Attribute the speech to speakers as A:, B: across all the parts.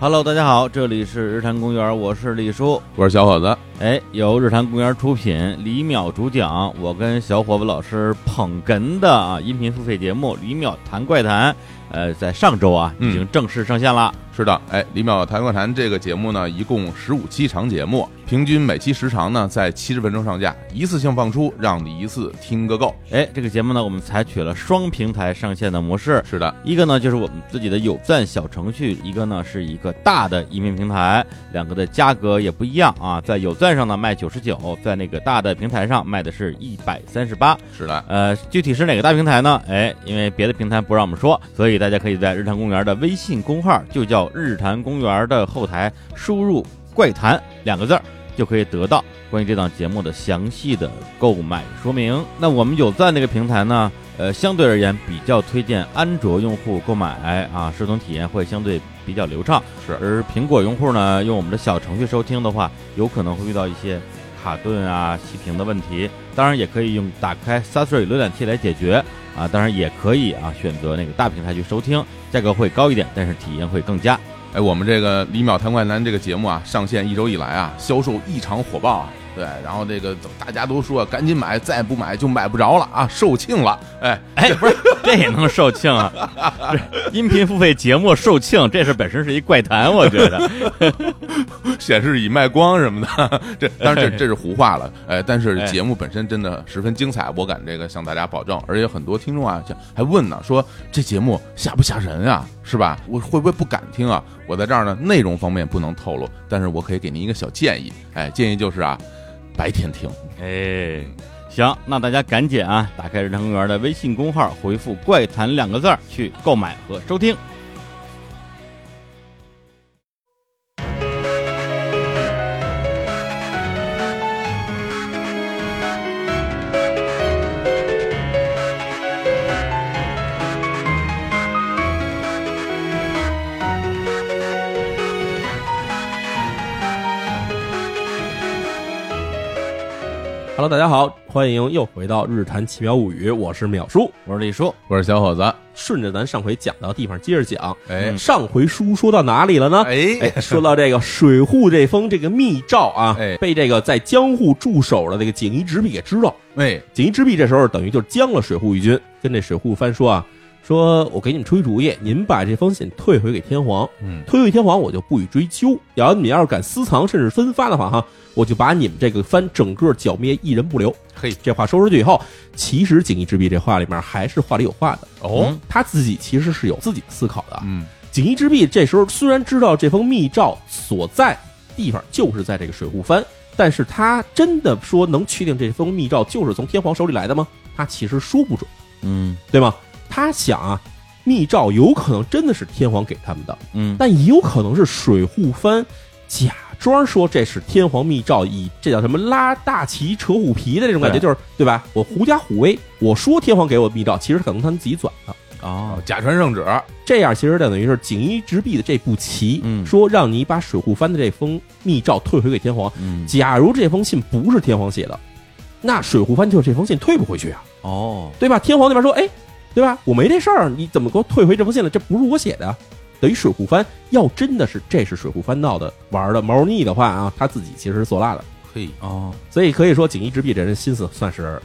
A: Hello，大家好，这里是日坛公园，我是李叔。
B: 我是小伙子，
A: 哎，由日坛公园出品，李淼主讲，我跟小伙子老师捧哏的啊音频付费节目《李淼谈怪谈》，呃，在上周啊
B: 嗯
A: 已经正式上线了。
B: 是的，哎，李淼谈怪谈这个节目呢，一共十五期长节目，平均每期时长呢在七十分钟上架，一次性放出，让你一次听个够。
A: 哎，这个节目呢，我们采取了双平台上线的模式，
B: 是的，
A: 一个呢就是我们自己的有赞小程序，一个呢是一个大的音频平台，两个的价格也不一样啊，在有赞上呢卖九十九，在那个大的平台上卖的是一百三十八。
B: 是的，
A: 呃，具体是哪个大平台呢？哎，因为别的平台不让我们说，所以大家可以在日坛公园的微信公号，就叫日坛公园的后台输入“怪谈”两个字儿，就可以得到关于这档节目的详细的购买说明。那我们有赞这个平台呢，呃，相对而言比较推荐安卓用户购买啊，视听体验会相对比较流畅。
B: 是
A: 而苹果用户呢，用我们的小程序收听的话，有可能会遇到一些卡顿啊、熄屏的问题。当然，也可以用打开 Safari 浏览器来解决啊。当然，也可以啊选择那个大平台去收听，价格会高一点，但是体验会更佳。
B: 哎，我们这个李淼谈怪谈这个节目啊，上线一周以来啊，销售异常火爆啊。对，然后这个大家都说赶紧买，再不买就买不着了啊，售罄了。哎，
A: 哎，不是，这也能售罄啊？ 这音频付费节目售罄，这事本身是一怪谈，我觉得。
B: 显示已卖光什么的， 这当然这这是胡话了，哎，但
A: 哎
B: 是节目本身真的十分精彩，我敢这个向大家保证，而且很多听众啊像还问呢，说这节目吓不吓人啊，是吧？我会不会不敢听啊？我在这儿呢，内容方面不能透露，但是我可以给您一个小建议，哎，建议就是啊，白天听，
A: 哎，行，那大家赶紧啊，打开日坛公园的微信公号，回复“怪谈”两个字儿去购买和收听。
C: Hello，大家好，欢迎又回到《日谈奇妙物语》，我是淼叔。
A: 我是李叔，
B: 我是小伙子，
C: 顺着咱上回讲到的地方接着讲，
B: 哎
C: 上回书说到哪里了呢？
B: 哎，
C: 哎，说到这个水户这封这个密诏啊，
B: 哎
C: 被这个在江户驻守的这个锦衣直弼给知道，
B: 哎，
C: 锦衣直弼这时候等于就将了水户一军，跟这水户藩说啊，说我给你们出一主意，您把这封信退回给天皇，
B: 嗯，
C: 退回天皇我就不予追究，然后你们要是敢私藏甚至分发的话哈，我就把你们这个藩整个剿灭，一人不留。
B: 嘿，
C: 这话说出去以后，其实锦衣之弊这话里面还是话里有话的，嗯
B: 哦，
C: 他自己其实是有自己的思考的。
B: 嗯，
C: 锦衣之弊这时候虽然知道这封密诏所在地方就是在这个水户藩，但是他真的说能确定这封密诏就是从天皇手里来的吗？他其实说不准，
A: 嗯
C: 对吗？他想啊，密诏有可能真的是天皇给他们的，
A: 嗯，
C: 但也有可能是水户藩假装说这是天皇密诏，以这叫什么拉大旗扯虎皮的这种感觉，
A: 对
C: 就是对吧？我狐假虎威，我说天皇给我密诏，其实可能他们自己转的。
A: 哦，
B: 假传圣旨，
C: 这样其实等于是锦衣直弼的这步棋，
A: 嗯
C: 说让你把水户藩的这封密诏退回给天皇。
A: 嗯，
C: 假如这封信不是天皇写的，那水户藩就这封信退不回去啊，
A: 哦，
C: 对吧？天皇那边说，哎，对吧？我没这事儿，你怎么给我退回这封信了？这不是我写的啊。等于水户藩要真的是这是水户藩闹的玩儿的猫腻的话啊，他自己其实是做辣的。
B: 嘿，
A: 哦，
C: 所以可以说锦衣之弊这人心思算是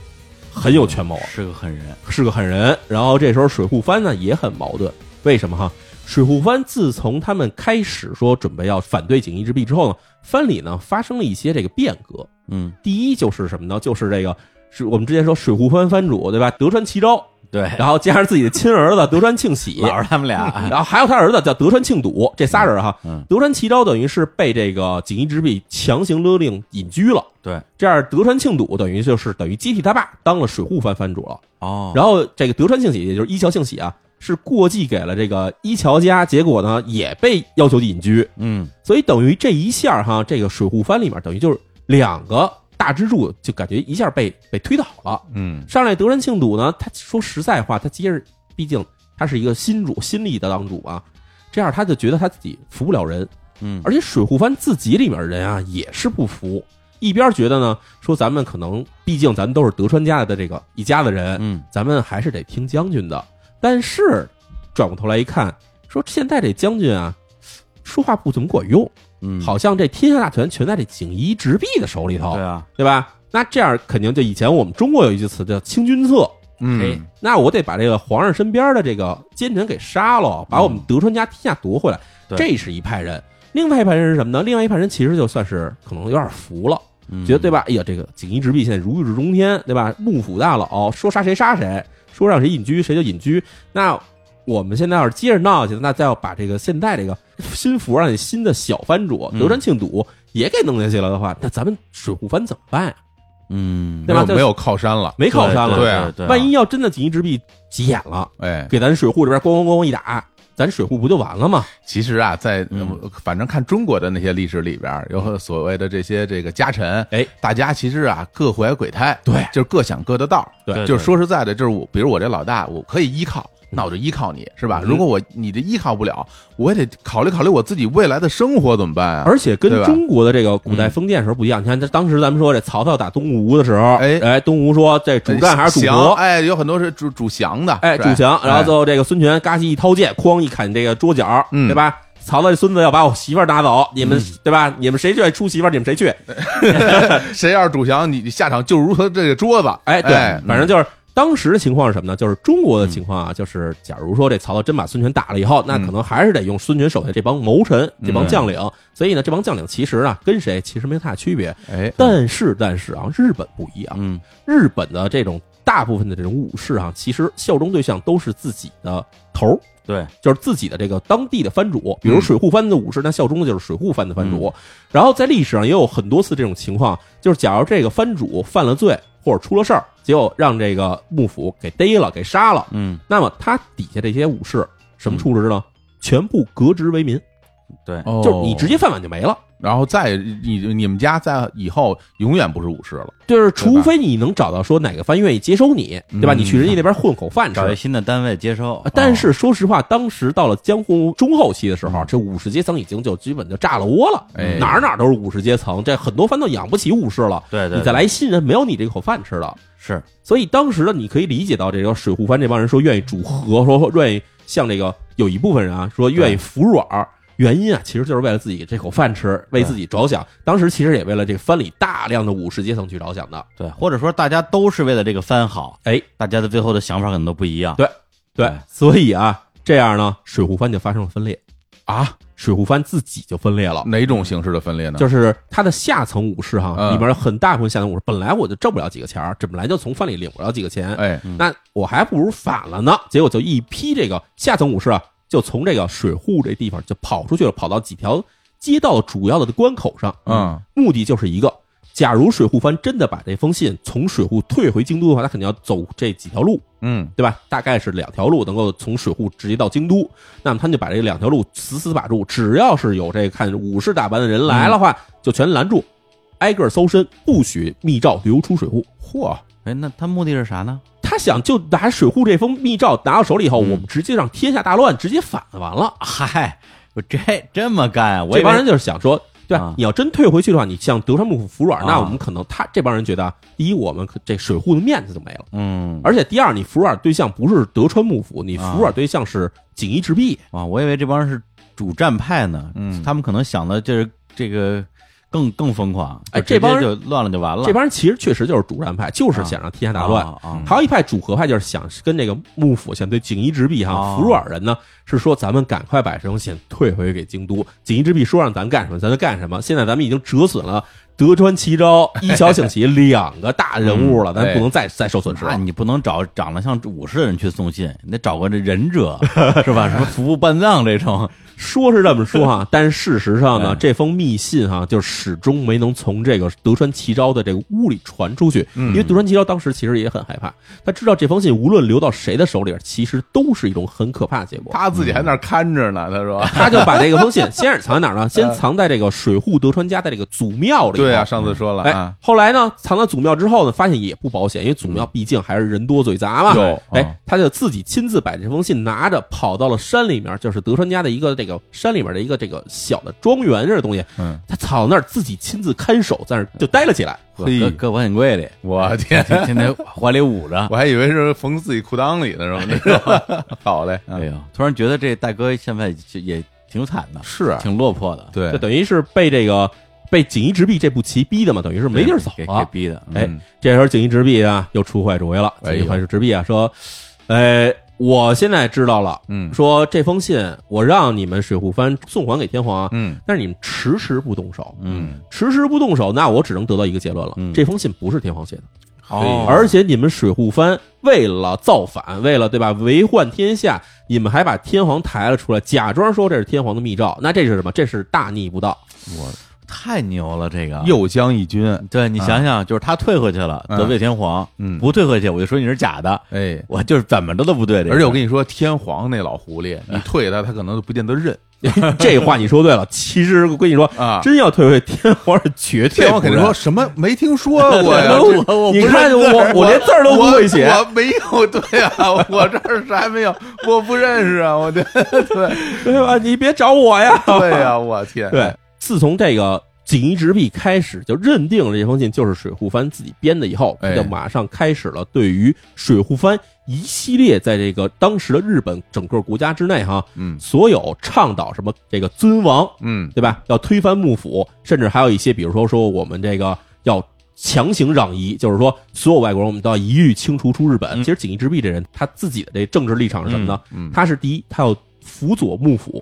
C: 很有权谋啊。
A: 是个狠人。
C: 是个狠人。然后这时候水户藩呢也很矛盾，为什么哈？水户藩自从他们开始说准备要反对锦衣之弊之后呢，藩里呢发生了一些这个变革。
A: 嗯，
C: 第一就是什么呢？就是这个是我们之前说水户藩藩主对吧？德川齐昭，
A: 对，
C: 然后加上自己的亲儿子德川庆喜，
A: 老是他们俩。
C: 然后还有他儿子叫德川庆笃，这仨人哈。
A: 嗯，
C: 德川齐昭等于是被这个锦衣之弊强行勒令隐居了，
A: 对，
C: 这样德川庆笃等于就是等于接替他爸当了水户藩藩主了。
A: 哦，
C: 然后这个德川庆喜，也就是一桥庆喜啊，是过继给了这个一桥家，结果呢也被要求隐居，
A: 嗯，
C: 所以等于这一下哈，这个水户藩里面等于就是两个大支柱，就感觉一下被被推倒了。
B: 嗯，
C: 上来德川庆笃呢，他说实在话，他接着毕竟他是一个新主新立的当主啊，这样他就觉得他自己服不了人，
A: 嗯，
C: 而且水户藩自己里面人啊也是不服。一边觉得呢，说咱们可能，毕竟咱们都是德川家的这个一家子人，
A: 嗯，
C: 咱们还是得听将军的。但是转过头来一看，说现在这将军啊，说话不怎么管用，
A: 嗯，，
C: 好像这天下大权全在这锦衣直弼的手里头，
A: 对啊，
C: 对吧？那这样肯定就以前我们中国有一句词叫清君侧，
A: 哎
B: 嗯，
C: 那我得把这个皇上身边的这个奸臣给杀了，把我们德川家天下夺回来，
A: 嗯对
C: 这是一派人。另外一派人是什么呢？另外一派人其实就算是可能有点服了，
A: 嗯
C: 觉得对吧？哎呀，这个锦衣直弼现在如日中天，对吧？幕府大佬、说杀谁杀谁，说让谁隐居谁就隐居。那我们现在要是接着闹下去，那再要把这个现在这个新服让你新的小藩主
A: 嗯
C: 德川庆笃也给弄下去了的话，那咱们水户藩怎么办呀？
A: 嗯，
B: 没
C: 对吧
B: 有
C: 就
B: 没有靠山了，
C: 没靠山了，
B: 对啊
A: 对啊，
C: 万一要真的锦衣直弼急眼了，
B: 哎，
C: 给咱水户这边咣咣咣一打，咱水户不就完了吗？
B: 其实啊，在、
A: 嗯
B: 呃反正看中国的那些历史里边儿，有所谓的这些这个家臣，
C: 哎，
B: 大家其实啊各怀鬼胎，
C: 对
B: 就是各想各的道儿，
C: 对嗯
A: 对
B: 就是说实在的，就是我，比如我这老大，我可以依靠，那我就依靠你，是吧？如果我你这依靠不了，我也得考虑考虑我自己未来的生活怎么办啊？
C: 而且跟
B: 对吧嗯
C: 中国的这个古代封建时候不一样。你看，这当时咱们说这曹操打东吴的时候，
B: 哎
C: 哎，东吴说这主干还是主
B: 降
C: 伯，
B: 哎，有很多是主主降的，
C: 哎，
B: 是
C: 主
B: 吧
C: 降。然后
B: 哎
C: 最后这个孙权嘎叽一掏剑，哐一砍这个桌角，
B: 嗯
C: 对吧？曹操这孙子要把我媳妇儿拿走，你们、对吧？你们谁去出媳妇儿，你们谁去？
B: 哎谁要是主降，你你下场就如何这个桌子，
C: 哎，对，
B: 嗯
C: 反正就是当时的情况是什么呢？就是中国的情况啊，就是假如说这曹操真把孙权打了以后，那
B: 嗯
C: 可能还是得用孙权手下这帮谋臣、这帮将领。所以呢，这帮将领其实啊，跟谁其实没有太大区别。
B: 哎，
C: 但是，但是啊，日本不一样，
A: 嗯
C: 日本的这种大部分的这种武士啊，其实效忠对象都是自己的头儿。
A: 对，
C: 就是自己的这个当地的藩主，比如
B: 嗯
C: 水户藩的武士，那效忠的就是水户藩的藩主。然后在历史上也有很多次这种情况，就是假如这个藩主犯了罪或者出了事儿，结果让这个幕府给逮了、给杀了，
A: 嗯，
C: 那么他底下这些武士什么处置呢？全部革职为民，
A: 对，
B: 哦
C: 就是你直接饭碗就没了。
B: 然后再你你们家在以后永远不是武士了，
C: 就是，除非你能找到说哪个藩愿意接收你，对吧？
B: 嗯
C: 你去人家那边混口饭吃，
A: 找一新的单位接收
C: 啊，但是说实话，当时到了江户中后期的时候，这武士阶层已经就基本就炸了窝了，
B: 哎
C: 哪儿哪儿都是武士阶层，这很多藩都养不起武士了。
A: 哦对对，
C: 你再来新人，没有你这口饭吃的。
A: 是，
C: 所以当时呢，你可以理解到这个水户藩这帮人说愿意主和，说愿意像这个有一部分人啊说愿意服软儿，原因啊其实就是为了自己这口饭吃，为
A: 对
C: 自己着想。当时其实也为了这个藩里大量的武士阶层去着想的。
A: 对，或者说大家都是为了这个番好，
C: 哎，
A: 大家的最后的想法可能都不一样，
C: 对对
B: 嗯
A: 哎，
C: 所以啊，这样呢，水户藩就发生了分裂啊，水户藩自己就分裂了。
B: 哪种形式的分裂呢？
C: 就是他的下层武士哈，
B: 嗯
C: 里边有很大部分下层武士，本来我就挣不了几个钱儿，这本来就从藩里领不了几个钱，
B: 哎，
C: 那我还不如反了呢。结果就一批这个下层武士啊，就从这个水户这地方就跑出去了，跑到几条街道主要的关口上，
B: 嗯，
C: 目的就是一个，假如水户藩真的把这封信从水户退回京都的话，他肯定要走这几条路，
B: 嗯，
C: 对吧？大概是两条路能够从水户直接到京都，那么他们就把这两条路死死把住，只要是有这看武士打扮的人来了话，就全拦住，挨个搜身，不许密诏流出水户。嚯！
A: 哎，那他目的是啥呢？
C: 他想就拿水户这封密诏拿到手里以后，
A: 嗯
C: 我们直接让天下大乱，直接反了完了。
A: 嗨，我这这么干啊，我
C: 这
A: 以为
C: 帮人就是想说，对吧
A: 啊，
C: 你要真退回去的话，你向德川幕府服软，
A: 啊
C: 那我们可能他这帮人觉得啊，第一，我们可这水户的面子就没了，
A: 嗯
C: 而且第二，你服软对象不是德川幕府，你
A: 啊
C: 服软对象是锦衣直弼。
A: 啊，我以为这帮人是主战派呢，
B: 嗯
A: 他们可能想的就是这个更更疯狂，
C: 哎
A: 就直接
C: 这帮人
A: 就乱了就完了，
C: 这帮人其实确实就是主战派，就是想让天下大乱。
A: 啊啊啊
C: 还有一派主和派，就是想跟这个幕府想对锦衣直弼哈
A: 哦
C: 服软人呢，是说咱们赶快把这封信退回给京都。锦衣直弼说让咱干什么，咱就干什么。现在咱们已经折损了德川 齐昭、一桥庆喜两个大人物了，咱
B: 哎
C: 不能再再受损失
A: 那
C: 了。
A: 你不能找长得像武士的人去送信，你得找个这忍者 是吧？什么服务半藏这种，
C: 说是这么说 哈，但是事实上呢
A: 哎，
C: 这封密信哈，就始终没能从这个德川齐昭的这个屋里传出去，
B: 嗯
C: 因为德川齐昭当时其实也很害怕，他知道这封信无论流到谁的手里，其实都是一种很可怕的结 果。。
B: 他自己还在那儿看着呢，他说
C: 他就把这个封信先是藏在哪儿呢？先藏在这个水户德川家的这个祖庙 里。
B: 对啊，。上次说了
C: 哎
B: 啊，，
C: 后来呢，藏在祖庙之后呢，发现也不保险，因为祖庙毕竟还是人多嘴杂嘛。
B: 有
C: 哎
B: 嗯，
C: 他就自己亲自把这封信拿着跑到了山里面，就是德川家的一个这个山里面的一个这个小的庄园这东西，
B: 嗯，
C: 他藏那儿自己亲自看守，在那儿就待了起来。
B: 嘿
A: 搁搁保险柜里，
B: 我天，
A: 哎天天在怀里捂 着。
B: 我还以为是缝 自己裤裆里呢，是吧？好嘞，
A: 嗯哎呦，突然觉得这大哥现在也也挺惨的，
B: 是啊，
A: 挺落魄的，
B: 对
C: 就，等于是被这个被锦衣直弼这步棋逼的嘛，等于是没地儿走
A: 给给
C: 了。
A: 逼的，
C: 哎
B: 嗯，
C: 这时候锦衣直弼啊又出坏主意了，
B: 哎呦
C: 锦衣坏主直弼啊说，呃，我现在知道了，
B: 嗯
C: 说这封信我让你们水户藩送还给天皇啊，
B: 嗯
C: 但是你们迟迟不动手，
A: 嗯，
C: 迟迟不动手，那我只能得到一个结论了，
A: 嗯
C: 这封信不是天皇写的。
A: 哦
C: 而且你们水户藩为了造反，为了对吧为患天下，你们还把天皇抬了出来，假装说这是天皇的密诏，那这是什么？这是大逆不 道。
B: 我
A: 太牛了，这个
B: 右江一军，
A: 对你想想，就是他退回去了，
B: 嗯
A: 得罪天皇，
B: 嗯
A: 不退回去我就说你是假的，
B: 哎，
A: 我就是怎么着都不对的。
B: 而且我
A: 你
B: 跟你说，天皇那老狐
C: 啊
B: 狸，你退他，他可能都不见得认
C: 这话你说对了，其实我跟你说，
B: 啊。
C: 真要退位，天皇是绝对
B: 天皇
C: 不
B: 肯
C: 认？
B: 定说什么没听说过呀 这
A: 我我
C: 你
A: 不
C: 看
A: 认字
C: 我
A: 儿
C: 我连字儿都不会写
B: 我，我没有对啊，我这儿啥也没有，我不认识啊，我 这对
C: 对吧？你别找我呀！
B: 对呀，我天，
C: 对，自从这个锦衣直弼开始就认定了这封信就是水户藩自己编的以后，
B: 哎
C: 他就马上开始了对于水户藩一系列在这个当时的日本整个国家之内哈，
B: 嗯
C: 所有倡导什么这个尊王，
B: 嗯
C: 对吧？要推翻幕府，甚至还有一些，比如说说我们这个要。强行攘夷，就是说，所有外国人我们都要一律清除出日本。
A: 嗯
C: 其实锦衣之弼这人，他自己的这政治立场是什么呢？
B: 嗯，
C: 他是第一，他要辅佐幕府，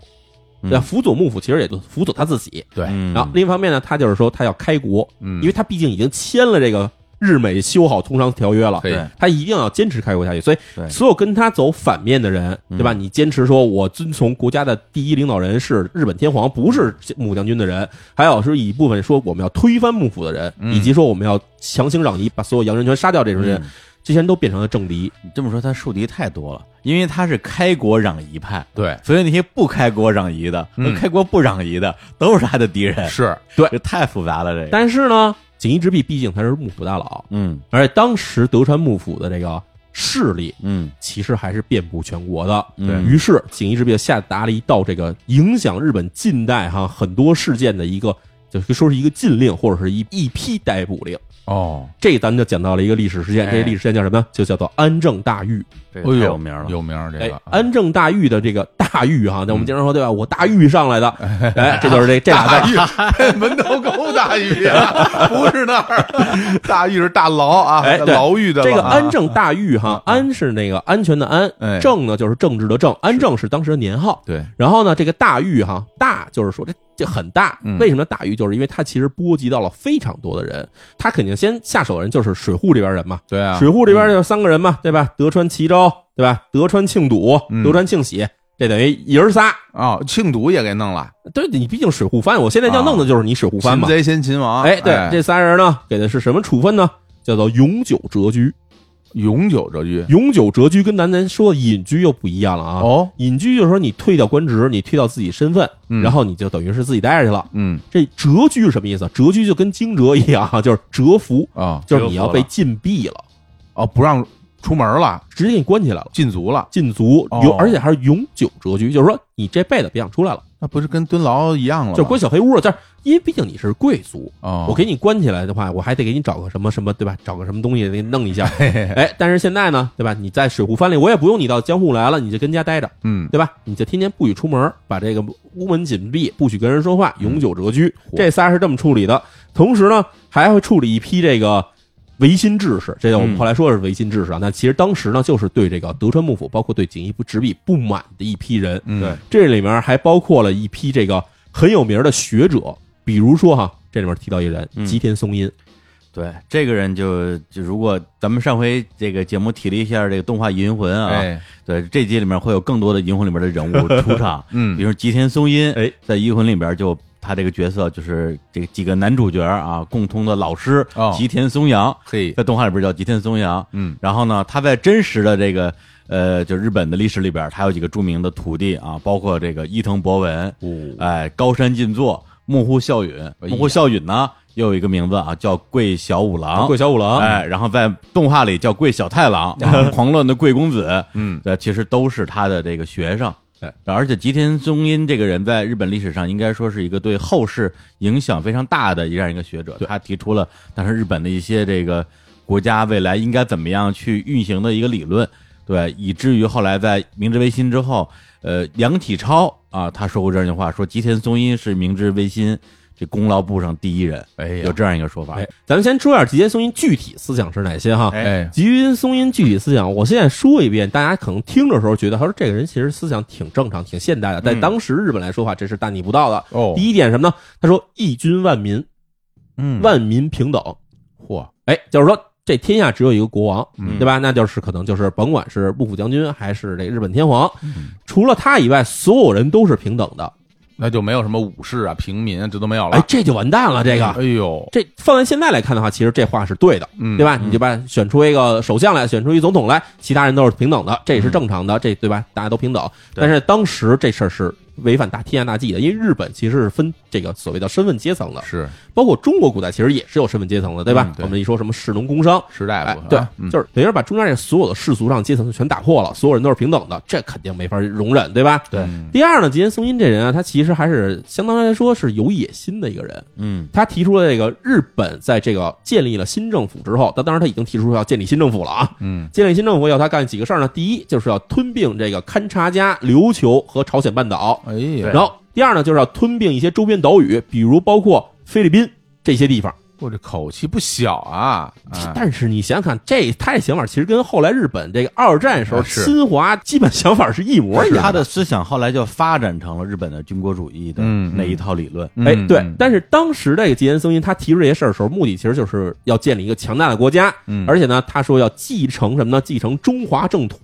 A: 嗯
C: 那辅佐幕府其实也就辅佐他自己。
B: 对，
A: 嗯
C: 然后另一方面呢，他就是说他要开国，
B: 嗯，
C: 因为他毕竟已经签了这个日美修好通商条约了
B: 可，以
A: 对
C: 他一定要坚持开国下去。所以
A: 对
C: 所有跟他走反面的人，
B: 嗯
C: 对吧？你坚持说我遵从国家的第一领导人是日本天皇，不是幕将军的人，还有是一部分说我们要推翻幕府的人，
B: 嗯
C: 以及说我们要强行攘夷，把所有洋人全杀掉这种人，这些人都变成了政敌。
A: 你这么说，他树敌太多了，因为他是开国攘夷派，
B: 对
A: 所以那些不开国攘夷的、和
B: 嗯
A: 开国不攘夷的都是他的敌人，
B: 是
A: 这太复杂了，这个。
C: 但是呢，锦衣之弼毕竟他是幕府大佬，
A: 嗯
C: 而且当时德川幕府的这个势力
A: 嗯
C: 其实还是遍布全国的。
A: 嗯
C: 于是锦衣之弼下达了一道这个影响日本近代哈很多事件的一个，就是说是一个禁令或者是一一批逮捕令。
B: 哦，
C: 这咱们就讲到了一个历史事件，
A: 哎
C: 这个历史事件叫什么呢？就叫做安政大狱。
A: 这
B: 哎
A: 个
B: 呦
A: 太有名了，
B: 有名儿这
C: 哎
B: 个，，
C: 安政大狱的这个大狱哈，那我们经常说对吧？我大狱上来的，哎，这就是这这俩字儿
B: 大。狱，哎门头沟大狱啊，不是那儿，大狱是大牢啊，
C: 哎对
B: 牢狱的
C: 这个
B: 牢啊
C: 安政大狱哈，安是那个安全的安
B: 哎，
C: 政呢就是政治的政，安政是当时的年号。
B: 对，
C: 然后呢，这个大狱哈，大就是说这这很大
B: 嗯，
C: 为什么大狱？就是因为它其实波及到了非常多的人，他肯定先下手的人就是水户这边人嘛，
B: 对啊，
C: 水户这边就三个人嘛，对吧？德川齐昭，对吧？德川庆笃
B: 嗯，
C: 德川庆喜，这等于爷儿仨。
B: 啊，庆笃也给弄了，
C: 对你毕竟水户藩，我现在要
B: 啊
C: 弄的就是你水户藩
B: 擒
C: 嘛。
B: 贼先擒王，
C: 哎，对，这仨人呢，给的是什么处分呢？叫做永久谪居。
B: 永久谪居，
C: 永久谪居跟咱咱说的隐居又不一样了啊。
B: 哦，
C: 隐居就是说你退掉官职，你退掉自己身份，
B: 嗯
C: 然后你就等于是自己待着去了。
B: 嗯
C: 这谪居是什么意思？谪居就跟惊蛰一样 啊，就是蛰伏，
B: 啊
C: 就是你要被禁闭了，
B: 哦，不让出门了，
C: 直接给你关起来了，
B: 禁足了，
C: 禁足
B: 哦
C: 永，而且还是永久谪居，就是说你这辈子别想出来了，
B: 那不是跟蹲牢一样了吗？
C: 就关小黑屋了。就是因为毕竟你是贵族，
B: 哦，
C: 我给你关起来的话，我还得给你找个什么什么，对吧？找个什么东西给你弄一下。哎，但是现在呢，对吧？你在水户藩里，我也不用你到江户来了，你就跟家待着。
B: 嗯
C: 对吧？你就天天不许出门，把这个屋门紧闭，不许跟人说话，永
A: 嗯
C: 久谪居。这仨是这么处理的。同时呢，还会处理一批这个维新志士，这个我
A: 嗯
C: 们后来说是维新志士啊。那其实当时呢，就是对这个德川幕府，包括对锦衣直弼不满的一批人。
B: 嗯
A: 对
C: 这里面还包括了一批这个很有名的学者，比如说哈，这里面提到一人
A: 嗯
C: 吉田松阴，
A: 对，这个人就就如果咱们上回这个节目提了一下这个动画《银魂》啊，
B: 哎
A: 对这集里面会有更多的《银魂》里面的人物出 场，
B: 嗯
A: 比如说吉田松阴，
C: 哎，
A: 在《银魂》里边就他这个角色就是这几个男主角啊共通的老师、
B: 哦
A: 吉田松阳，
B: 嘿
A: 在动画里边叫吉田松阳，
B: 嗯
A: 然后呢，他在真实的这个呃，就日本的历史里边，他有几个著名的徒弟啊，包括这个伊藤博文，哎，高山进作、木户孝允，
B: 嗯哎呀
A: 木户孝允呢又有一个名字啊，叫桂小五郎，
C: 啊桂小五
B: 啊
C: 郎，
A: 哎，然后在动画里叫桂小太郎， 狂乱的桂公子，
B: 嗯
A: 对，其实都是他的这个学生。呃
C: 对，
A: 而且吉田松阴这个人在日本历史上应该说是一个对后世影响非常大的这样一个学者，他提出了当时日本的一些这个国家未来应该怎么样去运行的一个理论，对，以至于后来在明治维新之后，呃，梁启超啊，他说过这样一句话，说吉田松阴是明治维新这功劳簿上第一人，
B: 哎
A: 有
B: 呀，
A: 这样一个说法。
C: 哎，咱们先说一下吉田松阴具体思想是哪些哈。
A: 哎
B: 哎，
C: 吉田松阴具体思想，我现在说一遍，大家可能听的时候觉得，他说这个人其实思想挺正常、挺现代
B: 嗯
C: 的，在当时日本来说的话，这是大逆不道的。
B: 哦，
C: 第一点什么呢？他说一君万民，
B: 嗯，
C: 万民平等。
B: 嚯，
C: 哎，就是说这天下只有一个国王，
B: 嗯
C: 对吧？那就是可能就是甭管是幕府将军还是这日本天皇，
B: 嗯
C: 除了他以外，所有人都是平等的。
B: 那就没有什么武士啊、平民啊，这都没有了
C: 哎，。这就完蛋了。这
B: 哎
C: 个，
B: 呦，
C: 这放在现在来看的话，其实这话是对的，
B: 嗯，
C: 对？吧？你就把选出一个首相来，选出一总统来，其他人都是平等的，这
B: 嗯
C: 也是正常的，这对吧？大家都平等。
A: 对
C: 但是当时这事儿是违反大天下大忌的，因为日本其实是分这个所谓的身份阶层的，
B: 是
C: 包括中国古代其实也是有身份阶层的，对吧？
B: 嗯对
C: 我们一说什么士农工商，
B: 士大
C: 哎
B: 夫，，
C: 对
B: 啊，嗯
C: 就是等于是把中间这所有的世俗上阶层全打破了，所有人都是平等的，这肯定没法容忍，对吧？
A: 对
B: 嗯
C: 第二呢，吉田松阴这人啊，他其实还是相当来说是有野心的一个人。
A: 嗯
C: 他提出了这个日本在这个建立了新政府之后，他当然他已经提出要建立新政府了啊。
B: 嗯，
C: 建立新政府要他干几个事儿呢？第一就是要吞并这个勘察家、琉球和朝鲜半岛，
B: 哎呀，
C: 然后第二呢就是要吞并一些周边岛屿，比如包括菲律宾这些地方。
B: 我这口气不小啊！哎
C: 但是你想想看，这他这想法其实跟后来日本这个二战时候
B: 啊是
C: 侵华基本想法是一模一样
A: 他的思想后来就发展成了日本的军国主义的
B: 嗯嗯
A: 那一套理论。
B: 嗯
C: 哎，对
B: 嗯，
C: 但是当时这个吉田松阴他提出这些事儿的时候，目的其实就是要建立一个强大的国家，
B: 嗯
C: 而且呢，他说要继承什么呢？继承中华正统，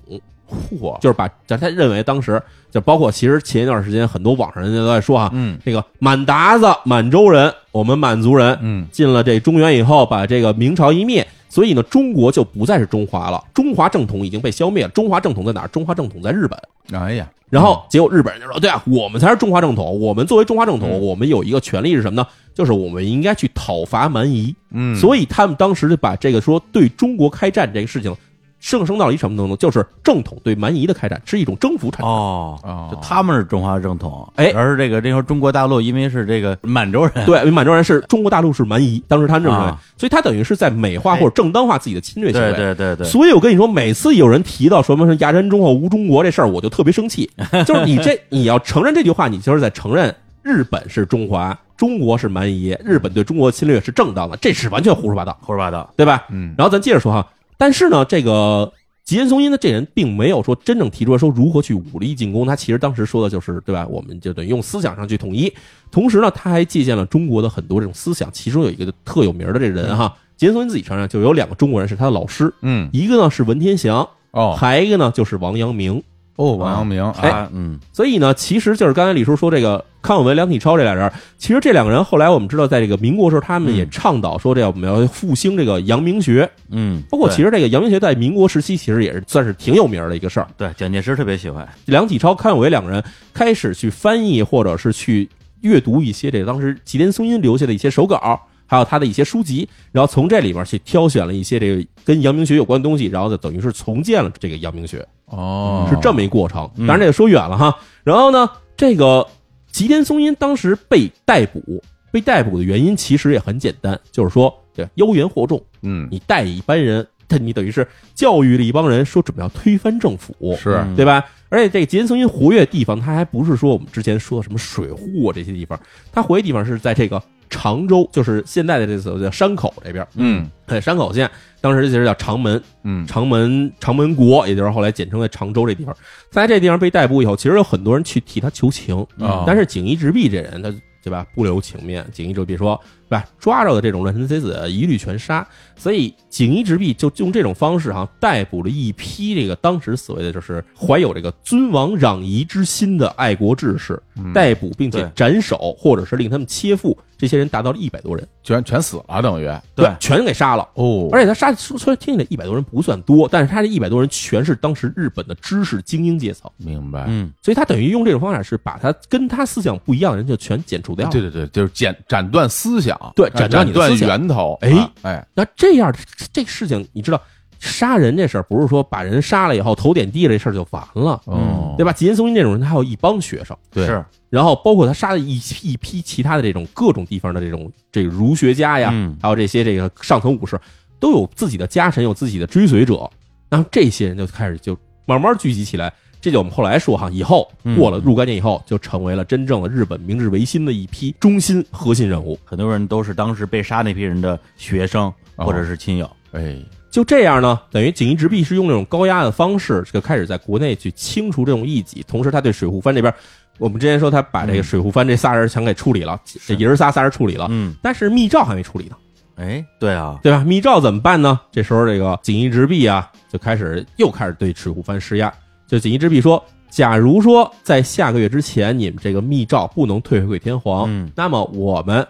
C: 嚯，就是把咱他认为当时就包括其实前一段时间很多网上人家都在说啊，
B: 嗯
C: 这个满达子、满洲人，我们满族人，
B: 嗯
C: 进了这中原以后，把这个明朝一灭，所以呢，中国就不再是中华了，中华正统已经被消灭了。中华正统在哪儿？中华正统在日本。
B: 哎呀，
C: 然后结果日本人就说：“对啊，我们才是中华正统。我们作为中华正
A: 嗯
C: 统，我们有一个权利是什么呢？就是我们应该去讨伐蛮夷。
B: 嗯，
C: 所以他们当时就把这个说对中国开战这个事情上升到了一什么程度？就是正统对蛮夷的开战是一种征服产生。
A: 哦
B: 哦
A: 就他们是中华正统，
C: 哎
A: 而是这个这时候中国大陆因为是这个满洲人，
C: 对，因为满洲人是中国大陆是蛮夷，当时他们这么认为
A: 啊，哎
C: 所以他等于是在美化或者正当化自己的侵略行为。
A: 对对对对，
C: 所以我跟你说，每次有人提到什么是“亚山中后无中国”这事儿，我就特别生气。就是你这，你要承认这句话，你就是在承认日本是中华，中国是蛮夷，日本对中国侵略是正当的，这是完全胡说八道，
A: 胡说八道。
C: 对吧？
B: 嗯，
C: 然后咱接着说哈，但是呢，这个吉田松阴呢，这人并没有说真正提出来说如何去武力进攻，他其实当时说的就是，对吧？我们就等于用思想上去统一，同时呢，他还借鉴了中国的很多这种思想，其中有一个特有名儿的这人哈。吉田松阴自己承认，就有两个中国人是他的老师，
B: 嗯
C: 一个呢是文天祥，
B: 哦
C: 还一个呢就是王阳明。
B: 哦，王阳明，
C: 哎
A: 啊，嗯，
C: 所以呢，其实就是刚才李叔说这个康有为、梁启超这俩人，其实这两个人后来我们知道，在这个民国时候，他们也倡导说这我们要复兴这个阳明学。
A: 嗯，
C: 包括
A: 对
C: 其实这个阳明学在民国时期其实也是算是挺有名儿的一个事儿。
A: 对蒋介石特别喜欢，
C: 梁启超、康有为两个人开始去翻译或者是去阅读一些这个当时吉田松阴留下的一些手稿，还有他的一些书籍，然后从这里边去挑选了一些这个跟阳明学有关的东西，然后就等于是重建了这个阳明学。
B: 哦，
C: 是这么一过程。
A: 嗯
C: 当然这个说远了哈。然后呢，这个吉田松阴当时被逮捕，被逮捕的原因其实也很简单，就是说对妖言惑众，
B: 嗯，
C: 你带一班人，但你等于是教育了一帮人，说准备要推翻政府，
B: 是
A: 嗯
C: 对吧？而且这个吉田松阴活跃的地方，他还不是说我们之前说的什么水户啊这些地方，他活跃地方是在这个常州，就是现在的这所谓的山口这边，
B: 嗯
C: 哎，山口县当时其实叫长门，
B: 嗯
C: 长门长门国，也就是后来简称为常州这地方，在这地方被逮捕以后，其实有很多人去替他求情，
A: 啊
B: 哦
C: 但是锦衣直弼这人，他对吧不留情面，锦衣直弼说，对吧抓着的这种乱臣贼子一律全杀，所以锦衣直弼就用这种方式哈、逮捕了一批这个当时所谓的就是怀有这个尊王攘夷之心的爱国志士，逮捕并且
A: 嗯对
C: 斩首或者是令他们切腹，这些人达到了一百多人，
B: 全全死了，等于
A: 对
C: 全给杀了。
B: 哦，
C: 而且他杀说说听起来一百多人不算多，但是他这一百多人全是当时日本的知识精英阶层，
B: 明白，哎
A: 嗯，
C: 所以他等于用这种方法是把他跟他思想不一样的人就全剪除掉了。
B: 对对对，就是剪斩断思想，
C: 对
B: 哎斩
C: 斩断你的思想
B: 源头，
C: 哎
B: 啊哎，
C: 那这样这这事情你知道，杀人这事儿不是说把人杀了以后头点地了这事儿就完了，
B: 哦，
C: 嗯对吧？吉田松阴这种人，他还有一帮学生。
B: 对
A: 是，
C: 然后包括他杀了一批一批其他的这种各种地方的这种这个儒学家哎呀，
A: 嗯
C: 还有这些这个上层武士，都有自己的家臣，有自己的追随者。然后这些人就开始就慢慢聚集起来，这就我们后来说哈，以后
A: 嗯
C: 过了若干年以后，就成为了真正的日本明治维新的一批中心核心人物。
A: 很多人都是当时被杀那批人的学生
B: 哦
A: 或者是亲友，
B: 哎，
C: 就这样呢，等于锦衣直弼是用这种高压的方式，就开始在国内去清除这种异己，同时他对水户藩这边，我们之前说他把这个水户藩这仨人全给处理了，这爷儿仨仨人处理了，
A: 嗯，
C: 但是密诏还没处理呢。
A: 哎，对啊，
C: 对吧？密诏怎么办呢？这时候这个锦衣直弼啊，就开始又开始对水户藩施压。就锦衣直弼说，假如说在下个月之前你们这个密诏不能退回给天皇，
A: 嗯
C: 那么我们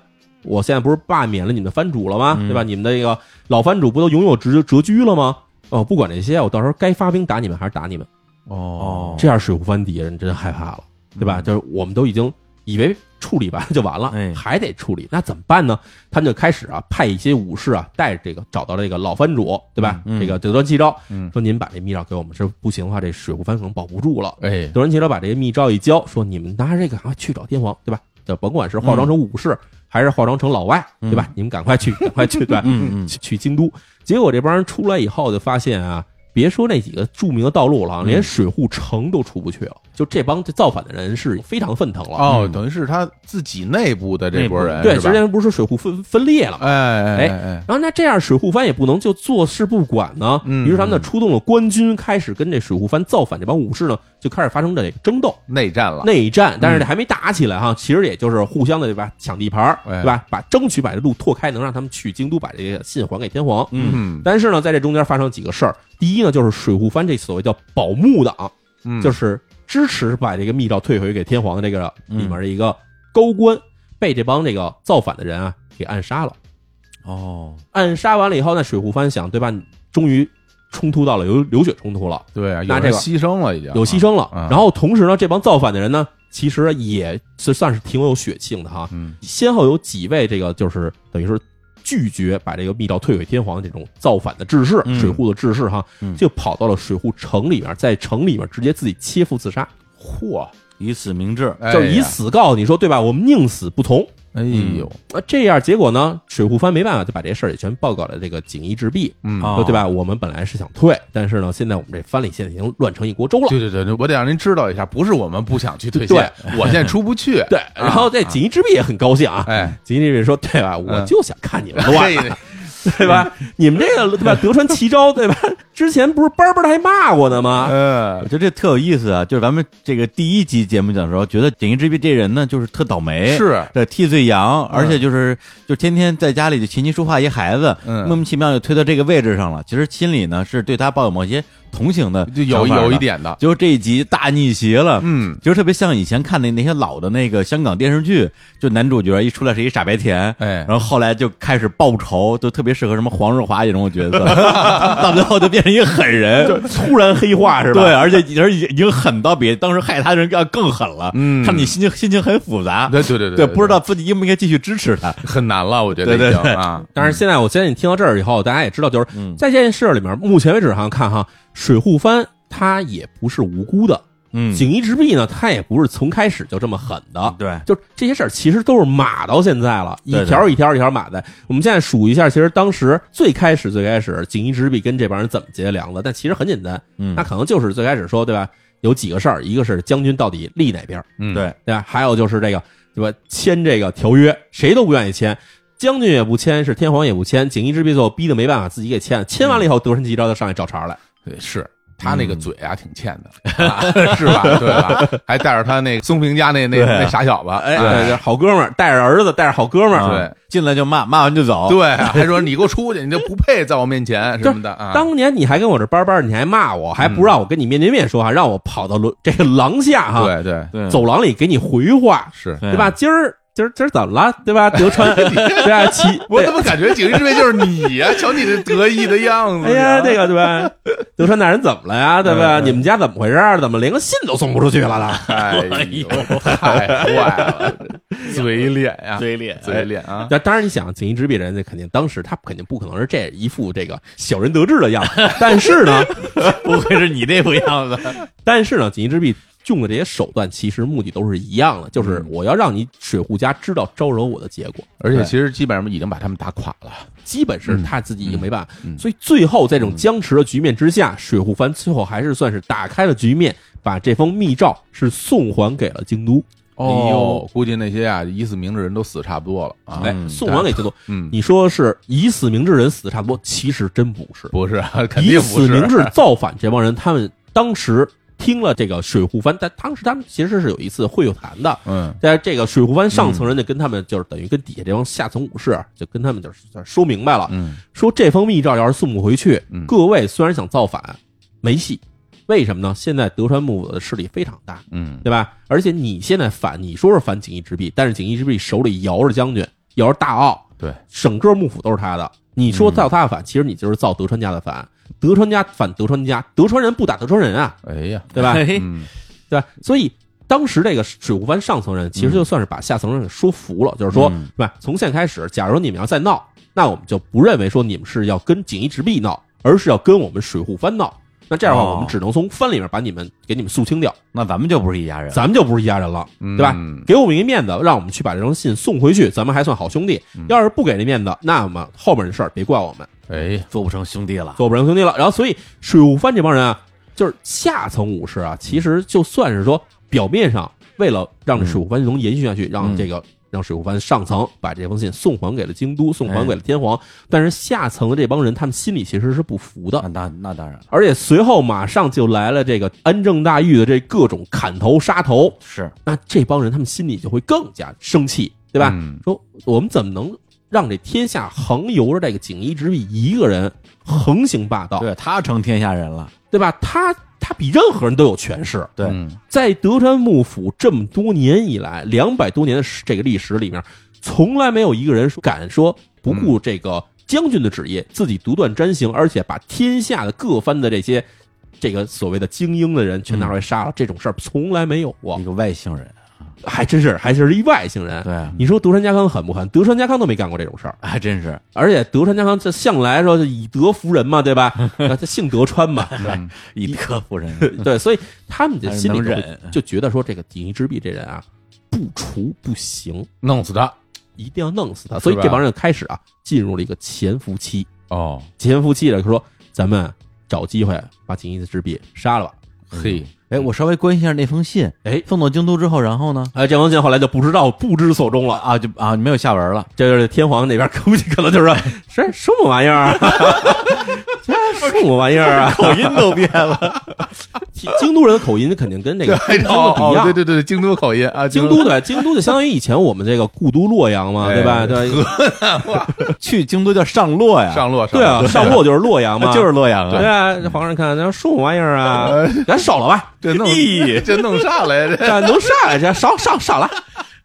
C: 我现在不是罢免了你们的藩主了吗？
A: 嗯
C: 对吧？你们的这个老藩主不都拥有谪谪居了吗？哦，不管这些，我到时候该发兵打你们还是打你们。
B: 哦
C: 这样水户藩底下人真害怕了，对吧？就是我们都已经以为处理完了就完了，
A: 嗯哎
C: 还得处理，那怎么办呢？他们就开始啊，派一些武士啊，带着这个找到这个老藩主，对吧？
A: 嗯嗯
C: 这个德川齐昭，
B: 嗯
C: 说您把这密诏给我们，这不行的话，这水户藩可能保不住了。
B: 哎，
C: 德川齐昭把这个密诏一交，说你们拿着这个赶快啊去找天皇，对吧？就甭管是化
B: 嗯
C: 妆成武士、还是化妆成老外，对吧？你们赶快去，赶快去，对吧？
A: 嗯嗯
C: 去去京都。结果这帮人出来以后，就发现啊，别说那几个著名的道路了啊，
B: 嗯
C: 连水户城都出不去了。就这帮这造反的人是非常愤腾了。
B: 哦，等于是他自己内部的这波人，
C: 对，
B: 是吧
C: 之前不是水户分分裂了吗？
B: 哎哎
C: 哎
B: 哎，
C: 然后那这样水户藩也不能就坐视不管呢，
B: 嗯
C: 于是他们呢出动了官军，开始跟这水户藩造反这帮武士呢就开始发生这争斗。
B: 内战了，
C: 内战，但是
B: 嗯
C: 这还没打起来哈，其实也就是互相的对吧，抢地盘儿，
B: 哎
C: 对吧？把争取把这路拓开，能让他们去京都把这个信还给天皇。
B: 嗯
C: 但是呢，在这中间发生几个事儿。第一呢，就是水户藩这所谓叫保木党，
B: 嗯，
C: 就是是支持把这个密诏退回给天皇的这个里面的一个高
B: 嗯
C: 官，被这帮这个造反的人啊给暗杀了。
A: 哦，
C: 暗杀完了以后，那水户藩想，对吧？终于冲突到了流流血冲突了，
B: 对啊，有
C: 那
B: 人
C: 这个
B: 牺牲了已经，
C: 有牺牲了。
B: 啊啊
C: 然后同时呢，这帮造反的人呢，其实也是算是挺有血性的哈。
B: 嗯，
C: 先后有几位这个就是等于是拒绝把这个密诏退给天皇这种造反的志士，
A: 嗯
C: 水户的志士哈，
A: 嗯
C: 就跑到了水户城里面，在城里面直接自己切腹自杀，
B: 嚯，
A: 以此明志，
B: 哎呀
C: 就是以，死告你说对吧？我们宁死不从。
B: 哎呦，
C: 啊，这样结果呢，水户藩没办法，就把这事儿也全报告了这个锦衣直弼，
B: 嗯
A: 啊
C: 说对吧？我们本来是想退，但是呢，现在我们这藩里现在已经乱成一锅粥了。
B: 对对对对，我得让您知道一下，不是我们不想去退
C: 对
B: 线，我现在出不去。
C: 对，然后这锦衣直弼也很高兴啊，
B: 哎，
C: 锦衣直弼说对吧？我
B: 嗯
C: 就想 看你们乱，
B: 嘿
C: 对吧？你们这个对吧？德川齐昭对吧？之前不是班班还骂过呢吗？
A: 我
B: 呃，
A: 觉得这特有意思啊！就是咱们这个第一集节目讲的时候，觉得锦衣之弊这人呢，就是特倒霉，
B: 是
A: 这替罪羊，而且就是、就天天在家里就琴棋书画一孩子，
B: 嗯
A: 莫名其妙就推到这个位置上了。其实心里呢是对他抱有某些同情的，
B: 就有有一，点的，
A: 就是这一集大逆袭了，
B: 嗯，
A: 就是特别像以前看的那些老的那个香港电视剧，就男主角一出来是一傻白甜，
B: 哎
A: 然后后来就开始报仇，就特别适合什么黄日华这种角色，到最后就变成一个狠人，
C: 突然黑化是吧？
A: 对，而且而且已经狠到比当时害他的人要更狠了，
B: 嗯
A: 看你心情心情很复杂，
B: 对对对
A: 对，不知道自己应不应该继续支持他，
B: 很难了，我觉得
A: 对
B: 已
A: 对
B: 经
A: 对
B: 啊，
C: 但是现在我相信听到这儿以后，大家也知道，就是
A: 嗯
C: 在这件事里面，目前为止好像看哈，水户藩他也不是无辜的，
A: 嗯
C: 锦衣之弊呢，他也不是从开始就这么狠的。
A: 对，
C: 就是这些事儿，其实都是码到现在了，一
A: 对对
C: 条一条一条码在。我们现在数一下，其实当时最开始最开始，锦衣之弊跟这帮人怎么结梁的？但其实很简单，
A: 嗯
C: 那可能就是最开始说对吧？有几个事儿，一个是将军到底立哪边儿，
B: 嗯，
A: 对，
C: 对吧？还有就是这个对吧？签这个条约，谁都不愿意签，将军也不签，是天皇也不签，锦衣之弊最后逼得没办法，自己给签了。签完了以后，德川齐昭就上来找茬儿来，
B: 对是。他那个嘴啊，挺欠的， 啊是吧？对吧？还带着他那松平家那那
A: 对啊
B: 那傻小子，
C: 哎，
B: 啊
C: 这好哥们儿带着儿子，带着好哥们儿，
A: 啊进来就骂，骂完就走，
B: 对，还说你给我出去，你就不配在我面 前什么的啊。
C: 当年你还跟我这班班，你还骂我，还不让我跟你面对面说话，让我跑到楼这个廊下哈，
B: 对对
A: 对
C: 走廊里给你回话，
B: 是，
A: 对
C: 对吧？？今儿今儿今儿怎么了？对吧？德 川对吧？齐，
B: 我
C: 对
B: 怎么感觉景之卫就是你呀？瞧你这得意的样子，
C: 哎呀，
B: 这
C: 那个对吧？德川大人怎么了呀？对吧？你们家
B: 哎
C: 怎么回事儿？怎么连个信都送不出去了呢？
B: 哎呦，太坏了！嘴脸呀，
A: 嘴脸，
B: 嘴脸啊，
C: 那当然，你想锦衣之弊人家肯定当时他肯定不可能是这一副这个小人得志的样子，但是呢，
A: 不会是你那副样子。
C: 但是呢，锦衣之弊用的这些手段其实目的都是一样的，就是我要让你水户家知道招惹我的结果，
B: 而且其实基本上已经把他们打垮了。
C: 基本是他自己已经没办法。
B: 嗯嗯
C: 所以最后在这种僵持的局面之下，水户藩最后还是算是打开了局面，把这封密诏是送还给了京都。
B: 哎呦，估计那些啊以死明志人都死差不多了啊。
C: 哎，
A: 嗯
C: 送还给京都。
B: 嗯，
C: 你说是以死明志人死的差不多，其实真不是。
B: 不是， 啊肯
C: 以
B: 定不
C: 死
B: 是。
C: 明志造反这帮人，他们当时听了这个水户藩，但当时他们其实是有一次会有谈的。
B: 嗯，
C: 在这个水户藩上层人就跟他们就是等于跟底下这帮下层武士就跟他们就是算说明白了，
B: 嗯
C: 说这封密诏要是送不回去
B: 嗯，
C: 各位虽然想造反，没戏。为什么呢？现在德川幕府的势力非常大，
B: 嗯
C: 对吧？而且你现在反，你说是反锦衣之弊，但是锦衣之弊手里摇着将军，摇着大奥，
B: 对，
C: 整个幕府都是他的。你说造他的反，其实你就是造德川家的反。德川家反德川家，德川人不打德川人啊，
B: 哎呀，
C: 对吧？
A: 嘿
B: 嗯
C: 对吧？所以当时这个水户藩上层人其实就算是把下层人给说服了，就是说，
B: 嗯
C: 对吧？从现在开始，假如你们要再闹，那我们就不认为说你们是要跟锦衣直弼闹，而是要跟我们水户藩闹。那这样的话，
A: 哦
C: 我们只能从藩里面把你们给你们肃清掉，
A: 那咱们就不是啊一家人，
C: 咱们就不是一家人了，
B: 嗯
C: 对吧？给我们一个面子，让我们去把这封信送回去，咱们还算好兄弟。要是不给这面子，那么后面的事儿别怪我们。
B: 哎呀，
A: 做不成兄弟了。
C: 做不成兄弟了。然后，所以水户藩这帮人啊，就是下层武士啊，其实就算是说表面上为了让这水户藩能延续下去，让这个让水户藩上层把这封信送还给了京都，送还给了天皇，但是下层的这帮人他们心里其实是不服的
A: 那。那那当然
C: 而且随后马上就来了这个安政大狱的这各种砍头杀头，
A: 是，
C: 那这帮人他们心里就会更加生气，对吧？
B: 嗯
C: 说我们怎么能让这天下横由着这个锦衣之弊一个人横行霸道？
A: 对他成天下人了。
C: 对吧？他他比任何人都有权势。
A: 对，
B: 嗯
C: 在德川幕府这么多年以来，两百多年的这个历史里面，从来没有一个人说敢说不顾这个将军的旨意，自己独断专行，而且把天下的各藩的这些这个所谓的精英的人全拿出来杀了，这种事儿从来没有过
A: 一。个外星人。
C: 还真是，还是一外星人。
A: 对，
C: 你说德川家康狠不狠？德川家康都没干过这种事儿。
A: 还真是。
C: 而且德川家康这向来说是以德服人嘛，对吧？那他姓德川 嘛，
A: 以德服人，
C: 对，所以他们的心里
A: 还是
C: 就
A: 能
C: 会
A: 忍
C: 就觉得说，这个锦衣之弊这人啊，不除不行，
B: 弄死他
C: 一定要弄死他。所以
B: 是吧
C: 这帮人就开始啊，进入了一个潜伏期。
B: 哦，
C: 潜伏期了，就说咱们找机会把锦衣之弊杀了吧。
B: 嘿，
A: 哎，我稍微关心一下那封信，
C: 哎
A: 送到京都之后，然后呢？
C: 哎，这王信后来就不知道不知所终了，
A: 啊，就啊，没有下文了。
C: 这就是天皇那边估计可能就是说， 这什么玩意儿啊， 这什么玩意儿啊？
A: 口音都变了，
C: 京都人的口音肯定跟这个
B: 哎
C: 京
B: 哦
C: 都不一
B: 哦，对
C: 样。
B: 对对，京都口音啊，
C: 京都对，京都就相当于以前我们这个故都洛阳嘛，
B: 哎
C: 对吧？对，
A: 去京都叫上洛呀，
B: 上洛
C: 对啊，上洛就是洛阳嘛，
A: 就是洛阳
C: 对
A: 啊。
C: 啊，皇上看那什么玩意儿啊，咱烧了 吧，
B: 这哎 弄
A: 咦
B: 这弄啥来着？
C: 这能上来，这烧烧烧了。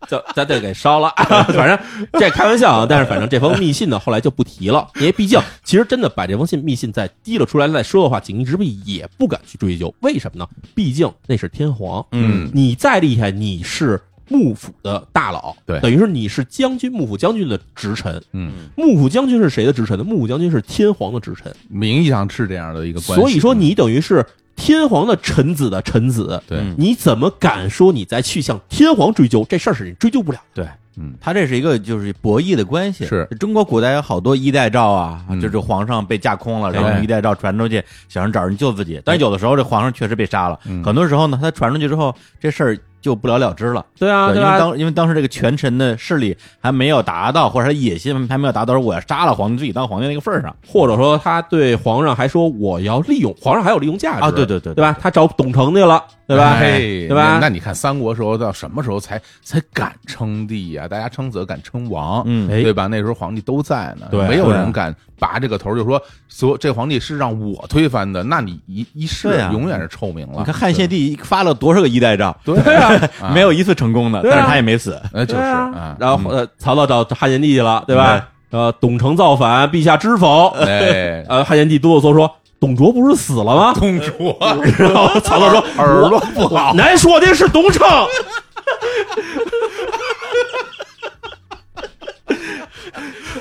C: 就咱就给烧了， 反正这开玩笑啊，但是反正这封密信呢，后来就不提了，因为毕竟其实真的把这封信密信再提了出来再说的话，锦衣之弊也不敢去追究，为什么呢？毕竟那是天皇，
A: 嗯，
C: 你再厉害，你是幕府的大佬，
B: 对
C: 等于是你是将军，幕府将军的直臣，
B: 嗯，
C: 幕府将军是谁的直臣呢？幕府将军是天皇的直臣，
B: 名义上是这样的一个关系，
C: 所以说你等于是天皇的臣子的臣子，
B: 对，
A: 嗯
C: 你怎么敢说你再去向天皇追究这事儿是你追究不了的？
A: 对，
B: 嗯，
A: 他这是一个就是博弈的关系。
B: 是
A: 中国古代有好多衣带诏啊，
B: 嗯
A: 就是皇上被架空了，然后
B: 对
A: 衣带诏传出去，想让找人救自己。但有的时候这皇上确实被杀了，
B: 嗯
A: 很多时候呢，他传出去之后，这事儿就不了了之了。
C: 对啊，
A: 对，因为
C: 吧？
A: 当因为当时这个权臣的势力还没有达到，或者他野心还没有达到，说我要杀了皇帝，自己当皇帝那个份儿上
C: 或者说他对皇上还说我要利用皇上还有利用价值
A: 啊！对对对
C: 对吧？他找董承去了，对吧？
B: 哎
C: 对吧？
B: 那你看三国时候到什么时候才才敢称帝啊呀、大家称子敢称王，
A: 嗯
C: 哎啊
B: 对吧？那时候皇帝都在呢，
A: 对
B: 没有
A: 对
B: 人敢拔这个头，就说所有这皇帝是让我推翻的，那你一一试
A: 对啊
B: 永远是臭名了。
A: 你看汉献帝发了多少个衣带 诏，
B: 对啊，啊
A: 没有一次成功的，
C: 对啊
A: 但是他也没死。
B: 呃就是
C: 对
B: 啊
C: 啊，，然后呃，曹操找汉献帝去了，对吧？呃，董承造反，陛下知否？
B: 嗯哎，
C: 呃，汉献帝哆哆嗦嗦说：“董卓不是死了吗？”
B: 公主啊
C: 然后 曹操说：“
B: 耳朵不好，
C: 难说的是董承。”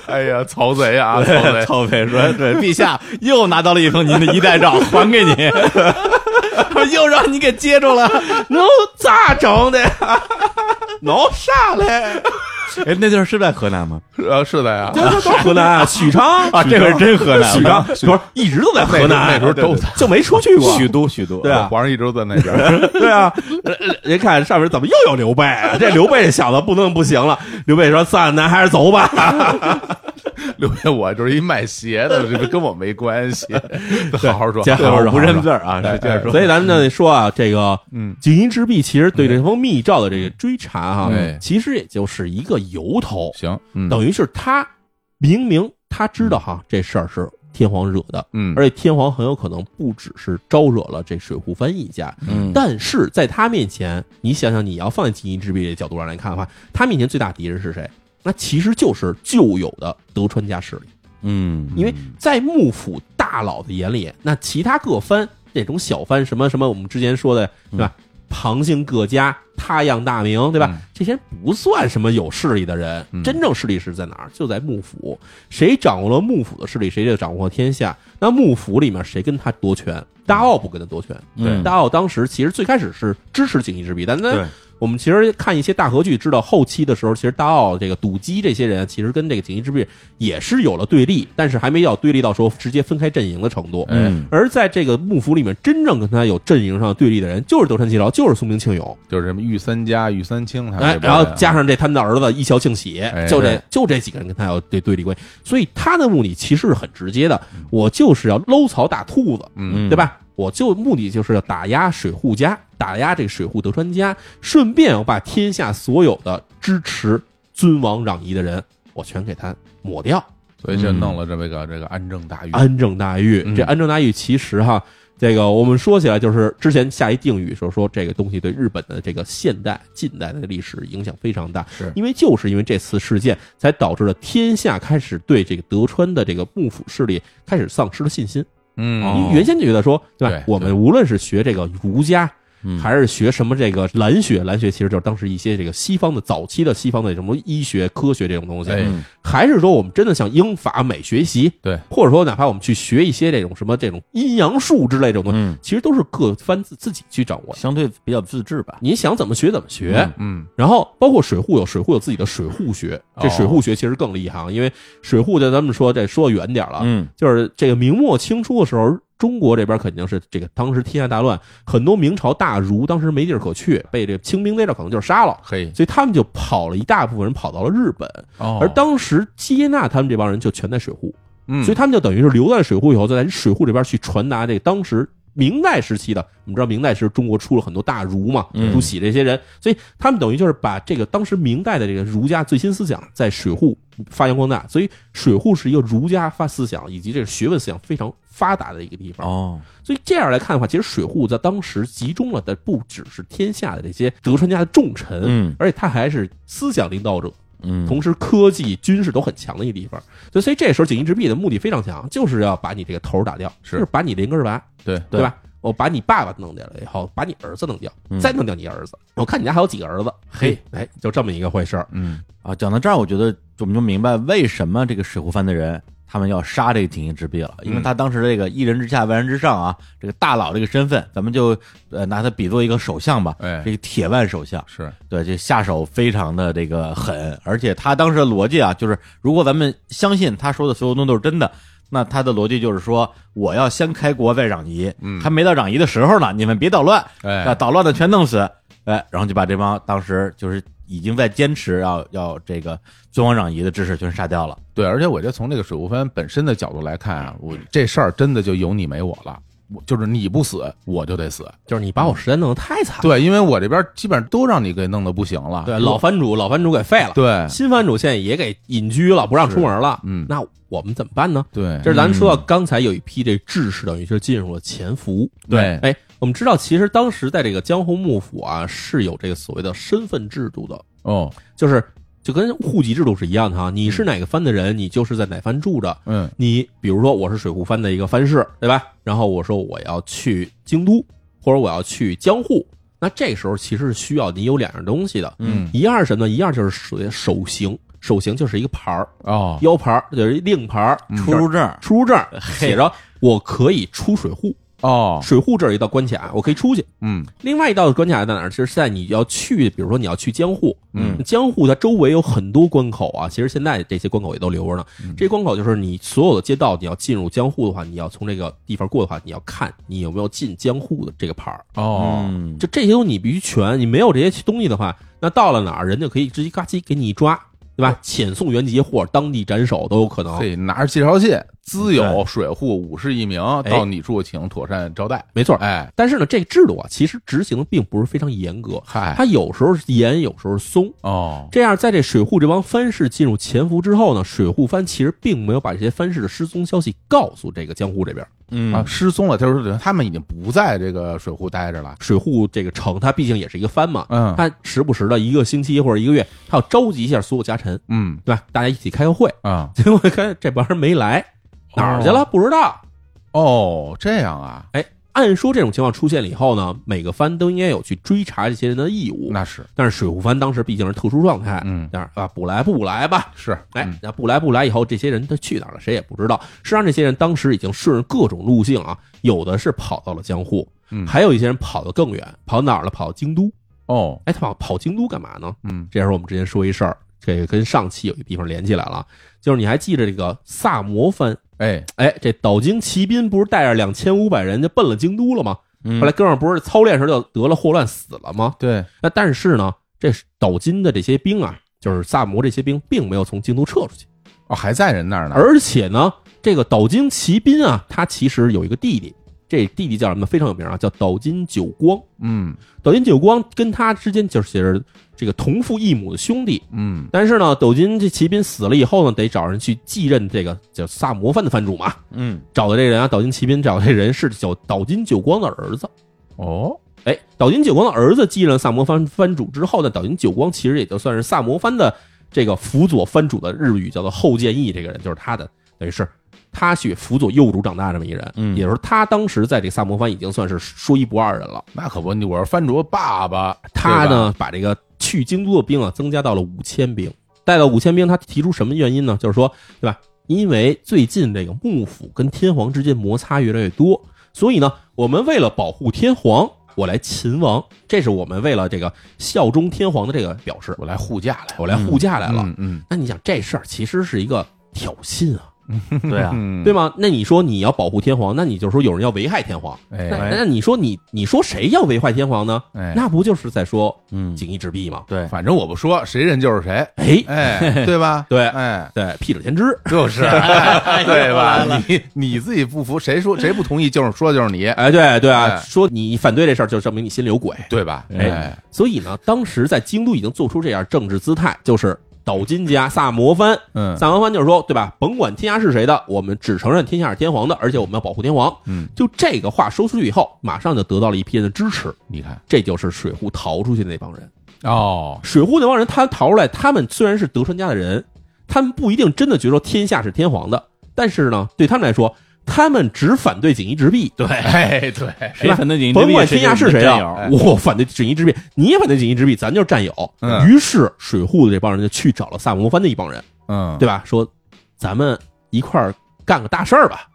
B: 哎呀，曹贼啊，曹 贼！
A: 臭匪说：“对，陛下又拿到了一封您的衣带诏，还给你， 又让你给接住了。
C: 能咋整的？ 闹啥嘞？”
A: 哎，那地儿是在河南吗？
B: 呃，是的呀，
C: 都河南啊，许昌
A: 啊，这回真河南，
C: 许昌不是一直都在河南，
B: 那时候都在
C: 就没出去过。
A: 许都，许都，
C: 对 啊
B: 皇上一直在那边儿。
C: 对啊，人人看上面怎么又有刘备啊？这刘备这小子不能不行了。刘备说：“算了，咱还是走吧。
B: 刘备，我就是一卖鞋的，这个跟我没关 系。好好说，
A: 这
B: 好好
A: 还是
B: 说
A: 不认字儿啊，
B: 对
A: 是这样说。
C: 哎所以咱们就得说啊，这个
B: 嗯，
C: 锦衣之弊其实对这封密诏的这个追查哈、
B: 嗯
C: 其实也就是一个由头，
B: 行，嗯
C: 等于是他明明他知道哈、这事儿是天皇惹的，
B: 嗯，
C: 而且天皇很有可能不只是招惹了这水户藩一家，
A: 嗯
C: 但是在他面前，你想想，你要放在锦衣之弊这角度上来看的话，他面前最大敌人是谁？那其实就是旧有的德川家势力，
A: 嗯，
C: 因为在幕府大佬的眼里，那其他各藩那种小藩，什么什么，我们之前说的，对吧？旁姓各家，他样大名，对吧？
B: 嗯
C: 这些人不算什么有势力的人，
B: 嗯
C: 真正势力是在哪儿？就在幕府，谁掌握了幕府的势力，谁就掌握了天下。那幕府里面谁跟他夺权？大奥不跟他夺权，
A: 嗯
C: 大奥当时其实最开始是支持锦衣之弊，但
A: 对
C: 那我们其实看一些大和剧，知道后期的时候，其实大奥这个赌姬这些人，其实跟这个锦衣之弊也是有了对立，但是还没到对立到说直接分开阵营的程度。
A: 嗯
C: 而在这个幕府里面，真正跟他有阵营上对立的人，就是德川齐饶，就是松平庆永，
B: 就是什么御三家、御三清他
C: 哎
B: 们这，边
C: 然
B: 儿
C: 后
B: 的，
C: 加上这他们的儿子一桥庆喜
B: 哎，
C: 就这
B: 对
C: 就这几个人跟他有对对立关系，所以他的目的其实是很直接的，我就是要搂草打兔子，
B: 嗯
C: 对吧？我就目的就是要打压水户家，打压这水户德川家，顺便我把天下所有的支持尊王攘夷的人，我全给他抹掉，
B: 所以就弄了这么一个这个安政大狱。
C: 嗯安政大狱。
B: 嗯
C: 这安政大狱其实哈，这个我们说起来就是之前下一定语时候说这个东西对日本的这个现代、近代的历史影响非常大，
B: 是
C: 因为就是因为这次事件，才导致了天下开始对这个德川的这个幕府势力开始丧失了信心。因
B: 嗯
A: 哦
C: 为原先就觉得说，对吧？
B: 对
C: 我
B: 对
C: 们无论是学这个儒家，
A: 嗯
C: 还是学什么这个蓝学，蓝学其实就是当时一些这个西方的早期的西方的什么医学、科学这种东西，
B: 哎
A: 嗯
C: 还是说我们真的向英法美学习，
B: 对，
C: 或者说哪怕我们去学一些这种什么这种阴阳术之类这种东西，
A: 嗯，
C: 其实都是各藩自自己去掌握的。
A: 相对比较自制吧。
C: 你想怎么学怎么学，
A: 嗯
B: 嗯
C: 然后包括水户有水户有自己的水户学，这
B: 哦
C: 水户学其实更厉害，啊，因为水户的咱们说这说远点儿了，啊
A: 嗯
C: 就是这个明末清初的时候，中国这边肯定是这个当时天下大乱，很多明朝大儒当时没地儿可去，被这清兵逮着可能就是杀了，
B: 嘿
C: 所以他们就跑了一大部分人跑到了日本，
B: 哦，
C: 而当时接纳他们这帮人就全在水户，
B: 嗯
C: 所以他们就等于是留在了水户以后，再在水户这边去传达这个当时。明代时期的，我们知道明代时中国出了很多大儒嘛
A: 嗯，
C: 朱熹这些人，所以他们等于就是把这个当时明代的这个儒家最新思想在水户发扬光大，所以水户是一个儒家发思想以及这个学问思想非常发达的一个地方。
A: 哦，
C: 所以这样来看的话，其实水户在当时集中了的不只是天下的这些德川家的重臣，
A: 嗯
C: 而且他还是思想领导者，
A: 嗯，
C: 同时科技、军事都很强的一个地方，所以所以这时候锦衣之弊的目的非常强，就是要把你这个头儿打掉，
B: 是
C: 就是把你连根儿拔，
B: 对
C: 对吧？我把你爸爸弄掉了以后，把你儿子弄掉，再弄掉你儿子。我看你家还有几个儿子，
A: 嘿，
C: 哎，就这么一个回事儿。
B: 嗯
A: 啊，讲到这儿，我觉得我们就明白为什么这个水户藩的人他们要杀这个锦衣之弊了，因为
B: 嗯
A: 他当时这个一人之下万人之上啊，这个大佬这个身份，咱们就呃拿他比作一个首相吧，
B: 哎
A: 这个铁腕首相，
B: 是
A: 对，这下手非常的这个狠，而且他当时的逻辑啊，就是如果咱们相信他说的所有东西都是真的。那他的逻辑就是说，我要先开国再攘夷，
B: 嗯
A: 还没到攘夷的时候呢，你们别捣乱，啊，
B: 哎
A: 捣乱的全弄死，哎，然后就把这帮当时就是已经在坚持要要这个尊王攘夷的志士全杀掉了。
B: 对，而且我觉得从这个水户藩本身的角度来看啊，我这事儿真的就有你没我了，我就是你不死我就得死，
C: 就是你把我实在弄得太惨了，
B: 对，因为我这边基本上都让你给弄得不行了，
C: 对，老藩主老藩主给废了，
B: 对
C: 新藩主现在也给隐居了，不让出门了。
B: 嗯
C: 那我们怎么办呢？
B: 对，
C: 这是咱说到刚才有一批这志士，等于就是进入了潜伏。哎，我们知道，其实当时在这个江户幕府啊，是有这个所谓的身份制度的，
B: 哦
C: 就是就跟户籍制度是一样的哈。你是哪个藩的人，你就是在哪藩住着。
B: 嗯
C: 你比如说，我是水户藩的一个藩士，对吧？然后我说我要去京都，或者我要去江户，那这时候其实是需要你有两样东西的。
B: 嗯
C: 一样是什么呢？一样就是所谓的手行，手刑就是一个牌儿，
B: 哦，嗯
C: 腰牌儿，就是一令牌儿，
A: 出入证，
C: 出入证儿写着我可以出水户，
B: 哦，
C: 水户这儿一道关卡，我可以出去。
B: 嗯
C: 另外一道关卡在哪儿？就是在你要去，比如说你要去江户，
A: 嗯
C: 江户它周围有很多关口啊，其实现在这些关口也都留着呢。这些关口就是你所有的街道，你要进入江户的话，你要从这个地方过的话，你要看你有没有进江户的这个牌儿。
B: 哦，
A: 嗯
C: 就这些东西你必须全，你没有这些东西的话，那到了哪儿人就可以直接嘎叽给你一抓，对吧？遣送原籍或者当地斩首都有可能。
B: 嘿，拿着介绍信，兹有水户武士一名，到你处请妥善招待。
C: 哎没错，
B: 哎，
C: 但是呢，这个制度啊，其实执行并不是非常严格，
B: 嗨，
C: 它有时候是严，有时候是松。
B: 哦，
C: 这样，在这水户这帮藩士进入潜伏之后呢，水户藩其实并没有把这些藩士的失踪消息告诉这个江户这边。
B: 啊，
A: 嗯
B: 失踪了，他说他们已经不在这个水户待着了。
C: 水户这个城，它毕竟也是一个藩嘛，
B: 嗯
C: 它时不时的一个星期或者一个月，它要召集一下所有家臣，
B: 嗯
C: 对吧？大家一起开个会。
B: 啊，
C: 结果看这帮人没来，哪儿去了？不知道。
B: 哦，这样啊，
C: 哎，按说这种情况出现了以后呢，每个藩都应该有去追查这些人的义务。
B: 那是
C: 但是水户藩当时毕竟是特殊状态，
B: 嗯
C: 但是啊，不来不来吧，
B: 是，
C: 哎
B: 嗯，
C: 那不来不来以后，这些人他去哪儿了，谁也不知道。实际上，这些人当时已经顺着各种路径啊，有的是跑到了江户，
B: 嗯
C: 还有一些人跑得更远，跑哪儿了？跑到京都。
B: 哦，
C: 哎，他跑跑京都干嘛呢？
B: 嗯，
C: 这时候我们之前说一事儿，这个跟上期有一地方连起来了，就是你还记着这个萨摩藩？
B: 哎，
C: 哎，这岛津骑兵不是带着两千五百人就奔了京都了吗？
A: 嗯
C: 后来哥们儿不是操练时候就得了霍乱死了吗？
B: 对，
C: 那但是呢，这岛津的这些兵啊，就是萨摩这些兵，并没有从京都撤出去。
B: 哦，还在人那儿呢。
C: 而且呢，这个岛津骑兵啊，他其实有一个弟弟，这弟弟叫什么呢？非常有名啊，叫岛津久光。
B: 嗯
C: 岛津久光跟他之间就是这个同父异母的兄弟。
B: 嗯，
C: 但是呢，岛津这骑兵死了以后呢，得找人去继任这个叫萨摩藩的藩主嘛。
A: 嗯
C: 找的这人啊，岛津骑兵找的这人是叫岛津久光的儿子。
B: 哦，
C: 哎，岛津久光的儿子继任萨摩藩藩主之后呢，岛津久光其实也就算是萨摩藩的这个辅佐藩主的日语叫做后见义，这个人就是他的，等于是他去辅佐幼主长大这么一人，
A: 嗯
C: 也就是他当时在这个萨摩藩已经算是说一不二人了。
B: 那可不，你我是藩主爸爸，
C: 他
B: 对吧？
C: 呢，把这个去京都的兵啊增加到了五千兵，带到五千兵，他提出什么原因呢？就是说，对吧？因为最近这个幕府跟天皇之间摩擦越来越多，所以呢，我们为了保护天皇，我来擒王，这是我们为了这个效忠天皇的这个表示，
B: 我来护驾来，
C: 我来护驾来了。
B: 嗯嗯
C: 那你想这事儿其实是一个挑衅啊，
A: 对啊，
B: 嗯，
C: 对吗？那你说你要保护天皇，那你就说有人要危害天皇，
B: 哎
C: 那那你说你你说谁要危害天皇呢？
B: 哎，
C: 那不就是在说
A: 嗯
C: 锦衣之弊吗？
A: 对，
B: 反正我不说，谁人就是谁，
C: 哎，
B: 哎， 对吧？
C: 对
B: 哎，
C: 对，屁准先知，
B: 就是，哎对
A: 又来
B: 吧
A: 了？
B: 你你自己不服，谁说谁不同意，就是说的就是你，
C: 哎，对对啊，
B: 哎
C: 说你反对这事儿，就证明你心里有鬼。
B: 对吧？哎，
C: 所以呢，当时在京都已经做出这样政治姿态，就是岛津家萨摩藩，
B: 嗯
C: 萨摩藩就是说，对吧？甭管天下是谁的，我们只承认天下是天皇的，而且我们要保护天皇。
B: 嗯，
C: 就这个话说出去以后，马上就得到了一批人的支持，
B: 你看，
C: 这就是水户逃出去的那帮人。
B: 哦，
C: 水户那帮人，他逃出来，他们虽然是德川家的人，他们不一定真的觉得天下是天皇的，但是呢，对他们来说，他们只反对锦衣之弊。
B: 对，哎，对，
A: 谁反对你？
C: 甭管天涯是谁
A: 啊
C: 啊，我反对锦衣之弊，你也反对锦衣之弊，咱就是战友。
B: 嗯
C: 于是水户的这帮人就去找了萨摩藩的一帮人，
B: 嗯，
C: 对吧？说咱们一块儿干个大事儿吧。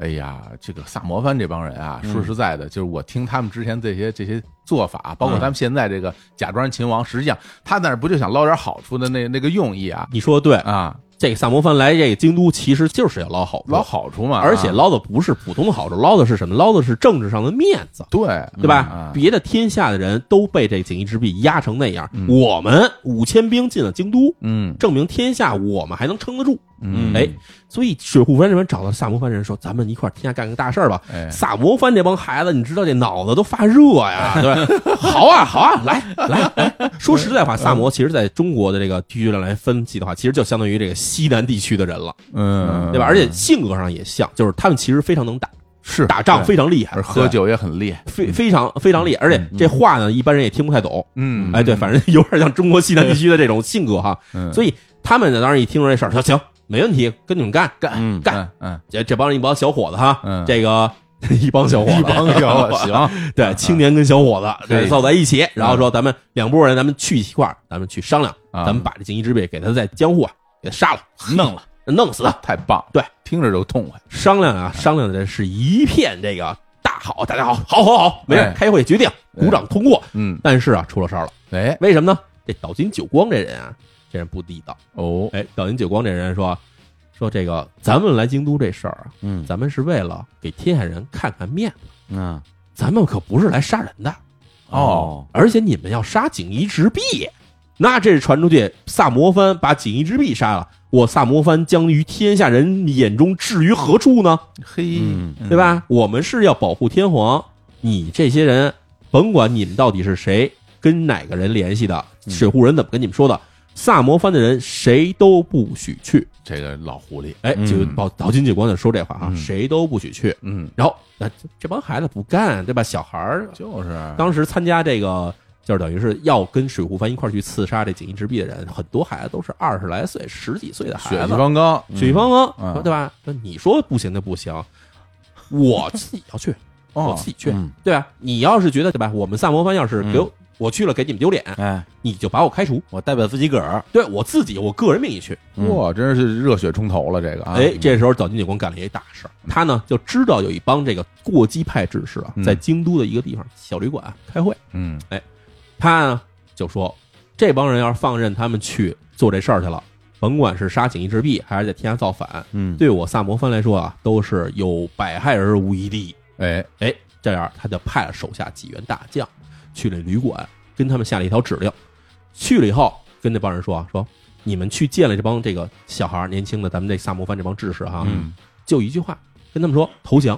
B: 哎呀，这个萨摩藩这帮人啊，
A: 嗯
B: 说实在的，就是我听他们之前这些这些做法，包括他们现在这个假装秦王，实际上他那儿不就想捞点好处的那那个用意啊
C: 你说的对，
B: 啊，
C: 这个萨摩藩来这个京都，其实就是要捞好处
B: 捞，好处嘛，
C: 而且
B: 啊
C: 捞的不是普通的好处，捞的是什么？捞的是政治上的面子。
B: 对
C: 对吧
B: 嗯？
C: 别的天下的人都被这锦衣之弊压成那样，
B: 嗯
C: 我们五千兵进了京都，
B: 嗯
C: 证明天下我们还能撑得住。
A: 嗯
C: 哎，所以水户藩这边找到萨摩藩人说：“咱们一块儿天下干个大事儿吧。”
B: 哎
C: 萨摩藩这帮孩子，你知道这脑子都发热 呀，对吧？好啊，好啊，来来来。说实在话，萨
B: 嗯
C: 摩其实在中国的这个地区上来分析的话，其实就相当于这个西南地区的人了，
B: 嗯，
C: 对吧？而且性格上也像，就是他们其实非常能打，
B: 是
C: 打仗
B: 对
C: 非常厉害
B: 而，喝酒也很烈，
C: 非非常非常厉害，而且这话呢，一般人也听不太懂。
B: 嗯
C: 哎，对，反正有点像中国西南地区的这种性格哈。
B: 嗯
C: 所以他们呢，当时一听说这事儿，说行，没问题，跟你们干。
B: 干
A: 嗯
C: 干
B: 嗯
C: 这这帮人一帮小伙子哈，
B: 嗯
C: 这个一帮小伙子，
B: 一帮小伙行，
C: 对青年跟小伙子
B: 嗯可以嗯
C: 对凑在一起，然后说咱们两拨人，咱们去一块儿，咱们去商量，
B: 啊
C: 咱们把这锦衣之辈给他在江户啊给他杀了，
A: 弄了，
C: 弄死他。
B: 太棒，
C: 对，
B: 听着就痛快。
C: 商量啊，商量的是一片这个大好，大家好，好好好，没事
B: 哎，
C: 开会决定，鼓掌通过。
B: 嗯，
C: 但是啊，出了事儿了，
B: 哎，
C: 为什么呢？这岛津久光这人啊，这人不地道。
B: 哦，
C: 哎，岛津久光这人说说这个咱们来京都这事儿啊，
A: 嗯
C: 咱们是为了给天下人看看面子，
A: 嗯
C: 咱们可不是来杀人的。
B: 哦，
C: 而且你们要杀锦衣之婢，那这传出去，萨摩藩把锦衣之婢杀了，我萨摩藩将于天下人眼中置于何处呢？
B: 嘿
A: 嗯，
C: 对？吧？我们是要保护天皇，你这些人，甭管你们到底是谁跟哪个人联系的，水户人怎么跟你们说的，萨摩藩的人谁都不许去。
B: 这个老狐狸，
C: 哎，
A: 嗯
C: 就保岛津久光就说这话啊，
A: 嗯
C: 谁都不许去。
B: 嗯，
C: 然后那这这帮孩子不干，对吧？小孩儿
B: 就是
C: 当时参加这个，就是等于是要跟水户藩一块儿去刺杀这锦衣之婢的人，很多孩子都是二十来岁、十几岁的
B: 血
C: 孩
B: 气
C: 子，
B: 方刚，
C: 血气方
B: 嗯
C: 刚，
B: 嗯
C: 对吧？那你说不行就不行，我自己要去，我
B: 哦
C: 自，己去，
A: 嗯
C: 对吧？你要是觉得对吧，我们萨摩藩要是
B: 嗯
C: 给我、我去了给你们丢脸，
A: 哎，
C: 你就把我开除，
A: 我代表自己个儿，
C: 对我自己我个人名义去。
A: 嗯
B: 哇，真是热血冲头了，这个啊，
C: 哎，这时候早金久光干了一大事儿，他呢就知道有一帮这个过激派志士啊
B: 嗯，
C: 在京都的一个地方小旅馆开会。
B: 嗯，
C: 他呢就说，这帮人要是放任他们去做这事儿去了，甭管是杀锦衣之婢，还是在天下造反，
A: 嗯，
C: 对我萨摩藩来说啊，都是有百害而无一利。
B: 哎，
C: 哎，这样他就派了手下几员大将去了旅馆，跟他们下了一条指令。去了以后，跟那帮人说啊，说你们去见了这帮这个小孩儿年轻的咱们这萨摩藩这帮志士哈，
A: 嗯
C: 就一句话跟他们说投降，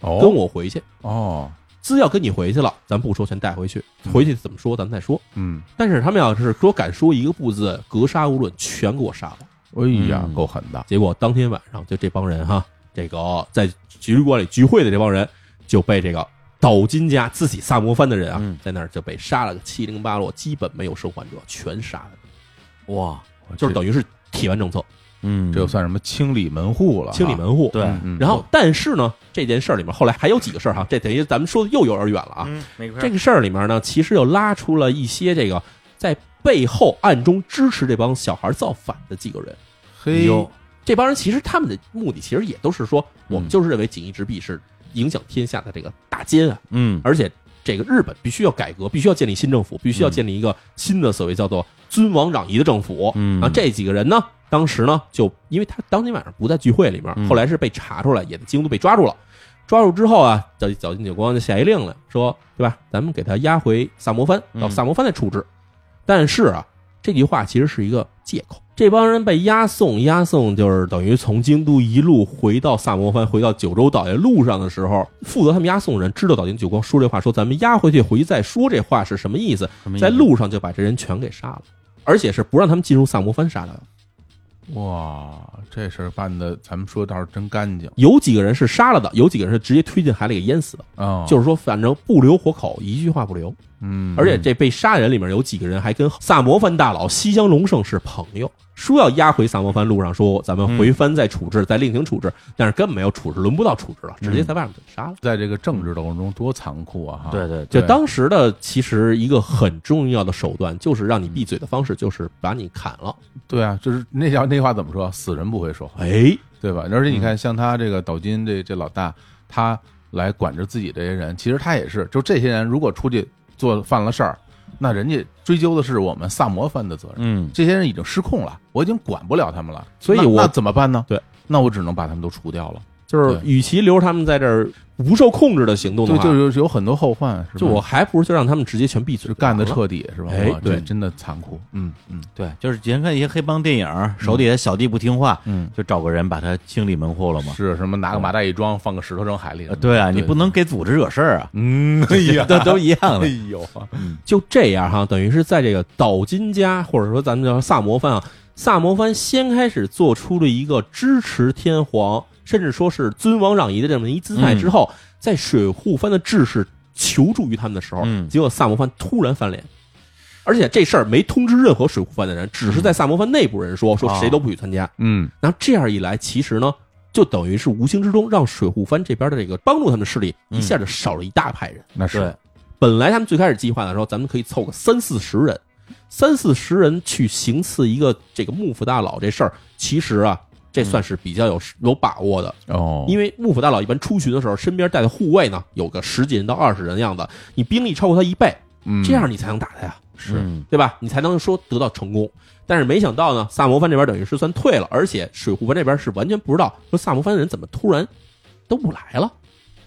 B: 哦，
C: 跟我回去。
B: 哦，
C: 资料跟你回去了，咱不说，全带回去。回去怎么说，咱们再说。
B: 嗯，
C: 但是他们要是说敢说一个不字，格杀勿论，全给我杀了。
B: 哎呀，
A: 嗯
B: 够狠的，
C: 结果当天晚上，就这帮人哈，这个在局旅馆里聚会的这帮人，就被这个岛津家自己萨摩藩的人啊，
A: 嗯
C: 在那儿就被杀了个七零八落，基本没有生还者，全杀了，
A: 哇，
C: 就是等于是铁腕政策，
A: 嗯，
B: 这又算什么清理门户了？
C: 清理
B: 户，
C: 门户。
A: 啊对
B: 嗯嗯
C: 然后，但是呢，这件事儿里面后来还有几个事儿哈，这等于咱们说的又有点远了啊。
A: 嗯，没错
C: 这个事儿里面呢，其实又拉出了一些这个在背后暗中支持这帮小孩造反的几个人。
B: 嘿，
A: 哟
C: 这帮人其实他们的目的其实也都是说，我
A: 嗯
C: 们就是认为锦衣之弊是影响天下的这个大奸啊，
A: 嗯，
C: 而且这个日本必须要改革，必须要建立新政府，必须要建立一个新的所谓叫做尊王攘夷的政府。
A: 嗯
C: 啊，这几个人呢，当时呢就因为他当天晚上不在聚会里面
A: 嗯，
C: 后来是被查出来，也在京都被抓住了。抓住之后啊，早早金久光就下一令了，说对吧？咱们给他押回萨摩藩，到
A: 嗯
C: 萨摩藩再处置。但是啊，这句话其实是一个借口。这帮人被押送，押送就是等于从京都一路回到萨摩藩，回到九州岛的路上的时候，负责他们押送的人知道岛津久光说这话，说咱们押回去回去再说这话是什么意思，
A: 什么意思
C: 在路上就把这人全给杀了，而且是不让他们进入萨摩藩杀的。
B: 哇，这事儿办的，咱们说倒是真干净
C: 有几个人是杀了的，有几个人是直接推进海里给淹死的。
B: 啊，
C: 就是说，反正不留活口，一句话不留。
B: 嗯，
C: 而且这被杀人里面有几个人还跟萨摩藩大佬西乡隆盛是朋友，说要押回萨摩藩路上说咱们
B: 嗯
C: 回藩再处置，再另行处置，但是根本没有处置，轮不到处置了，直
B: 嗯
C: 接在外面就杀了。
B: 在这个政治斗争中多残酷啊！哈，
A: 对对对，
C: 就当时的其实一个很重要的手段，就是让你
B: 嗯
C: 闭嘴的方式，就是把你砍了。
B: 对啊，就是那叫那话怎么说？死人不会说话，
C: 哎，
B: 对吧？而且你看，像他这个岛津这这老大，他来管着自己这些人，其实他也是，就这些人如果出去做犯了事儿，那人家追究的是我们萨摩藩的责任。
A: 嗯
B: 这些人已经失控了，我已经管不了他们了，
C: 所以
B: 那
C: 我
B: 那怎么办呢？
C: 对，
B: 那我只能把他们都除掉了。
C: 就是
B: 对
C: 与其留着他们在这儿不受控制的行动的
B: 对，
C: 话，
B: 就有有很多后患，是吧
C: 就我还不如就让他们直接全闭嘴
B: 就
C: 了，
B: 干的彻底，是吧？
C: 哎
B: 哇这
C: 对
B: 真的残酷。嗯嗯
A: 对，就是以前看一些黑帮电影，手底下小弟不听话，
B: 嗯，
A: 就找个人把他清理门户了嘛。
B: 是什么？拿个麻袋一装，放个石头扔海里
A: 呃。对啊，你不能给组织惹事 儿啊，
B: 嗯，哎呀，
A: 都都一样
B: 哎
A: 的。
B: 呦，
C: 就这样哈，等于是在这个岛津家，或者说咱们叫萨摩藩啊，萨摩藩先开始做出了一个支持天皇，甚至说是尊王攘夷的这么一姿
B: 嗯
C: 态之后，在水户藩的志士求助于他们的时候，
A: 嗯
C: 结果萨摩藩突然翻脸，而且这事儿没通知任何水户藩的人，只是在萨摩藩内部人说，说谁都不许参加。
B: 嗯
C: 然后这样一来，其实呢，就等于是无形之中让水户藩这边的这个帮助他们势力
A: 嗯
C: 一下就少了一大派人。
B: 那
A: 对
B: 是，
C: 本来他们最开始计划的时候，咱们可以凑个三四十人，三四十人去行刺一个这个幕府大佬这事儿，其实啊，这算是比较有、有把握的，
B: 哦，
C: 因
B: 为
C: 为幕府大佬一般出巡的时候，身边带的护卫呢有个十几人到二十人样子，你兵力超过他一倍，
B: 嗯
C: 这样你才能打他呀，
B: 是
A: 嗯
C: 对吧？你才能说得到成功。但是没想到呢，萨摩藩这边等于是算退了，而且水户藩这边是完全不知道说萨摩藩人怎么突然都不来了，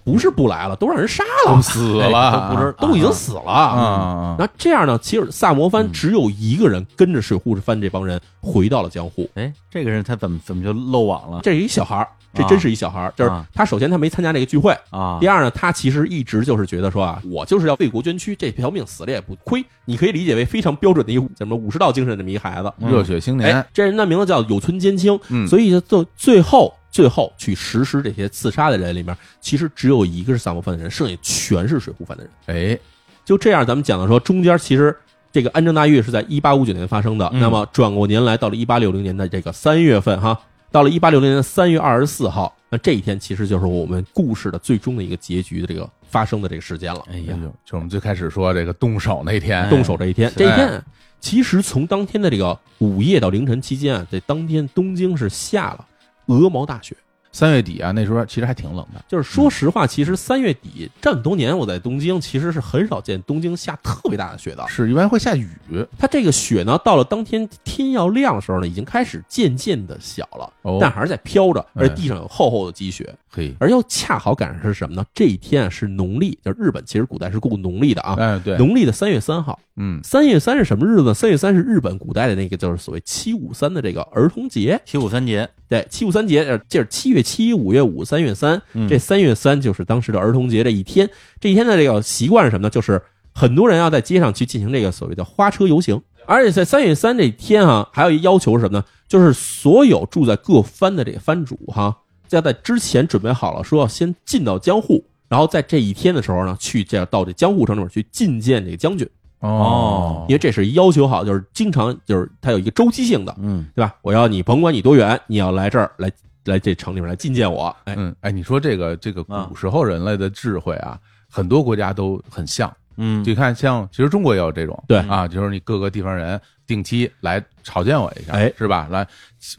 C: 不是不来了，都让人杀了，
B: 死
A: 哎
B: 了，
A: 都不知道
C: 都已经死了
B: 啊，嗯
C: 那这样呢，其实萨摩藩只有一个人跟着水户藩这帮人回到了江户。
B: 嗯
A: 哎，这个人他怎么怎么就漏网了
C: 这是一小孩儿，这
A: 啊
C: 真是一小孩儿。就是
A: 啊
C: 他首先他没参加这个聚会，
A: 啊
C: 第？二呢，他其实一直就是觉得说啊，我就是要为国捐躯，这条命死了也不亏。你可以理解为非常标准的一个什么武士道精神这么一孩子。
B: 嗯热血青年
C: 哎，，这人的名字叫有村坚清，
B: 嗯
C: 所以就最最后最后去实施这些刺杀的人里面，其实只有一个是萨摩藩的人，剩下全是水户藩的人。
B: 哎，
C: 就这样，咱们讲到说，中间其实这个安政大狱是在一八五九年发生的，
A: 嗯
C: 那么转过年来到了一八六零年的这个三月份，哈，到了一八六零年的三月二十四号，那这一天其实就是我们故事的最终的一个结局的这个发生的这个时间了。
A: 哎
B: 哎
A: 呀哎
B: 呦，，就我们最开始说这个动手那天，
C: 动手这一天，
A: 是
C: 这一天其实从当天的这个午夜到凌晨期间啊，这当天东京是下了鹅毛大雪。
B: 三月底啊，那时候其实还挺冷的，
C: 就是说实话，其实三月底这么多年我在东京，其实是很少见东京下特别大的雪的。
B: 是一般会下雨，
C: 它这个雪呢，到了当天天要亮的时候呢，已经开始渐渐的小了，
B: 哦
C: 但还是在飘着，
B: 哎
C: 而地上有厚厚的积雪。
B: 嘿，
C: 而又恰好赶上是什么呢？这一天啊是农历，就是日本其实古代是过农历的啊，
B: 哎，对，
C: 农历的三月三号。
B: 嗯，
C: 三月三是什么日子呢？三月三是日本古代的那个就是所谓七五三的这个儿童节。
A: 七五三节，
C: 对，七五三节，呃，这是七月七、五月五、三月三，
A: 嗯
C: 这三月三就是当时的儿童节这一天。这一天的这个习惯是什么呢？就是很多人要在街上去进行这个所谓的花车游行，而且在三月三这一天啊，还有一要求是什么呢？就是所有住在各藩的这个藩主哈，要在之前准备好了，说要先进到江户，然后在这一天的时候呢，去这样到这江户城里面去觐见这个将军，
B: 哦
C: 因，为这是要求好，就是经常就是它有一个周期性的，
A: 嗯，
C: 对吧？我要你甭管你多远，你要来这儿来来这城里面来觐见我，哎，
B: 嗯，哎，你说这个这个
A: 啊
B: 古时候人类的智慧啊，很多国家都很像。
A: 嗯，
B: 你看，像其实中国也有这种，
C: 对
B: 啊，就是你各个地方人定期来朝见我一下，
C: 哎
B: 是吧？来，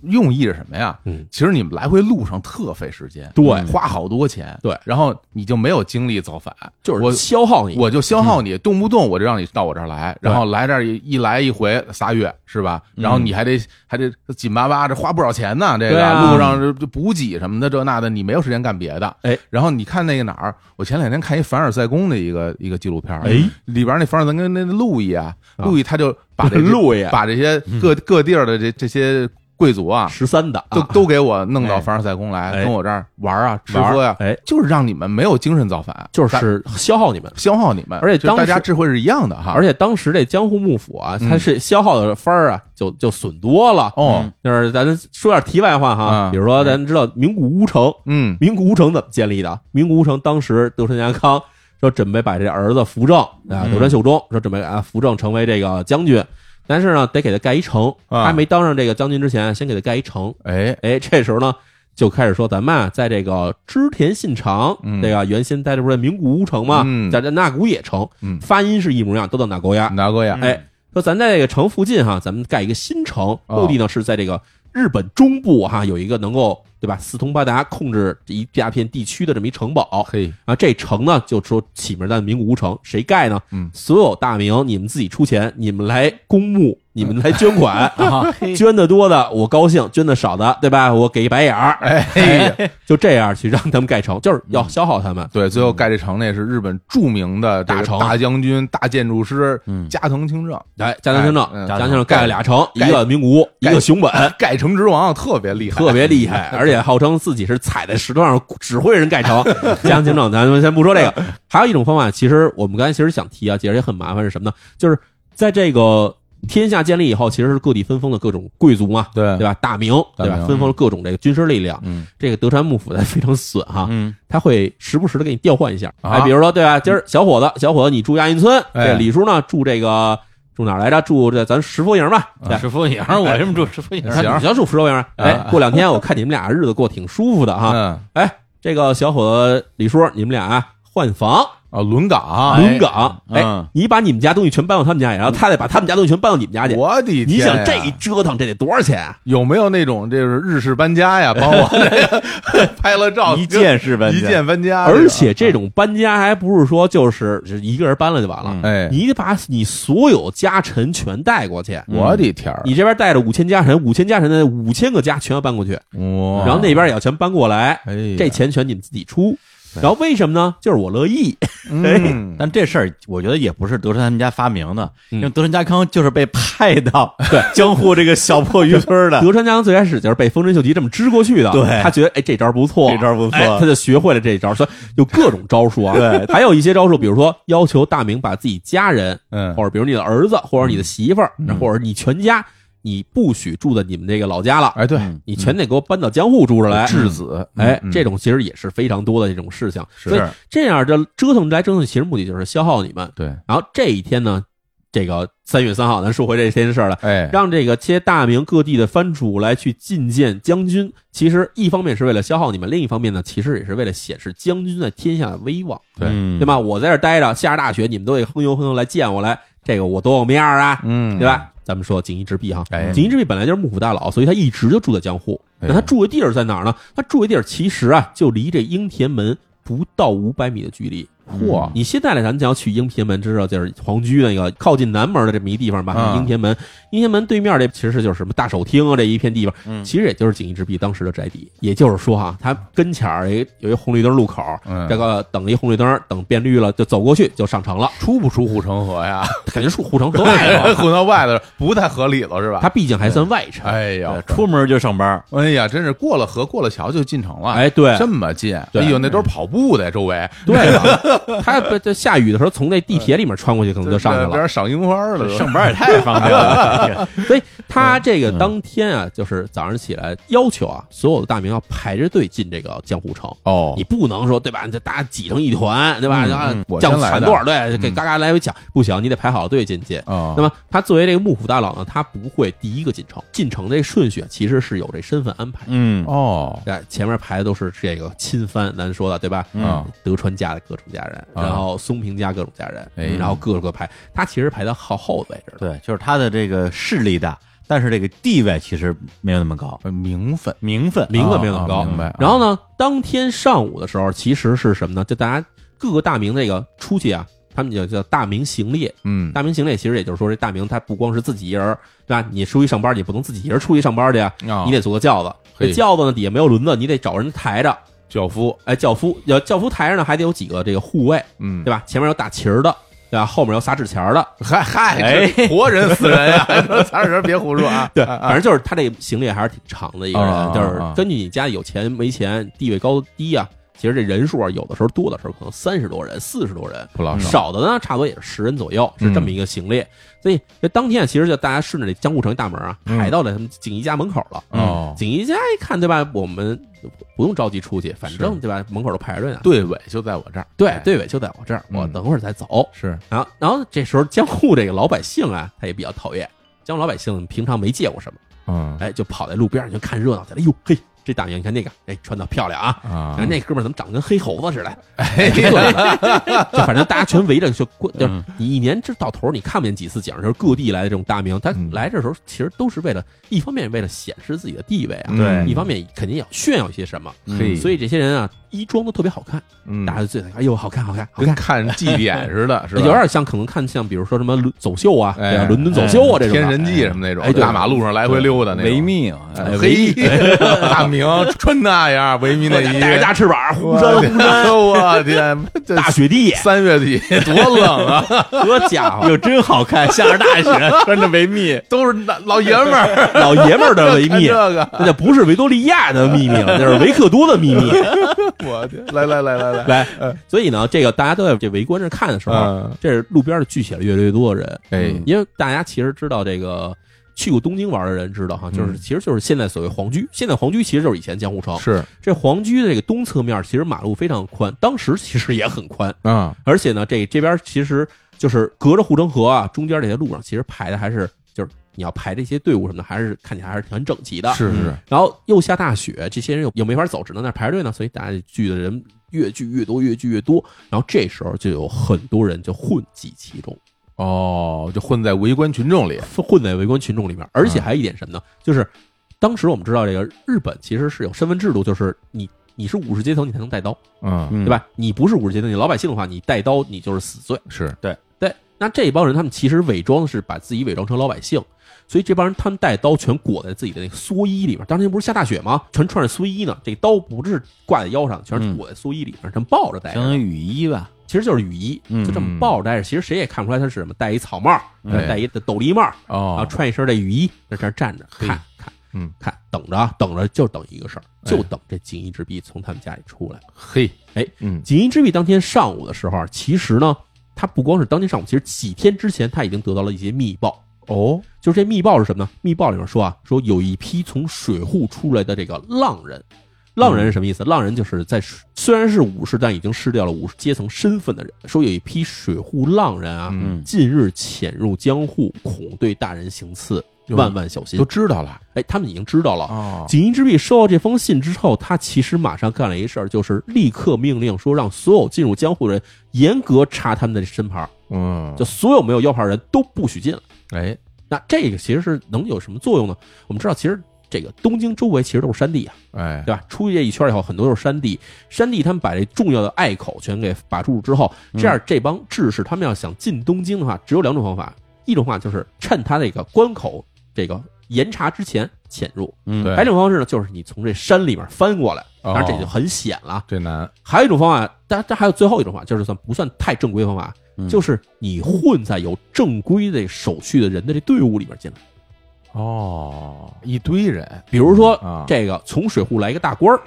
B: 用意是什么呀？
C: 嗯，
B: 其实你们来回路上特费时间，
C: 对
B: 花好多钱，
C: 对
B: 然后你就没有精力造反，
C: 就是
B: 我
C: 消耗你。嗯
B: 我就消耗你，动不动我就让你到我这儿来，然后来这儿一一来一回仨月是吧？然后你还得还得紧巴巴，这花不少钱呢，这
C: 对
B: 个、
C: 啊
B: 路上这这补给什么的这那的，你没有时间干别的。
C: 哎，
B: 然后你看那个哪儿，我前两天看一凡尔赛宫的一个一个纪录片儿，
C: 哎
B: 里边那凡尔赛宫那路易啊，
C: 啊
B: 路易他就把这
C: 路易啊
B: 把这些各各地儿的这这些贵族啊。
C: 十三的
B: 都
C: 啊，
B: 都给我弄到
A: 哎
B: 凡尔赛宫来，
C: 哎
B: 跟我这儿玩啊、吃
C: 玩儿
B: 喝呀、
C: 哎，
B: 就是让你们没有精神造反，
C: 就是消耗你们。
B: 消耗你们，
C: 而且
B: 就是
C: 当
B: 大家
C: 时
B: 智慧是一样的哈。
C: 而
B: 且
C: 且当时这江户幕府啊，
B: 嗯
C: 它是消耗的分儿啊，就就损多了。
B: 哦，
C: 就是咱说点题外话哈，
B: 嗯
C: 比如说咱知道名古屋城，
B: 嗯
C: 名古屋城怎么建立的？名古屋城当时德川家康说准备把这儿子扶正啊，
A: 嗯
C: 德川秀忠说准备啊扶正成为这个将军，但是呢得给他盖一城，
B: 啊
C: 他没当上这个将军之前，先给他盖一城。
B: 哎，
C: 哎，这时候呢就开始说咱们啊在这个织田信长、
B: 嗯
C: 这个原先待着不是名古屋城嘛，
B: 嗯
C: 在这那古野城，
B: 嗯
C: 发音是一模一样，都叫那国呀。
B: 拿过呀，
C: 哎，说咱在这个城附近哈，咱们盖一个新城，
B: 哦
C: 目的呢是在这个日本中部哈有一个能够对吧四通八达控制一大片地区的这么一城堡
B: 嘿，
C: 啊，这城呢就说起名叫名古屋城，谁盖呢？
B: 嗯
C: 所有大名你们自己出钱，你们来公募，你们来捐 款 啊，
A: 嘿
C: 捐的多的我高兴，捐的少的对吧？我给一白眼儿，
B: 哎，嗯
C: 就这样去让他们盖城，就是要消耗他们。
B: 对，最后盖这城那是日本著名的这个
C: 嗯大城
B: 大将军、大建筑师
A: 嗯
B: 加藤清正，
C: 来，加藤清正
B: 哎，嗯
C: 加藤清正盖了俩城，一
B: 盖
C: 个名古屋，一
B: 盖
C: 个熊本。
B: 盖城之王特别厉害，
C: 特别 厉害，而且号称自己是踩在石头上 指挥人盖城。 江警长，咱们先不说这个，还有一种方法，其实我们刚才其实想提啊，其实也很麻烦是什么呢？就是在这个天下建立以后，其实是各地分封的各种贵族嘛，
B: 对
C: 对吧？大名
B: 嗯大
C: 对吧？
B: 名
C: 分封了各种这个军事力量。
B: 嗯，
C: 这个德川幕府呢非常损哈，
A: 嗯
C: 他会时不时的给你调换一下，
B: 啊
C: 哎，比如说对吧？今儿小伙子，小伙子你住亚运村，
B: 哎
C: 这李叔呢住这个。住哪儿来着？住这咱石佛营吧。
B: 啊
C: 对，
A: 石佛营， 我这么住石佛营
B: 哎，行
C: 你要住石佛营吧。哎，过两天我看你们俩日子过挺舒服的哈。
B: 嗯
C: 哎，这个小伙子李叔，你们俩啊换房
B: 啊，轮岗，
C: 轮岗，哎
B: 嗯，
C: 你把你们家东西全搬到他们家去，然后他再把他们家东西全搬到你们家去。
B: 我的天呀！啊
C: 你想这一折腾，这得多少钱啊？
B: 有没有那种就是日式搬家呀？帮我这个拍了 照，
A: 一键式搬家
B: 一键搬家，
C: 而且这种搬家还不是说就是就是一个人搬了就完了，
A: 嗯
B: 哎，
C: 你得把你所有家臣全带过去。
B: 我的天儿，
C: 你这边带着五千家臣，五千家臣的五千个家全要搬过去，
B: 哇
C: 然后那边也要全搬过来，
B: 哎呀，
C: 这钱全你们自己出。然后为什么呢？就是我乐意， 哎
B: 嗯
A: 但这事儿我觉得也不是德川他们家发明的，
C: 嗯
A: 因为德川家康就是被派到对江户这个小破渔村的，
C: 德川家康最开始就是被丰臣秀吉这么支过去的，
A: 对
C: 他觉得哎这招不错，
A: 这招不错
C: 哎他就学会了这一招，所以有各种招数啊，
A: 对，
C: 还有一些招数，比如说要求大明把自己家人，
B: 嗯
C: 或者比如你的儿子，或者你的媳妇儿，或者你全家，你不许住在你们这个老家了，
B: 哎对，
A: 嗯
C: 你全得给我搬到江户住着来，
B: 质 子，
C: 哎，
B: 嗯
C: 这种其实也是非常多的这种事情，
B: 是
C: 所以这样这折腾来折腾去，其实目的就是消耗你们。
B: 对，
C: 然后这一天呢，这个三月三号，咱说回这件事儿来，
B: 哎，
C: 让这个些大明各地的藩主来去觐见将军，其实一方面是为了消耗你们，另一方面呢，其实也是为了显示将军在天下的威望，
B: 对
A: 嗯
C: 对吧？我在这儿待着，下着大雪，你们都得哼悠哼悠来见我来，这个我多有面儿啊，
B: 嗯，
C: 对？吧？咱们说锦衣之弊哈，
B: 哎
C: 锦衣之弊本来就是幕府大佬，所以他一直就住在江户。
B: 哎
C: 那他住的地儿在哪儿呢？他住的地儿其实啊，就离这英田门不到五百米的距离。嗯
B: 嚯，
C: 你现在来咱们要去英田门，知道就是皇居那个靠近南门的这么一地方吧？
B: 嗯
C: 英田门，英田门对面这其实就是什么大手厅啊这一片地方，
B: 嗯
C: 其实也就是锦衣之弊当时的宅邸。也就是说啊，他跟前儿有一有一红绿灯路口，
B: 嗯
C: 这个等一红绿灯，等变绿了就走过去就上城了，
B: 出不出护城河呀？
C: 肯定是护城 河外头啊，
B: 哎混到外头了不太合理了，是吧？
C: 他毕竟还算外城。
B: 哎呀
A: 对，出门就上班，
B: 哎呀，真是过了河过了桥就进城了，
C: 哎对
B: 这么近，
C: 对
B: 哎呦，那都是跑步的，周围
C: 对吧？他不就下雨的时候从那地铁里面穿过去，可能就上去
B: 边
C: 了。
B: 儿赏樱花了，
A: 上班也太方便 了。
C: 所以
B: 嗯
C: 他这个当天啊，就是早上起来要求啊，所有的大明要排着队进这个江户城。
B: 哦
C: 你不能说对吧？这大家挤成一团，对吧？
B: 嗯
C: 然
B: 嗯
C: 后
B: 我
C: 讲
B: 先来的嗯
C: 反多少队，给嘎嘎来回抢，不行，你得排好队进去。
B: 哦
C: 那么他作为这个幕府大佬呢，他不会第一个进城，进城这顺序啊其实是有这身份安排。
A: 嗯，
B: 哦，
C: 哎，前面排的都是这个亲藩，咱说的对吧？
B: 嗯，
C: 德川家的各种家人，
B: 啊
C: 然后松平家各种家人，
B: 哎
C: 然后各个排，他其实排到靠后的位置了。
A: 对，就是他的这个势力大，但是这个地位其实没有那么高，
B: 呃名分
A: 名分
C: 名分没有那
B: 啊
C: 么高。
B: 明白
C: 然后呢，当天上午的时候，其实是什么呢？就大家各个大名那个出去啊，他们就叫大名行列。
B: 嗯，
C: 大名行列其实也就是说，这大名他不光是自己一人儿，对吧？你出去上班，你不能自己一人出去上班去啊，
B: 啊
C: 你得坐个轿子。
B: 嘿
C: 这轿子呢底下没有轮子，你得找人抬着。
B: 轿夫，
C: 哎，轿夫要轿夫抬着呢，还得有几个这个护卫，
B: 嗯
C: 对，吧？前面有打旗儿的，对吧？后面有撒纸钱儿的，
B: 嗨嗨，
A: 哎
B: 这活人死人 呀，咱俩人别胡说啊，
C: 对，
B: 啊
C: 反正就是他这行列还是挺长的一个
B: 啊啊
C: 人，就
B: 啊
C: 是根据你家里有钱没钱、地位高低啊，其实这人数啊，有的时候多的时候可能三十多人、四十多人，
B: 不老少，
C: 少的呢差不多也是十人左右，是
B: 嗯
C: 这么一个行列。所以这当天啊其实就大家顺着这江户城大门啊，
B: 嗯
C: 排到了他们锦衣家门口了。
B: 哦，
C: 锦衣家一看，对吧？我们不用着急出去，反
B: 是
C: 正对吧？门口都排着队呢。
B: 队尾就在我这儿，
C: 对
B: 哎，
C: 队尾就在我这儿，
B: 嗯
C: 我等会儿再走。
B: 是，
C: 然后，啊然后这时候江户这个老百姓啊，他也比较讨厌。江户老百姓平常没见过什么。
B: 嗯
C: 哎，就跑在路边上就看热闹去了。哎呦嘿，这大爷你看那个，哎，穿的漂亮啊！
B: 啊
C: 然后，那哥们儿怎么长得跟黑猴子似的？
B: 哎
C: 就反正大家全围着，就过就是
A: 嗯
C: 你一年这到头儿你看不见几次景儿，就是各地来的这种大名，他
B: 嗯
C: 来这时候其实都是为了，一方面为了显示自己的地位啊，
A: 对
B: 嗯
C: 一方面肯定要炫耀一些什么，
A: 嗯
B: 嘿
C: 所以这些人啊衣装都特别好看，
B: 嗯
C: 大家就最哎呦好看好看好
B: 跟
C: 看。
B: 看祭典似的，是吧？
C: 有点像可能看像比如说什么伦走秀啊，
B: 哎
C: 对啊伦敦走秀啊这种的
B: 天神记什么那
C: 哎
B: 种，
C: 对
B: 大马路上来回溜达那
A: 维
B: 种。
A: 密，
B: 哎嘿，大明穿那样，维密内衣，
C: 带着大翅膀，
B: 我
C: 忽山忽
B: 天我天，这
C: 大雪地，
B: 三月底多冷啊，
C: 好家伙，
A: 又真好看，下着大 雪，穿着维密，
B: 都是大老爷们儿
C: 老爷们 儿的维
B: 看
C: 密
B: 这，个，
C: 那就不是维多利亚的 秘密了，那是维克多的秘密。
B: 我天，来来来来来，
C: 来，所以呢，这个大家都在这围观着看的时候，
B: 嗯，
C: 这路边儿聚起了越来越多的人，嗯
B: 哎
C: 因为大家其实知道这个。去过东京玩的人知
B: 嗯
C: 道哈，就是其实就是现在所谓皇居，现在皇居其实就是以前江户城。
B: 是
C: 这皇居的这个东侧面其实马路非常宽，当时其实也很宽，
B: 啊，
C: 而且呢，这这边其实就是隔着护城河啊，中间这些路上其实排的还是就是你要排这些队伍什么的，还是看起来还是很整齐的。
B: 是是是，
C: 然后又下大雪，这些人又又没法走，只能在那排队呢，所以大家聚的人越聚越多，越聚越多。然后这时候就有很多人就混迹其中，
B: 哦，就混在围观群众里，
C: 混在围观群众里面，而且还有一点什么呢？就是当时我们知道这个日本其实是有身份制度，就是你你是武士阶层，你才能带刀，
B: 嗯，
A: 对
C: 对？吧？你不是武士阶层，你老百姓的话，你带刀你就是死罪。
B: 是
C: 对，那这帮人他们其实伪装的是把自己伪装成老百姓，所以这帮人他们带刀全裹在自己的那个蓑衣里面。当时不是下大雪吗？全穿着蓑衣呢，这刀不是挂在腰上，全
B: 嗯
C: 是裹在蓑衣里面，这么抱着戴
A: 相当
C: 着，
A: 于雨衣吧，
C: 其实就是雨衣，
B: 嗯
C: 就这么抱着戴着。其实谁也看不出来他是什么，戴一草帽，呃
B: 哎
C: 戴一斗笠帽，然后
B: 哦，
C: 穿一身这雨衣，在这儿站着看看。
B: 嗯，
C: 看，等着啊，等着，就等一个事儿，
B: 哎
C: 就等这锦衣之弊从他们家里出来。
B: 嘿，
C: 哎，
A: 嗯
C: 锦衣之弊当天上午的时候啊，其实呢，他不光是当天上午，其实几天之前他已经得到了一些密报。
B: 哦，
C: 就是这密报是什么呢？密报里面说啊，说有一批从水户出来的这个浪人，浪人是什么意思？浪人就是在水虽然是武士，但已经失掉了武士阶层身份的人。说有一批水户浪人啊，
B: 嗯
C: 近日潜入江户，恐对大人行刺，
B: 哟
C: 万万小心
B: 都。知道了，
C: 哎，他们已经知道了，
B: 哦，
C: 锦衣之弊收到这封信之后，他其实马上干了一事儿，就是立刻命令说，让所有进入江户的人严格查他们的身牌儿，
B: 嗯，
C: 就所有没有腰牌儿的人都不许进来。
B: 哎，
C: 那这个其实是能有什么作用呢？我们知道，其实这个东京周围其实都是山地啊，
B: 哎，
C: 对吧？出去这一圈以后，很多都是山地，山地他们把这重要的隘口全给把住之后，这样这帮志士他们要想进东京的话，只有两种方法，一种方法就是趁他这个关口这个严查之前潜入。
A: 嗯
B: 对
C: 还有一种方式呢，就是你从这山里面翻过来，
B: 哦
C: 当然这就很险了。
B: 这难，
C: 还有一种方法，但但还有最后一种方法，就是算不算太正规的方法，
A: 嗯
C: 就是你混在有正规的手续的人的这队伍里面进来。
B: 哦，一堆人，
C: 比如说
B: 啊，
C: 这个从水户来一个大官儿，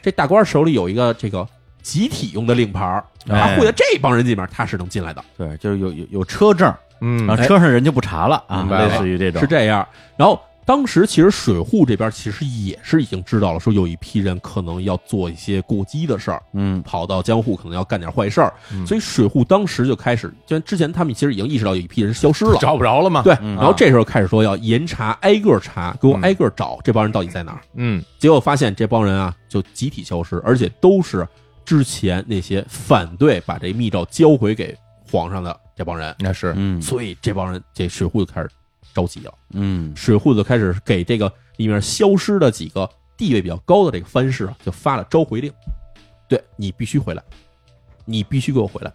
C: 这大官儿手里有一个这个集体用的令牌儿，他
A: 哎
C: 混在这帮人里面，他是能进来的，
A: 对，就是有有有车证，
B: 嗯
A: 然后车上人就不查了啊
B: 明，白了
A: 类似于这种
C: 是这样。然后当时其实水户这边其实也是已经知道了，说有一批人可能要做一些过激的事儿，
A: 嗯
C: 跑到江户可能要干点坏事儿，所以水户当时就开始，就之前他们其实已经意识到有一批人消失了，
B: 找不着了嘛，，
C: 对，然后这时候开始说要严查，挨个查，给我挨个找这帮人到底在哪儿。
B: 嗯，
C: 结果发现这帮人啊就集体消失，而且都是之前那些反对把这密诏交回给皇上的这帮人，
B: 那是，
A: 嗯
C: 所以这帮人这水户就开始着急了，
A: 嗯
C: 水户就开始给这个里面消失的几个地位比较高的这个藩士啊，就发了召回令，对你必须回来，你必须给我回来，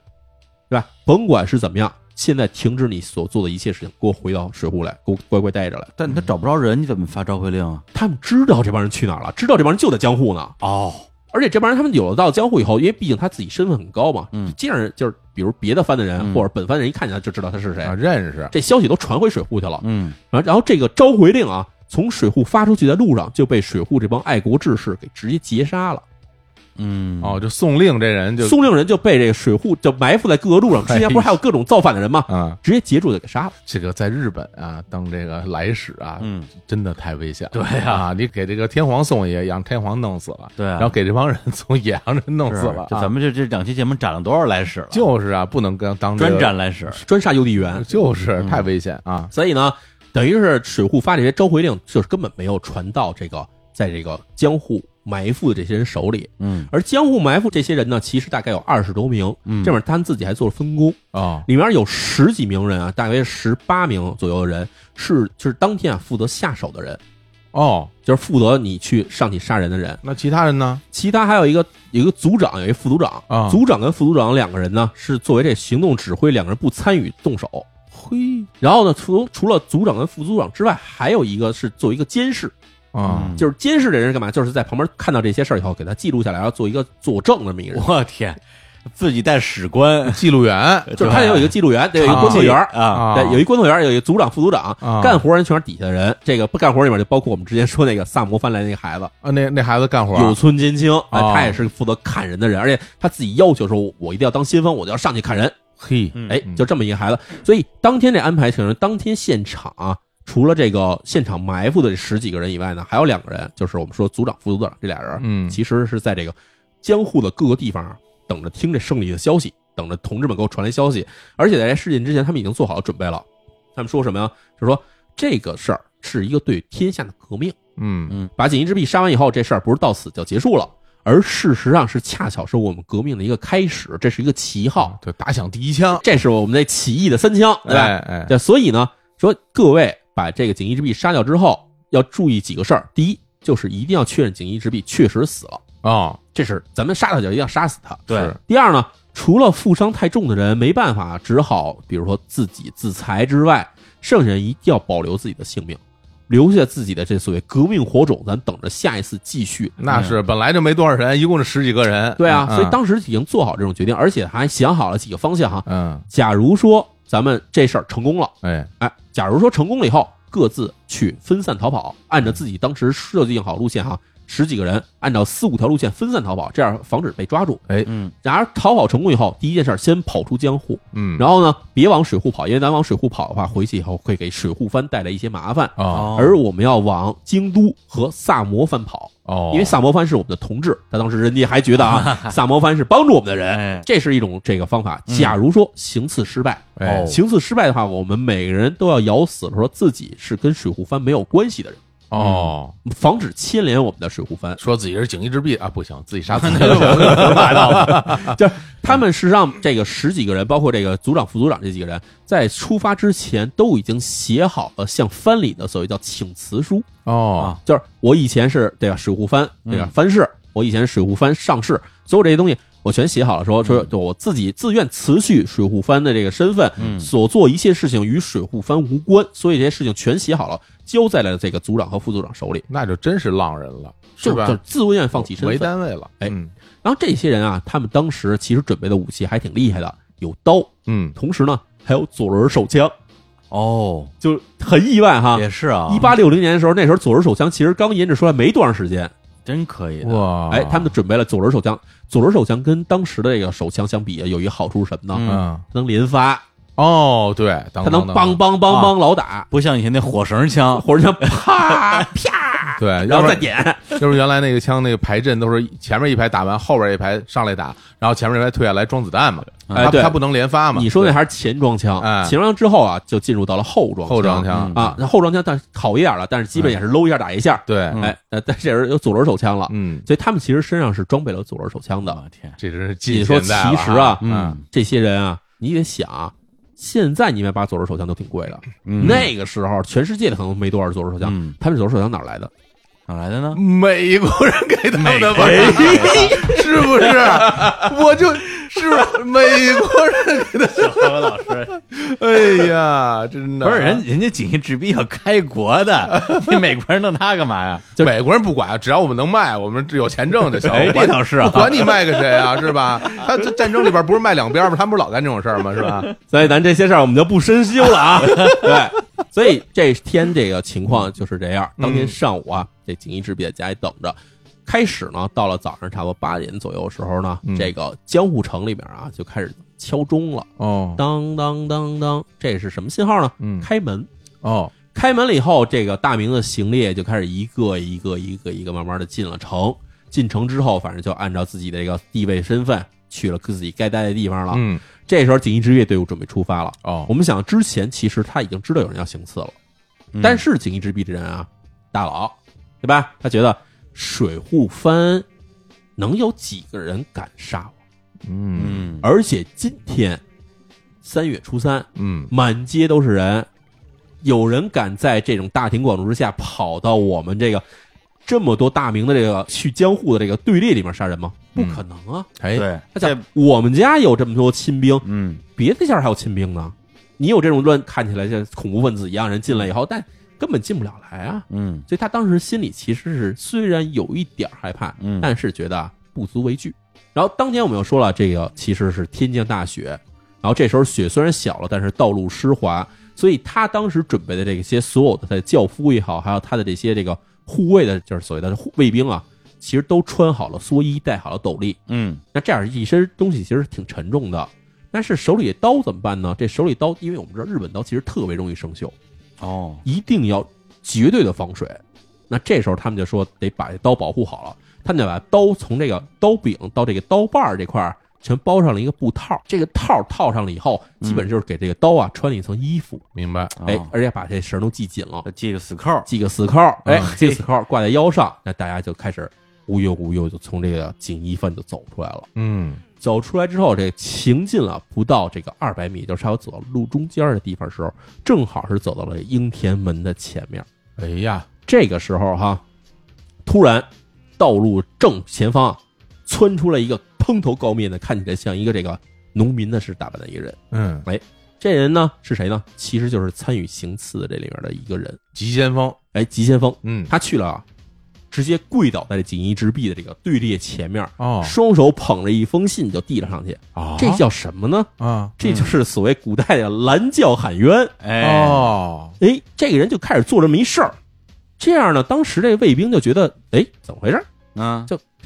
C: 对吧？甭管是怎么样，现在停止你所做的一切事情，给我回到水户来，给我乖乖待着来。
A: 但他找不着人，你怎么发召回令啊？
C: 他们知道这帮人去哪儿了，知道这帮人就在江户呢。
A: 哦，
C: 而且这帮人他们有了到江户以后，因为毕竟他自己身份很高嘛，
A: 嗯
C: 这样就是比如别的藩的人、
A: 嗯
C: 或者本藩人一看见他就知道他是谁，
B: 啊，认识，
C: 这消息都传回水户去了。
A: 嗯
C: 啊然后然后这个召回令啊，从水户发出去的路上就被水户这帮爱国志士给直接截杀了。
A: 嗯
B: 哦，就宋令这人就，
C: 松令人就被这个水户就埋伏在各个路上，之前不是还有各种造反的人吗？
B: 啊，
C: 直接截住就给杀了。
B: 这个在日本啊，当这个来使啊，
A: 嗯，
B: 真的太危险了。
A: 对啊
B: 啊，你给这个天皇送也让天皇弄死了，
A: 对啊
B: 然后给这帮人从野洋人弄
A: 是
B: 死了啊，
A: 就咱们这这两期节目展了多少来使了？
B: 就是啊，不能跟当这个
A: 专斩来使，
C: 专杀邮递员，
B: 就是太危险啊！
C: 所以呢，等于是水户发这些召回令，就是根本没有传到这个在这个江户埋伏的这些人手里。
A: 嗯
C: 而江户埋伏这些人呢，其实大概有二十多名，
A: 嗯
C: 这边他们自己还做了分工，
B: 哦，
C: 里面有十几名人啊，大约十八名左右的人是就是当天啊负责下手的人，
B: 哦，
C: 就是负责你去上去杀人的人，
B: 那其他人呢？
C: 其他还有一个有一个组长，有一个副组长
B: 啊
C: 组长跟副组长两个人呢是作为这行动指挥，两个人不参与动手。
B: 嘿
C: 然后呢，除除了组长跟副组长之外，还有一个是做一个监视，
B: 啊，
C: 就是监视这人是干嘛？就是在旁边看到这些事儿以后，给他记录下来，然后做一个佐证那么一个 人。
A: 我天，自己带史官，
B: 记录员
C: 就是他得有一个记录员，得有一个工作员儿，
A: 啊，
B: 啊，
C: 对，有一工作员儿，有一个组长、副组长
B: 啊，
C: 干活人全是底下的人。这个不干活里面就包括我们之前说那个萨摩翻来那个孩子，
B: 啊，那那孩子干活
C: 有村金青，哎
B: 哦
C: 他也是负责砍人的人，而且他自己要求说，我一定要当先锋，我就要上去砍人。
B: 嘿，
A: 嗯
C: 哎，就这么一个孩子，所以当天这安排，可能当天现场啊，除了这个现场埋伏的这十几个人以外呢，还有两个人，就是我们说组长、副组长这俩人，
B: 嗯
C: 其实是在这个江户的各个地方啊等着听这胜利的消息。等着同志们给我传来消息。而且在这事件之前，他们已经做好了准备了。他们说什么呀？就是说这个事儿是一个对天下的革命。
A: 嗯
C: 把锦衣之弊杀完以后，这事儿不是到此就结束了，而事实上是恰巧是我们革命的一个开始，这是一个旗号，
B: 嗯对，打响第一枪，
C: 这是我们这起义的三枪，对吧？
B: 哎哎，
C: 对，所以呢，说各位把这个锦衣之弊杀掉之后，要注意几个事儿。第一，就是一定要确认锦衣之弊确实死了，
B: 哦，
C: 这是咱们杀他就一定要杀死他。
A: 对
B: 是
C: 第二呢，除了负伤太重的人没办法，只好比如说自己自裁之外，剩下人一定要保留自己的性命，留下自己的这所谓革命火种，咱等着下一次继续。
B: 那是本来就没多少人，一共是十几个人，
C: 嗯对啊，
B: 嗯
C: 所以当时已经做好这种决定，而且还想好了几个方向哈。
B: 嗯，
C: 假如说咱们这事儿成功了，
B: 哎，
C: 哎，假如说成功了以后，各自去分散逃跑，按照自己当时设定好路线哈，十几个人按照四五条路线分散逃跑，这样防止被抓住。
B: 哎
A: 嗯
C: 然而逃跑成功以后，第一件事儿先跑出江户，
B: 嗯，
C: 然后呢，别往水户跑，因为咱往水户跑的话，回去以后会给水户藩带来一些麻烦。
B: 哦
C: 而我们要往京都和萨摩藩跑，
B: 哦，
C: 因为萨摩藩是我们的同志，他当时人家还觉 得啊，萨摩藩是帮助我们的
A: 哎
C: 人，这是一种这个方法。假如说行刺失败，
B: 哎
C: 行刺失败的话，我们每个人都要咬死了说自己是跟水户藩没有关系的人，嗯
B: 哦，
C: 防止牵连我们的水户藩。
B: 说自己是锦衣之弊啊，不行，自己杀 自己，
A: 霸道了，
C: 就是他们实际上这个十几个人，包括这个组长、副组长这几个人，在出发之前都已经写好了向藩里的所谓叫请辞书，
B: 哦，
C: 就是我以前是对吧水户藩对
B: 嗯
C: 吧藩士，我以前是水户藩上士，所有这些东西我全写好了，说说
B: 嗯
C: 我自己自愿辞去水户藩的这个身份，所做一切事情与水户藩无关，所以这些事情全写好了，交在了这个组长和副组长手里，
B: 那就真是浪人了，是
C: 就
B: 吧
C: 就？自愿放弃身
B: 为
C: 份。
B: 单位了，
C: 哎
B: 嗯
C: 然后这些人啊，他们当时其实准备的武器还挺厉害的，有刀。
B: 嗯，
C: 同时呢，还有左轮手枪，
A: 哦，
C: 就很意外哈。
A: 也是啊，
C: 一八六零年的时候，那时候左轮手枪其实刚研制出来没多长时间，
A: 真可以的，
B: 哇，
C: 哎，他们准备了左轮手枪。左轮手枪跟当时的这个手枪相比，有一个好处是什么呢？
A: 嗯
B: 嗯，
C: 它能连发，
B: 哦，对，它
C: 它能梆梆梆梆老打，
A: 不像以前那火绳 枪，
C: 火枪啪啪，
B: 对，
C: 然
B: 要
C: 后
B: 不
C: 再
B: 然
C: 点。
B: 就是原来那个枪那个排阵都是前面一排打完，后边一排上来打，然后前面一排退下来装子弹嘛，
C: 哎
B: 他
C: 对
B: 他不能连发嘛，
C: 你说那还是前装枪，
B: 哎
C: 前装之后啊，就进入到了后装
B: 后装枪
A: 嗯，
C: 啊。那后装枪但是好一点了，但是基本也是搂一下打一下。
B: 对，
A: 嗯
C: 哎，那但这人有左轮手枪了，
B: 嗯，
C: 所以他们其实身上是装备了左轮手枪的。
A: 我天，
B: 这真是近
C: 你说
B: 现
C: 其
B: 代了
C: 实啊，
B: 嗯，
C: 这些人啊，你得想啊，现在你买把左轮手枪都挺贵的，
B: 嗯
C: 那个时候全世界可能没多少左轮手枪，
A: 嗯
C: 他们左轮手枪哪儿来的？
A: 哪来的呢？
B: 美国人给他们的吧，是不是？我就是美国人，
A: 小何老师，
B: 哎呀，真的
A: 不是人，人家锦衣纸币要开国的， 你美国人弄它干嘛呀？
C: 就
B: 美国人不管，只要我们能卖，我们有钱挣就行。
A: 哎，
B: 管
A: 这倒是啊，
B: 管你卖给谁啊，是吧？他这战争里边不是卖两边吗？他们不是老干这种事儿吗？是吧？
C: 所以咱这些事儿我们就不深究了啊。 对，所以这天这个情况就是这样。当天上午啊，这锦衣之笔在家里等着。开始呢，到了早上差不多八点左右的时候呢，
B: 嗯
C: 这个江户城里边啊就开始敲钟了，
B: 哦
C: 当当当当，这是什么信号呢？
B: 嗯
C: 开门。
B: 哦，
C: 开门了以后，这个大明的行列就开始一个一个一个一个慢慢的进了城。进城之后，反正就按照自己的这个地位身份去了自己该待的地方了。
B: 嗯
C: 这时候锦衣之夜队伍准备出发了。
B: 哦
C: 我，们想之前其实他已经知道有人要行刺了，
B: 嗯
C: 但是锦衣之弊的人啊，大佬对吧？他觉得水户藩能有几个人敢杀我？
B: 嗯
A: 嗯，
C: 而且今天三月初三，
B: 嗯
C: 满街都是人，有人敢在这种大庭广众之下跑到我们这个这么多大明的这个去江户的这个队列里面杀人吗？不可能啊！
B: 哎，
A: 对，
C: 他讲我们家有这么多亲兵，
A: 嗯，
C: 别的家还有亲兵呢。你有这种乱看起来像恐怖分子一样人进来以后，但根本进不了来啊。
A: 嗯
C: 所以他当时心里其实是虽然有一点害怕，
A: 嗯
C: 但是觉得啊不足为惧。然后当天我们又说了，这个其实是天降大雪，然后这时候雪虽然小了，但是道路湿滑，所以他当时准备的这些所有的他的轿夫也好，还有他的这些这个护卫的，就是所谓的护卫兵啊，其实都穿好了蓑衣，戴好了斗笠，
A: 嗯
C: 那这样一身东西其实挺沉重的。但是手里的刀怎么办呢？这手里刀，因为我们知道日本刀其实特别容易生锈，
A: 哦，
C: 一定要绝对的防水。那这时候他们就说得把这刀保护好了，他们就把刀从这个刀柄到这个刀把儿这块儿全包上了一个布套，这个套套上了以后，基本就是给这个刀啊穿了一层衣服，
B: 明白？
C: 哎
A: 哦，
C: 而且把这绳都系紧了，
A: 系个死扣，
C: 系个死扣儿，哎
B: 嗯，
C: 系个死扣儿挂在腰上，那大家就开始无忧无忧就从这个锦衣饭就走出来了。
B: 嗯
C: 走出来之后，这行进了不到这个二百米，就是差不多走到路中间的地方的时候，正好是走到了应天门的前面。
B: 哎呀，
C: 这个时候哈，突然道路正前方啊窜出来一个蓬头垢面的，看起来像一个这个农民的是打扮的一个人。
B: 嗯，
C: 这人呢是谁呢？其实就是参与行刺的这里面的一个人。
B: 急先锋，
C: 哎，急先锋，
B: 嗯
C: 他去了啊，直接跪倒在这锦衣之壁的这个队列前面，
B: 哦
C: 双手捧着一封信就递了上去。
B: 啊
C: 这叫什么呢？
B: 啊
C: 这就是所谓古代的拦轿喊冤。
A: 哎，
B: 哦，
C: 哎，这个人就开始做这么一事儿，这样呢，当时这卫兵就觉得，哎，怎么回事？
A: 嗯，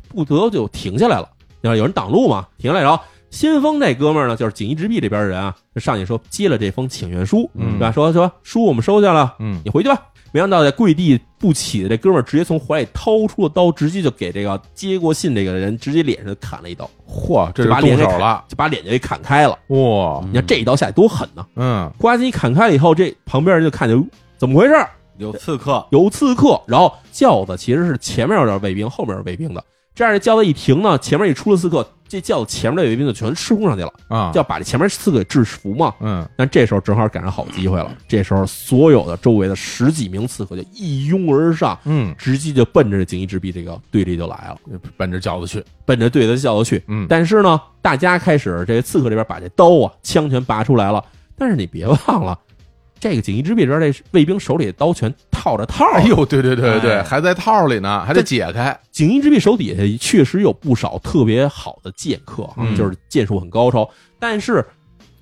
C: 不得就停下来了。然后有人挡路嘛，停下来，然后先锋这哥们儿呢，就是锦衣之壁这边的人啊，就上去说接了这封请愿书，
B: 嗯
C: 对吧？说说书我们收下了，
B: 嗯
C: 你回去吧。没想到这跪地不起的这哥们儿，直接从怀里掏出了刀，直接就给这个接过信这个人直接脸上砍了一刀，
B: 嚯，这
C: 就把
B: 是动
C: 脸给
B: 手
C: 砍
B: 了，嗯
C: 就把脸就给砍开了。
A: 嗯
B: 哇，
C: 你看这一刀下去多狠呐！
B: 嗯
C: 呱唧砍开了以后，这旁边人就看见呃怎么回事儿，
A: 有刺客，
C: 有刺客。然后轿子其实是前面有点卫兵，后面有卫兵的。这样这轿子一停呢，前面一出了刺客，这轿子前面的卫兵就全冲上去了，
B: 啊
C: 就，要把这前面刺客给制服嘛。
B: 嗯
C: 但这时候正好赶上好机会了，这时候所有的周围的十几名刺客就一拥而上，
B: 嗯，
C: 直接就奔着锦衣之壁这个队列就来了，
B: 奔着饺子去，
C: 奔着队的轿子去。
B: 嗯，
C: 但是呢，大家开始这刺客这边把这刀啊、枪全拔出来了。但是你别忘了，这个锦衣之壁这边这卫兵手里的刀全套着套儿。
B: 哎呦，对对对对，
A: 哎
B: 还在套里呢，还得解开，
C: 锦衣之壁手底下确实有不少特别好的剑客啊，
B: 嗯
C: 就是剑术很高超。但是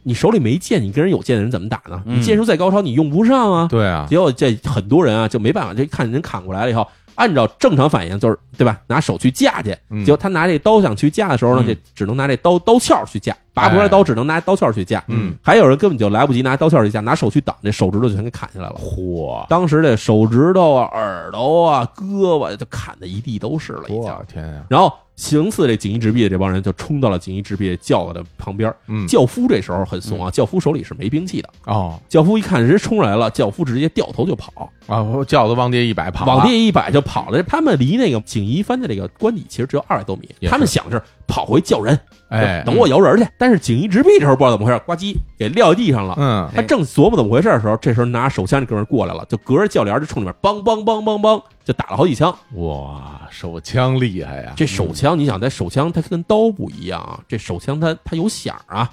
C: 你手里没剑，你跟人有剑的人怎么打呢？
A: 嗯
C: 你剑术再高超，你用不上啊。
B: 对啊，
C: 结果这很多人啊就没办法，就看人砍过来了以后，按照正常反应就是对吧？拿手去架去，
B: 嗯
C: 结果他拿这刀想去架的时候呢，
A: 嗯
C: 这只能拿这刀刀鞘去架，拔不出来刀只能拿刀鞘去架。
B: 哎嗯，
C: 还有人根本就来不及拿刀鞘去架，拿手去挡，这手指头就全给砍下来了。
B: 嚯，
C: 当时这手指头啊、耳朵啊、胳膊就砍的一地都是了，已经。
B: 我天呀，
C: 然后行刺这锦衣之壁的这帮人就冲到了锦衣之壁轿子的旁边。
B: 嗯，
C: 轿夫这时候很怂啊，轿夫手里是没兵器的。
B: 哦
C: 轿夫一看人冲来了，轿夫直接掉头就跑，
B: 啊，我饺子往地一摆，跑了
C: 往地一摆就跑了。他们离那个锦衣帆的这个官邸其实只有二百多米
B: 也，是
C: 他们想是跑回叫人，
B: 哎，
C: 等我摇人去。但是锦衣之壁这时候不知道怎么回事，呱唧给撂地上了。
B: 嗯，
C: 他正琢磨怎么回事的时候，这时候拿手枪这哥们儿过来了，就隔着轿帘就冲里面梆梆梆梆梆就打了好几枪。
B: 哇，手枪厉害啊呀，
C: 这手枪，你想，在手枪它跟刀不一样啊，这手枪它它有响啊，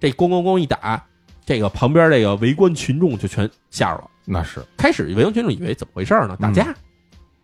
C: 这咣咣咣一打，这个旁边这个围观群众就全吓着了。
B: 那是，
C: 开始围观群众以为怎么回事呢？打架，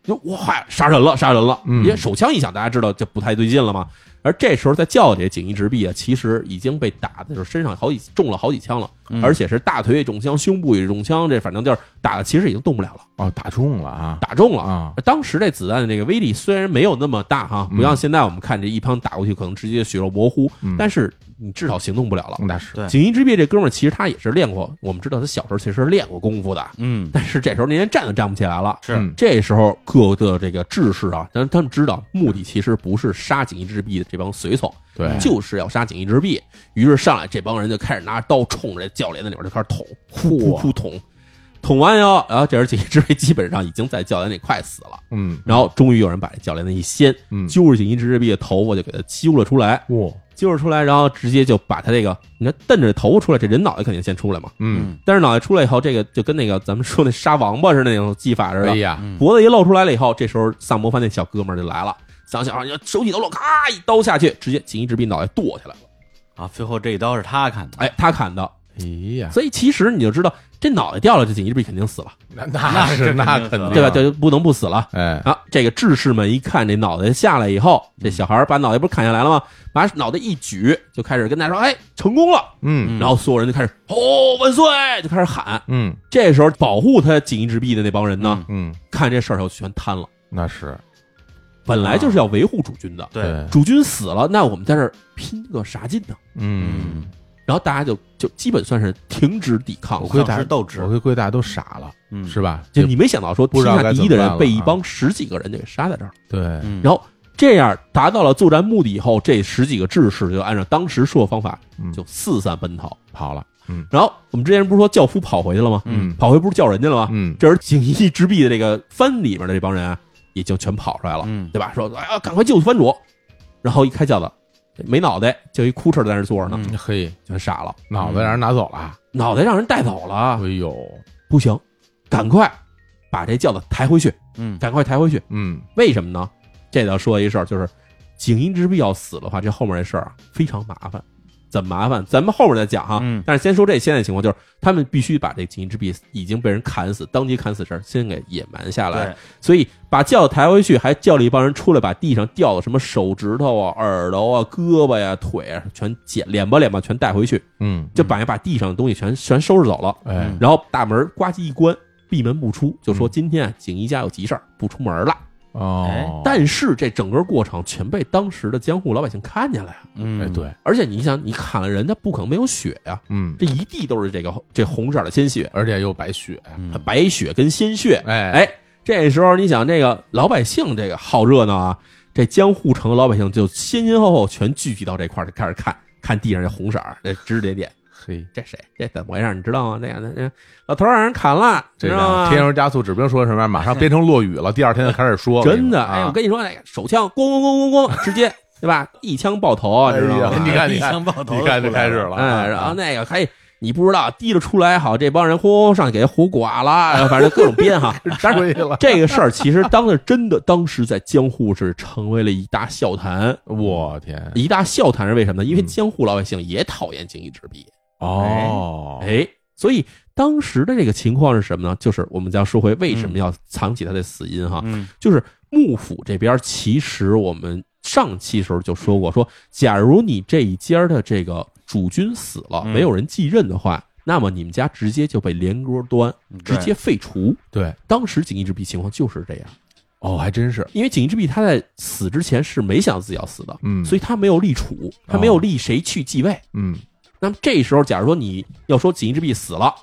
C: 就哇杀人了，杀人了！
B: 嗯
C: 因为手枪一响，大家知道就不太对劲了嘛。而这时候在轿里，锦衣直臂啊，其实已经被打的就是身上好几中了好几枪了，
A: 嗯
C: 而且是大腿也中枪，胸部也中枪，这反正就是打的其实已经动不了了，
B: 哦，打中了啊，
C: 打中了
B: 啊，
C: 当时这子弹的这个威力虽然没有那么大哈，
B: 嗯
C: 不像现在我们看这一枪打过去可能直接血肉模糊，
B: 嗯
C: 但是你至少行动不了了。
B: 那是，
A: 对
C: 锦衣之壁这哥们儿其实他也是练过，我们知道他小时候其实练过功夫的，
A: 嗯
C: 但是这时候连站都站不起来了。
A: 是
B: 嗯
C: 这时候各的这个志士啊，但是他们知道目的其实不是杀锦衣之壁的这帮随从，
B: 对，
C: 就是要杀锦衣之壁。于是上来这帮人就开始拿着刀冲着这教练那里边就开始捅，噗噗噗捅，捅完以后，然啊后这时候锦衣之壁基本上已经在教练那快死了。
B: 嗯
C: 然后终于有人把这教练那一掀，
B: 嗯，
C: 揪着锦衣之壁的头发就给他揪了出来，
B: 哇，
C: 揪了出来，然后直接就把他这个，你看瞪着头发出来，这人脑袋肯定先出来嘛。
B: 嗯，
C: 但是脑袋出来以后，这个就跟那个咱们说那杀王八似的那种技法似
B: 哎
C: 的，
B: 呀，
C: 脖子一露出来了以后，这时候萨摩藩那小哥们儿就来了，想想啊，你手起刀落，咔一刀下去，直接锦衣之壁脑袋剁下来了。
A: 啊，最后这一刀是他砍的，
C: 哎，他砍的，
B: 哎呀，
C: 所以其实你就知道，这脑袋掉了，这锦衣之壁肯定死了，
B: 那那是
A: 那
B: 那
A: 肯定
B: 肯定，啊
C: 对吧？，这就不能不死了。
B: 哎，
C: 啊，这个志士们一看这脑袋下来以后，
B: 嗯
C: 这小孩儿把脑袋不是砍下来了吗？把脑袋一举，就开始跟大家说：“哎，成功了！”
B: 嗯
C: 然后所有人就开始“哦，万岁”，就开始喊。
B: 嗯
C: 这时候保护他锦衣之壁的那帮人呢，
B: 嗯，
C: 看这事儿就全摊了。
B: 那是，
C: 本来就是要维护主君的，
B: 啊
A: 对，
C: 主君死了，那我们在这儿拼个啥劲呢？
B: 嗯。
A: 嗯，
C: 然后大家就就基本算是停止抵抗
B: 我
C: 了。
B: 估计大
A: 丧
B: 家
A: 失斗志
B: 我估计大家都傻了，
A: 嗯
B: 是吧？
C: 就你没想到说
B: 不
C: 天
B: 知道
C: 下
B: 该
C: 第
B: 怎么
C: 一的
B: 办
C: 人
B: 了
C: 被一
B: 啊
C: 帮十几个人就给杀在这儿了。
B: 对，
A: 嗯
C: 然后这样达到了作战目的以后，这十几个志士就按照当时说的方法
A: 嗯
C: 就四散奔逃跑了。
A: 嗯，
C: 然后我们之前不是说教夫跑回去了吗？
A: 嗯
C: 跑回不是叫人家了吗？
A: 嗯
C: 这时锦衣之弊的这个藩里面的这帮人啊，也就全跑出来了，
A: 嗯
C: 对吧？说哎呀，赶快救藩主！然后一开轿子，没脑袋，就一哭哧在那儿坐着呢，
A: 嗯
B: 嘿，
C: 全傻了，
B: 脑袋让人拿走了，
C: 脑袋让人带走了
B: 哎，呦，
C: 不行，赶快把这轿子抬回去，
A: 嗯
C: 赶快抬回去。
B: 嗯
C: 为什么呢？这要说一事儿，就是锦衣之弊要死的话，这后面这事儿啊非常麻烦。怎么麻烦？咱们后面再讲
B: 啊
C: 哈。
A: 嗯
C: 但是先说这现在情况，就是他们必须把这锦衣之弊已经被人砍死、当即砍死这事儿先给隐瞒下来。
A: 对，
C: 所以把轿子抬回去，还叫了一帮人出来，把地上掉的什么手指头啊、耳朵啊、胳膊呀、腿啊，全捡脸巴脸巴全带回去，
B: 嗯，
C: 就把把地上的东西全全收拾走了。
B: 哎
A: 嗯，
C: 然后大门呱唧一关，闭门不出，就说今天啊，景一家有急事儿，不出门了。
B: 哦，
C: 哎但是这整个过程全被当时的江户老百姓看见了呀。
A: 嗯
B: 哎对，
C: 而且你想，你砍了人家，不可能没有血呀、
B: 嗯，
C: 这一地都是这个这红色的鲜血、
B: 而且又白血，
A: 嗯
C: 白血跟鲜血。
B: 哎
C: 哎，这时候你想，这个老百姓这个好热闹啊，这江户城的老百姓就先先后后全聚集到这块儿，就开始看看地上这红色儿，这指指点点，
B: 嘿，
C: 这谁？这怎么回事？你知道吗？那个那那老头儿让人砍了，
B: 这
C: 知
B: 个
C: 道吗？
B: 添油加醋，指不定说什么，马上变成落雨了。第啊二天就开始说，
C: 真的，
B: 我跟你说
C: 哎，我跟你说，那个手枪咣咣咣咣咣，直接对吧？一枪爆头啊，
B: 哎呀
C: 知道
B: 哎
C: 吗？
B: 你看你看
A: 一枪爆头
B: 你看就开始了
C: 哎，然后
A: 啊
C: 那个还你不知道提了出来，好，这帮人轰轰上去给活剐了，然后反正各种 编哈。但是
B: 吹了，
C: 这个事儿其实当时真的，当时在江户是成为了一大笑谈。
B: 我天，
C: 一大笑谈是为什么呢？因为
B: 嗯
C: 江户老百姓也讨厌锦衣之弊，
B: 哦，
C: 哎，所以当时的这个情况是什么呢？就是我们要说回为什么要藏起他的死因哈。
A: 嗯
C: 就是幕府这边，其实我们上期时候就说过，说假如你这一家的这个主君死了，
A: 嗯
C: 没有人继任的话，那么你们家直接就被连锅端，直接废除。
B: 对，
C: 当时锦衣之弊情况就是这样，
B: 哦，还真是，
C: 因为锦衣之弊他在死之前是没想自己要死的，
B: 嗯哦
C: 所以他没有立储，他没有立谁去继位。
B: 嗯，
C: 那么这时候，假如说你要说锦衣之弊死了，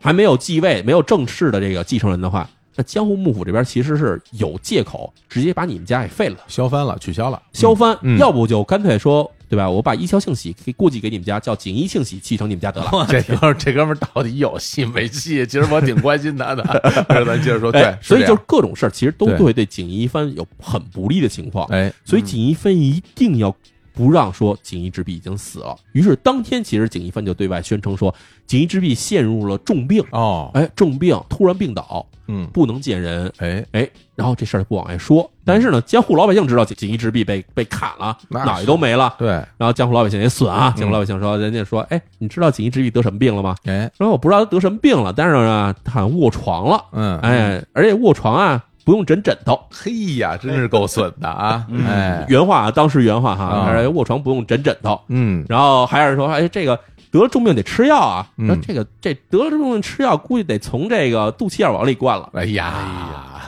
C: 还没有继位，没有正式的这个继承人的话，那江户幕府这边其实是有借口直接把你们家给废了。
B: 削藩了，取消了，
C: 削藩，
B: 嗯嗯嗯
C: 要不就干脆说，对吧？我把一桥庆喜给过继给你们家，叫锦衣庆喜继承你们家得了。
B: 这哥们儿这哥们儿到底有戏没 戏？其实我挺关心他的。是咱接着说，哦对，
C: 哎
B: 是
C: 所以
B: 这
C: 就
B: 样
C: 是各种事儿，其实都
B: 对
C: 会对锦衣藩有很不利的情况。
B: 哎，
C: 所以锦衣藩一定要不让说锦衣之弊已经死了。于是当天，其实锦衣藩就对外宣称说，锦衣之弊陷入了重病，
B: 哦，
C: 哎，重病突然病倒，
B: 嗯，
C: 不能见人。
B: 哎，
C: 哎，然后这事儿不往外说，但是呢，江户老百姓知道锦锦衣之弊被被砍了，
B: 那是
C: 脑袋都没了，
B: 对，
C: 然后江湖老百姓也损啊，
B: 嗯
C: 江湖老百姓说，人家说，哎，你知道锦衣之弊得什么病了吗？
B: 哎，
C: 说我不知道他得什么病了，但是呢，他好像卧床了，
B: 嗯，
C: 哎，而且卧床啊不用枕枕头，
B: 嘿呀，真是够损的 啊！
A: 嗯
B: 哎，
C: 原话啊，当时原话哈
B: 啊，
C: 哎卧床不用枕枕头，
B: 嗯，
C: 然后还有人说，哎，这个得了重病得吃药啊，
B: 嗯
C: 说这个这得了重病吃药，估计得从这个肚脐眼往里灌了，
B: 哎呀，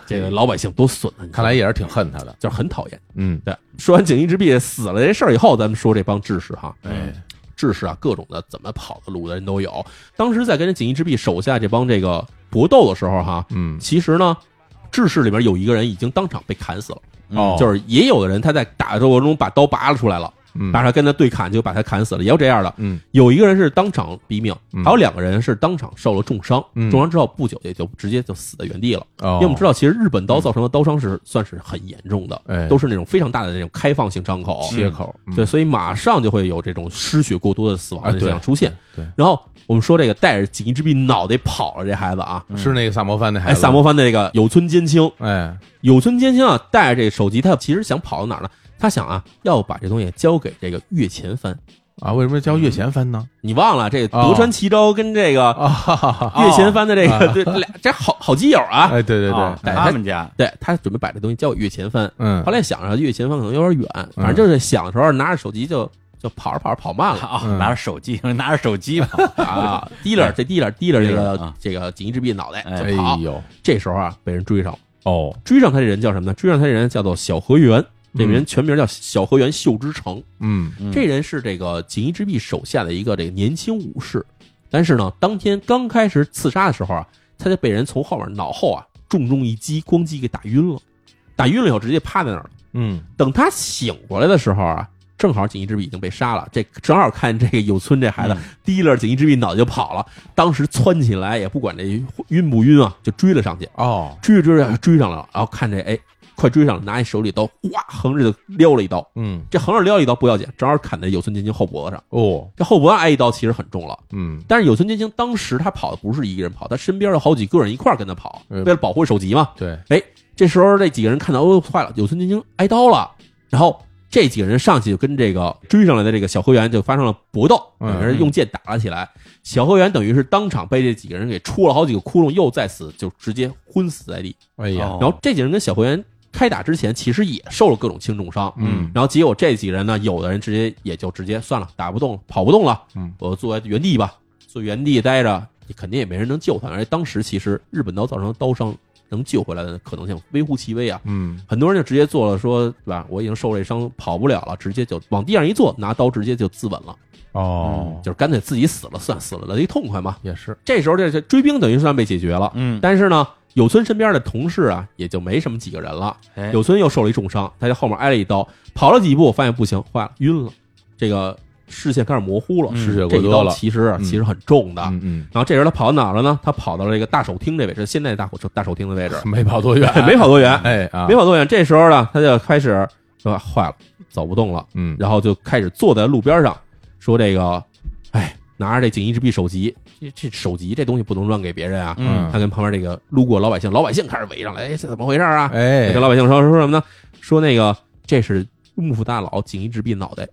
C: 这个老百姓多损啊，你
B: 看来也是挺恨他的。
C: 就是很讨厌。
B: 嗯，
C: 对，说完锦衣之弊死了这事儿以后，咱们说这帮志士哈，
B: 哎，
C: 志士啊，各种的怎么跑的路的人都有。当时在跟锦衣之弊手下这帮这个搏斗的时候，哈，
B: 嗯，
C: 其实呢，志士里边有一个人已经当场被砍死了，
B: 哦，，
C: 就是是也有的人他在打的过程中把刀拔了出来了，
B: 嗯
C: 但是他跟他对砍就把他砍死了，也有这样的。
B: 嗯，
C: 有一个人是当场毙命，
B: 嗯
C: 还有两个人是当场受了重伤，
B: 嗯
C: 重伤之后不久也就直接就死在原地了。
B: 哦，
C: 因为我们知道，其实日本刀造成的刀伤是算是很严重的，
B: 哎
C: 都是那种非常大的那种开放性伤口，
B: 切口，嗯
C: 对，，所以马上就会有这种失血过多的死亡
B: 啊
C: 的现象出现。
B: 对对
C: 然后我们说这个带着锦衣之弊脑袋跑了这孩子啊，
B: 是那个萨摩藩的孩
C: 哎，
B: 子，
C: 萨摩藩的这个有村监青，
B: 哎，
C: 有村监青啊，带着这手机，他其实想跑到哪儿呢？他想啊，要把这东西交给这个越前藩。
B: 啊，为什么叫越前藩 呢？
C: 你忘了这个德川齐昭跟这个
B: 啊，哈哈哈
C: 越前藩的这个、对俩这好好基友啊，
B: 哎，对对
A: 哦
B: 对，哎
A: 他们家
C: 对他准备把这东西交给越前藩。
B: 嗯
C: 后，来想着越前藩可能有点远，反正就是想的时候拿着手机就就跑着跑着跑慢了。
A: 啊
B: 嗯
A: 拿着手机 拿着手机吧，
C: 啊，提溜儿这提溜儿提溜儿这
A: 提溜儿
C: 个
A: 啊
C: 这个锦衣之弊的脑袋
B: 哎
C: 就跑。
B: 呦，
C: 这时候啊，被人追上了，
B: 哦，
C: 追上他这人叫什么呢？追上他这人叫做小河原，这个人全名叫小河原秀之诚。
B: 嗯，
A: 嗯
C: 这人是这个锦衣之弊手下的一个这个年轻武士，但是呢，当天刚开始刺杀的时候啊，他就被人从后面脑后啊重重一击，咣击给打晕了，打晕了以后直接趴在那儿了。
D: 嗯
C: 等他醒过来的时候啊，正好锦衣之笔已经被杀了。这正好看这个有村这孩子提溜着锦衣之笔脑袋就跑了，当时窜起来也不管这晕不晕啊，就追了上去，
D: 哦
C: 追着追着追上了，然后看这哎快追上了，拿一手里刀哇横着就撩了一刀。
D: 嗯
C: 这横着撩一刀不要紧，正好砍在有村金星后脖子上。
D: 哦
C: 这后脖子挨一刀其实很重了，
D: 嗯
C: 但是有村金星当时他跑的不是一个人跑，他身边有好几个人一块儿跟他跑，
D: 嗯
C: 为了保护首级嘛。
D: 对
C: 哎，这时候这几个人看到哦坏了，有村金星挨刀了，然后这几个人上去就跟这个追上来的这个小河源就发生了搏斗，
D: 嗯
C: 两个人用剑打了起来。小河源等于是当场被这几个人给戳了好几个窟窿，又再死就直接昏死在地。
D: 哎呀
A: 哦
C: 然后这几个人跟小河源开打之前其实也受了各种轻重伤，
D: 嗯
C: 然后结果这几人呢，有的人直接也就直接算了，打不动了，跑不动了，
D: 嗯，
C: 我坐在原地吧，坐原地待着，肯定也没人能救他。而且当时其实日本刀造成的刀伤能救回来的可能性微乎其微啊，
D: 嗯
C: 很多人就直接做了说，对吧？我已经受这伤，跑不了了，直接就往地上一坐，拿刀直接就自刎了，
D: 哦
C: 就是干脆自己死了算，死了一痛快嘛。
D: 也是
C: 这时候这这追兵等于算被解决了，
A: 嗯，
C: 但是呢，有村身边的同事啊，也就没什么几个人了。
A: 哎
C: 有村又受了一重伤，他在后面挨了一刀，跑了几步，发现不行，坏了，晕了，这个视线开始模糊了，
A: 嗯
B: 失血
C: 这
B: 过
C: 一
B: 多
C: 刀
B: 了，
C: 其实啊其实很重的。
D: 嗯嗯
C: 然后这人他跑到哪儿了呢？他跑到了这个大手厅这位置，现在大手大手厅的位置，
B: 嗯
D: 没跑多远
C: 没跑多远，
D: 哎啊
C: 没跑多远。这时候呢，他就开始说坏了，走不动了，
D: 嗯
C: 然后就开始坐在路边上，说这个，哎，拿着这锦衣之臂首级，这这首级这东西不能乱给别人啊。
A: 嗯
C: 他跟旁边这个路过老百姓，老百姓开始围上来，哎，这怎么回事啊？
D: 哎
C: 跟老百姓说说什么呢？说那个这是幕府大佬锦衣之臂脑袋，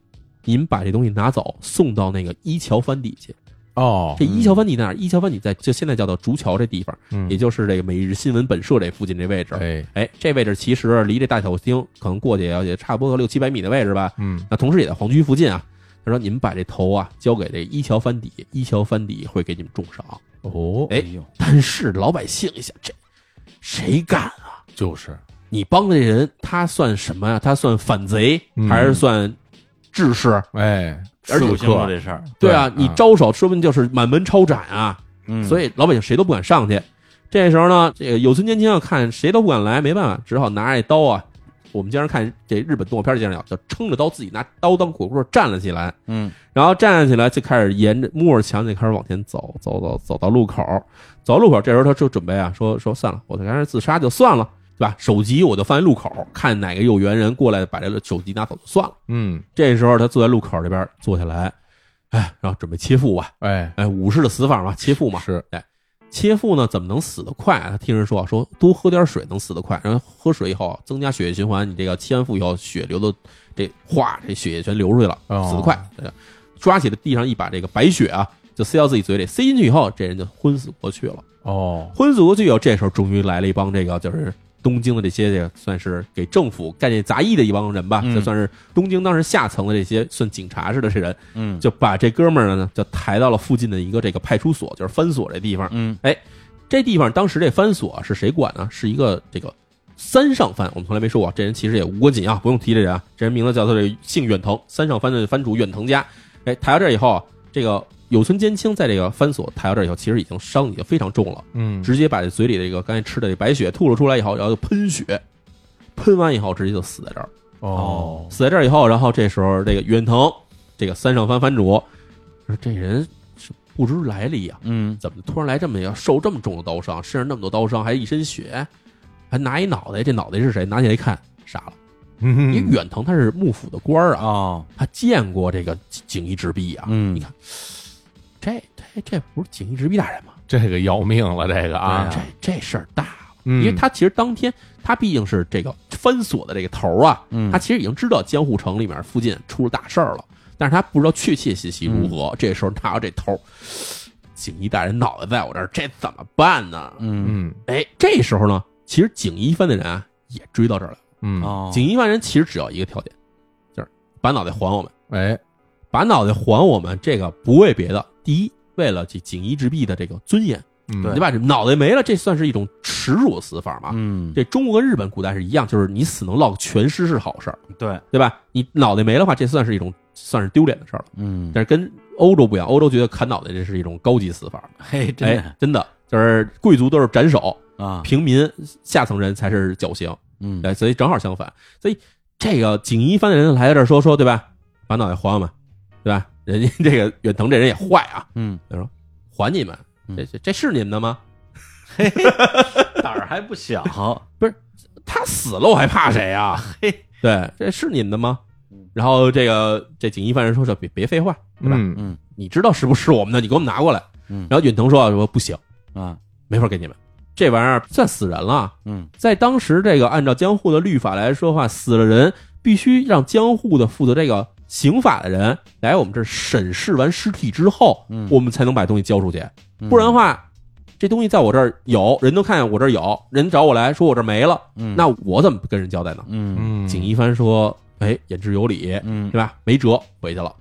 C: 您把这东西拿走，送到那个一桥藩邸去。
D: 哦
C: 这一桥藩邸在哪儿？一桥藩邸在就现在叫做竹桥这地方，
D: 嗯
C: 也就是这个每日新闻本社这附近这位置。
D: 哎
C: 哎，这位置其实离这大小厅可能过去也要也差不多六七百米的位置吧。
D: 嗯
C: 那同时也在皇居附近啊。他说：“你们把这头啊交给这一桥藩邸，一桥藩邸会给你们重赏。
D: 哦
C: 哎
A: 呦，
C: 但是老百姓一想，这谁敢啊？
D: 就是
C: 你帮的人，他算什么呀、他算反贼，还是算志士？
D: 哎
A: 说不
D: 刺
A: 清楚
D: 客
A: 这事儿，
C: 对
B: 哎嗯
C: 啊，
D: 对
C: 你
D: 啊
C: 招手，说不定就是满门抄斩啊。
A: 嗯，
C: 所
A: 以
C: 以老百姓谁都不敢上去。这时候呢，这个有村年轻要啊看谁都不敢来，没办法，只好拿着刀啊。我们经常看这日本动画片儿经常有，就撑着刀自己拿刀当火棍站了起来。
A: 嗯，
C: 然后站起来就开始沿着木着墙就开始往前走，走走走到路口，走到路口，这时候他就准备啊，说说算了，我就干脆自杀就算了，对吧？手机我就放在路口，看哪个有缘人过来把这个手机拿走就算了。
D: 嗯
C: 这时候他坐在路口这边坐下来，哎，然后准备切腹吧，
D: 哎
C: 哎，武士的死法嘛，切腹嘛，
D: 是
C: 切腹呢怎么能死得快啊？他听人说啊，说多喝点水能死得快，然后喝水以后啊增加血液循环，你这个切完腹以后血流的这哗，这血液全流出去了，
D: 哦
C: 死得快。对抓起的地上一把这个白雪啊，就塞到自己嘴里，塞进去以后，这人就昏死过去了。
D: 哦
C: 昏死过去以后，这时候终于来了一帮这个就是东京的这些这个算是给政府干这杂役的一帮人吧，
A: 嗯
C: 这算是东京当时下层的这些算警察似的这人，
A: 嗯
C: 就把这哥们儿呢就抬到了附近的一个这个派出所，就是藩所这地方。
A: 嗯
C: 这地方当时这藩所是谁管呢？是一个这个三上藩，我们从来没说过，这人其实也无关紧要，不用提这人啊。这人名字叫做这个姓远藤，三上藩的藩主远藤家。哎，抬到这儿以后啊，这个有村兼清在这个藩所抬到这儿以后，其实已经伤已经非常重了，
D: 嗯
C: 直接把这嘴里这个刚才吃的这白血吐了出来以后，然后就喷血，喷完以后直接就死在这儿。
D: 哦
C: 死在这儿以后，然后这时候这个远藤，这个三上藩藩主说这人是不知来历啊呀、
A: 嗯
C: 怎么突然来这么一个受这么重的刀伤，身上那么多刀伤，还一身血，还拿一脑袋，这脑袋是谁？拿起来一看，傻了。因为
D: 嗯
C: 远藤他是幕府的官儿啊，
A: 哦，
C: 他见过这个锦衣之臂啊。
A: 嗯
C: 你看，这这这不是锦衣之臂大人吗？
D: 这个要命了这个啊
C: 这这事儿大了，
D: 嗯
C: 因为他其实当天他毕竟是这个藩所的这个头儿啊，
A: 嗯
C: 他其实已经知道江户城里面附近出了大事儿了，但是他不知道确切信息
D: 嗯
C: 如何。这时候拿到这头儿，锦衣大人脑袋在我这儿，这怎么办呢？
A: 嗯
D: 嗯
C: 哎，这时候呢，其实锦衣藩的人啊也追到这儿来了。
D: 嗯
A: 哦，
C: 锦衣藩人其实只要一个条件，就是把脑袋还我们，
D: 哎
C: 把脑袋还我们。这个不为别的，第一，为了这锦衣之弊的这个尊严，
D: 嗯
C: 你把这脑袋没了，这算是一种耻辱的死法嘛？
A: 嗯，
C: 啊这中国跟日本古代是一样，就是你死能落个全尸是好事儿，
A: 对，
C: 对吧？你脑袋没了的话，这算是一种算是丢脸的事儿了。
A: 嗯，
C: 但是跟欧洲不一样，欧洲觉得砍脑袋这是一种高级死法，
A: 嘿，真
C: 哎
A: 的，
C: 真的就是贵族都是斩首，
A: 啊，
C: 平民下层人才是绞刑。
A: 嗯，
C: 哎，所以正好相反，所以这个锦衣藩的人来这儿说说，对吧？把脑袋还我们，对吧？人家这个远藤这人也坏啊，
A: 嗯，
C: 他说还你们，这这这是你们的吗？
A: 胆儿还不 小，
C: 他死了我还怕谁啊？
A: 嘿，嗯
C: 对，这是你们的吗？然后这个这锦衣犯人说说别别废话，对吧？
D: 嗯
C: 你知道是不是我们的，你给我们拿过来。
A: 嗯
C: 然后远藤说说不行，
A: 啊，
C: 没法给你们，这玩意儿算死人了。
A: 嗯
C: 在当时这个按照江户的律法来说的话，死了人必须让江户的负责这个刑法的人来我们这儿审视完尸体之后，
A: 嗯
C: 我们才能把东西交出去，
A: 嗯
C: 不然的话。这东西在我这儿有人都看见我这儿有人找我来说我这儿没了，
A: 嗯
C: 那我怎么跟人交代呢？
A: 嗯
D: 嗯，
C: 锦衣藩说：“哎，言之有理，
A: 嗯
C: 对吧？没辙，回去了。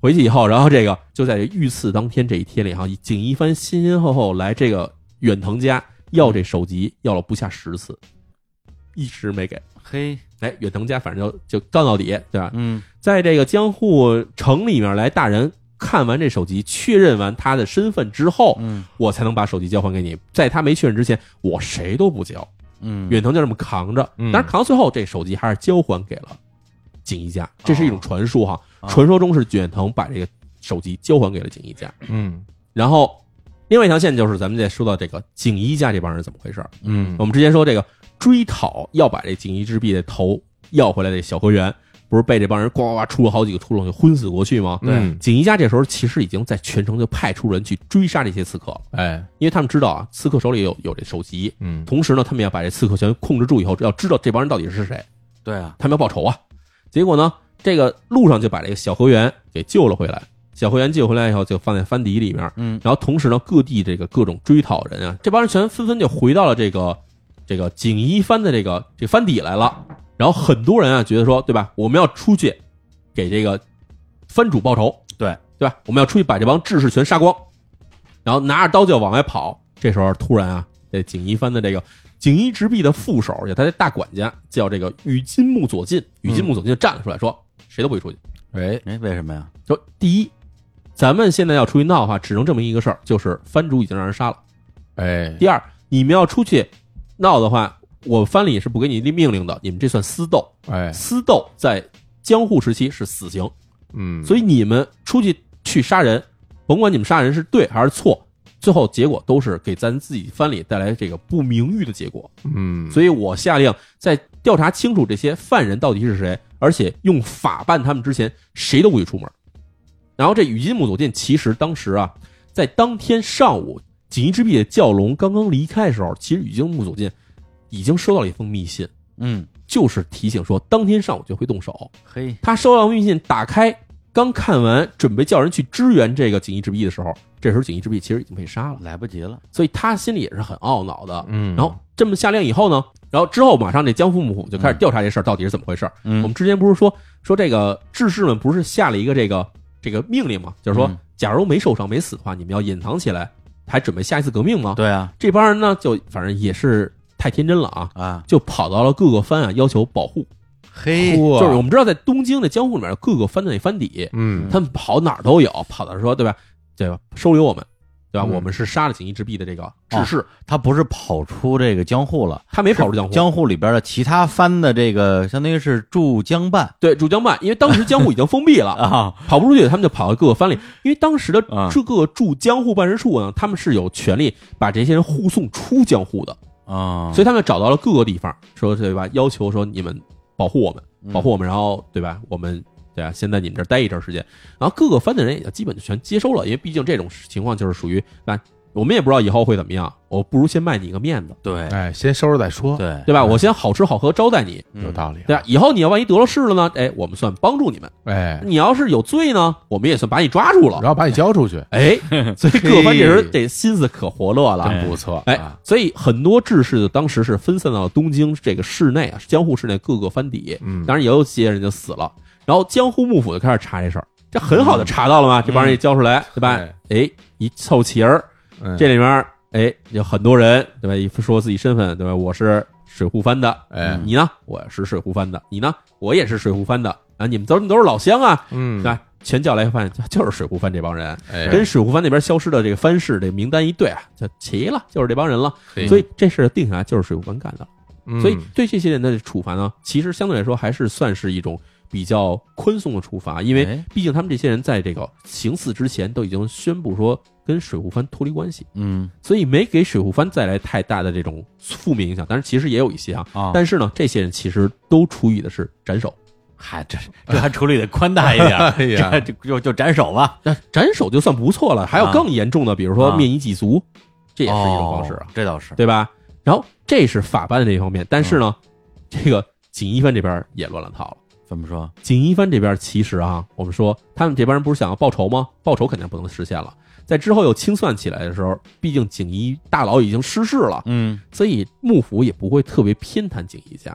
C: 回去以后，然后这个就在这遇刺当天这一天里哈，锦衣藩先先后后来这个远藤家要这首级，要了不下十次，一直没给。
A: 嘿，
C: 哎，远藤家反正就就干到底，对吧？
A: 嗯
C: 在这个江户城里面来，大人看完这首级，确认完他的身份之后，
A: 嗯
C: 我才能把手机交还给你。在他没确认之前，我谁都不交。
A: 嗯，
C: 远藤就这么扛着，
D: 嗯
C: 但是扛到最后，这手机还是交还给了锦衣家，这是一种传说哈。
A: 哦
C: 传说中是远藤把这个手机交还给了锦衣家，
D: 嗯
C: 然后另外一条线就是咱们再说到这个锦衣家这帮人是怎么回事儿。
A: 嗯
C: 我们之前说这个追讨要把这锦衣之璧的头要回来的小河原，不是被这帮人呱呱呱出了好几个窟窿就昏死过去吗？
D: 嗯
C: 锦衣家这时候其实已经在全城就派出人去追杀这些刺客了，
D: 哎
C: 因为他们知道啊，刺客手里有有这首级，
D: 嗯
C: 同时呢，他们要把这刺客全控制住以后，要知道这帮人到底是谁，
A: 对啊，
C: 他们要报仇啊。结果呢，这个路上就把这个小河源给救了回来。小河源救回来以后，就放在藩邸里面。
A: 嗯
C: 然后同时呢，各地这个各种追讨人啊，这帮人全纷纷就回到了这个这个锦衣藩的这个这个藩邸来了。然后很多人啊，觉得说，对吧？我们要出去给这个藩主报仇，
A: 对
C: 对吧？我们要出去把这帮志士全杀光，然后拿着刀就往外跑。这时候突然啊，这锦衣藩的这个锦衣直弼的副手，也他的大管家叫这个羽金木左近，羽
A: 嗯
C: 金木左近就站了出来说，谁都不许出去。
D: 哎
A: 哎，为什么呀？
C: 说第一，咱们现在要出去闹的话，只能证明一个事儿，就是藩主已经让人杀了。
D: 哎
C: 第二，你们要出去闹的话，我藩里是不给你立命令的，你们这算私斗，
D: 哎
C: 私斗在江户时期是死刑。
D: 嗯，
C: 所以你们出去去杀人，甭管你们杀人是对还是错，最后结果都是给咱自己藩里带来这个不名誉的结果。
D: 嗯
C: 所以我下令在调查清楚这些犯人到底是谁，而且用法办他们之前，谁都不许出门。然后这羽金木佐见其实当时啊，在当天上午，锦衣之壁的教龙刚刚离开的时候，其实羽金木佐见已经收到了一封密信，
A: 嗯
C: 就是提醒说当天上午就会动手。
A: 嘿，
C: 他收到密信，打开刚看完，准备叫人去支援这个锦衣之壁的时候，这时候锦衣之壁其实已经被杀了，
A: 来不及了，
C: 所以他心里也是很懊恼的。
D: 嗯，
C: 然后这么下令以后呢，然后之后马上这江父母就开始调查这事儿到底是怎么回事儿。
A: 嗯
C: 我们之前不是说说这个志士们不是下了一个这个这个命令吗？就是说
A: 嗯，
C: 假如没受伤没死的话，你们要隐藏起来，还准备下一次革命吗？
A: 对啊
C: 这帮人呢，就反正也是太天真了啊，
A: 啊，
C: 就跑到了各个藩啊，要求保护。
A: 嘿，
C: 就是我们知道，在东京的江户里面，各个藩的那藩邸，
D: 嗯
C: 他们跑哪儿都有，跑到说对吧？对吧？收留我们，对吧？
D: 嗯
C: 我们是杀了锦衣之璧的这个志士，
A: 他不是跑出这个江户了，
C: 他没跑出江户，
A: 江户里边的其他藩的这个，相当于是驻江办
C: 对主江办，因为当时江户已经封闭了，
A: 啊，
C: 跑不出去，他们就跑到各个藩里，因为当时的
A: 啊
C: 这个驻江户办事处呢，他们是有权利把这些人护送出江户的，
A: 啊，
C: 所以他们找到了各个地方，说对吧？要求说你们保护我们，
A: 嗯
C: 保护我们，然后对吧？我们对啊，先在你们这儿待一段时间，然后各个藩的人也就基本就全接收了，因为毕竟这种情况就是属于那我们也不知道以后会怎么样，我不如先卖你一个面子，
A: 对
D: 哎先收拾再说，
A: 对
C: 对吧？我先好吃好喝招待你，
A: 嗯
D: 有道理，
C: 对吧？啊以后你要万一得了势了呢，哎，我们算帮助你们；
D: 哎，
C: 你要是有罪呢，我们也算把你抓住
D: 然
C: 了。
D: 后把你交出去，
C: 哎， 所以各藩这人这心思可活络了，
D: 真不错，
C: 哎
D: 啊，
C: 所以很多志士当时是分散到东京这个市内啊，江户市内各个藩邸，
D: 嗯
C: 当然也有些人就死了。然后江户幕府就开始查这事儿，这很
D: 嗯
C: 好的查到了嘛，这帮人一交出来，对吧？哎，一凑齐人儿，
D: 嗯
C: 这里面哎有很多人，对吧？一说自己身份，对吧？我是水户藩的，
D: 哎
C: 你呢？我是水户藩的，你呢？我也是水户藩的啊，你们都都是老乡啊，
D: 嗯
C: 对吧？全叫来发现 就是水户藩这帮人，
D: 哎
C: 跟水户藩那边消失的这个藩士这名单一对啊，就齐了，就是这帮人了。
D: 嘿
C: 所以这事儿定下来就是水户藩干的。
D: 嗯
C: 所以对这些人的处罚呢，其实相对来说还是算是一种比较宽松的处罚，因为
A: 哎
C: 毕竟他们这些人在这个行刺之前都已经宣布说跟水户藩脱离关系，
A: 嗯
C: 所以没给水户藩带来太大的这种负面影响。当然，其实也有一些啊，
A: 啊，
C: 但是呢，这些人其实都处以的是斩首。
A: 嗨，这这还处理的宽大一点儿，
D: 哎呀
A: 这就就就斩首吧，
C: 那斩首就算不错了，还有
A: 啊
C: 更严重的，比如说
A: 啊哦
C: 灭夷祭族，
A: 这
C: 这也是一种方式啊，
A: 这倒是，
C: 对吧？然后这是法办的这一方面，但是
A: 嗯
C: 呢，这个锦衣藩这边也乱了套了。
A: 怎么说？
C: 锦衣藩这边其实啊，我们说他们这帮人不是想要报仇吗？报仇肯定不能实现了。在之后又清算起来的时候，毕竟锦衣大佬已经失势了，
A: 嗯，
C: 所以幕府也不会特别偏袒锦衣家。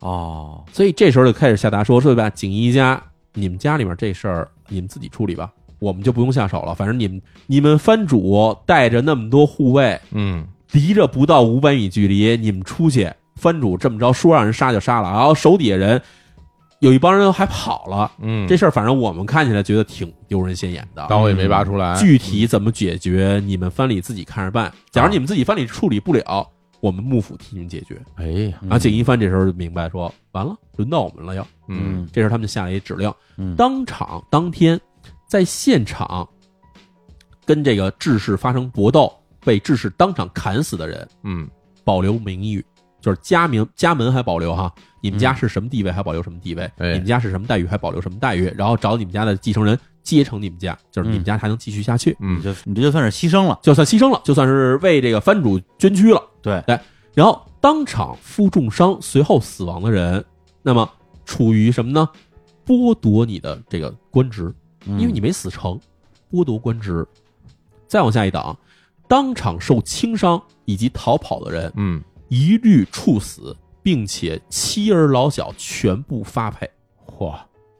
A: 哦，
C: 所以这时候就开始下达说，说吧，锦衣家，你们家里面这事儿你们自己处理吧，我们就不用下手了。反正你们你们藩主带着那么多护卫，
D: 嗯
C: 离着不到五百米距离，你们出去，藩主这么着说让人杀就杀了，然后手底下人有一帮人还跑了。
D: 嗯，
C: 这事儿反正我们看起来觉得挺丢人现眼的。
D: 刀也没拔出来，
C: 具体怎么解决，你们藩里自己看着办。假如你们自己藩里处理不了，我们幕府替你们解决。
D: 哎呀，
A: 嗯
C: 然后锦衣藩这时候就明白说，完了，轮到我们了要。
D: 嗯
A: 嗯
C: 这时候他们就下了一指令，
A: 嗯，
C: 当场当天在现场跟这个志士发生搏斗，被志士当场砍死的人
D: 嗯
C: 保留名誉，就是家名家门还保留哈，你们家是什么地位还保留什么地位，
D: 哎
C: 你们家是什么待遇还保留什么待遇，然后找你们家的继承人接承你们家，就是你们家还能继续下去，
A: 你
D: 嗯
A: 就你这就算是牺牲了，
C: 就算牺牲了，就算是为这个藩主捐躯了。哎
A: 对，
C: 然后当场负重伤，随后死亡的人，那么处于什么呢？剥夺你的这个官职，
A: 嗯
C: 因为你没死成，剥夺官职。再往下一档，当场受轻伤以及逃跑的人，
D: 嗯，
C: 一律处死，并且妻儿老小全部发配。
D: 嚯，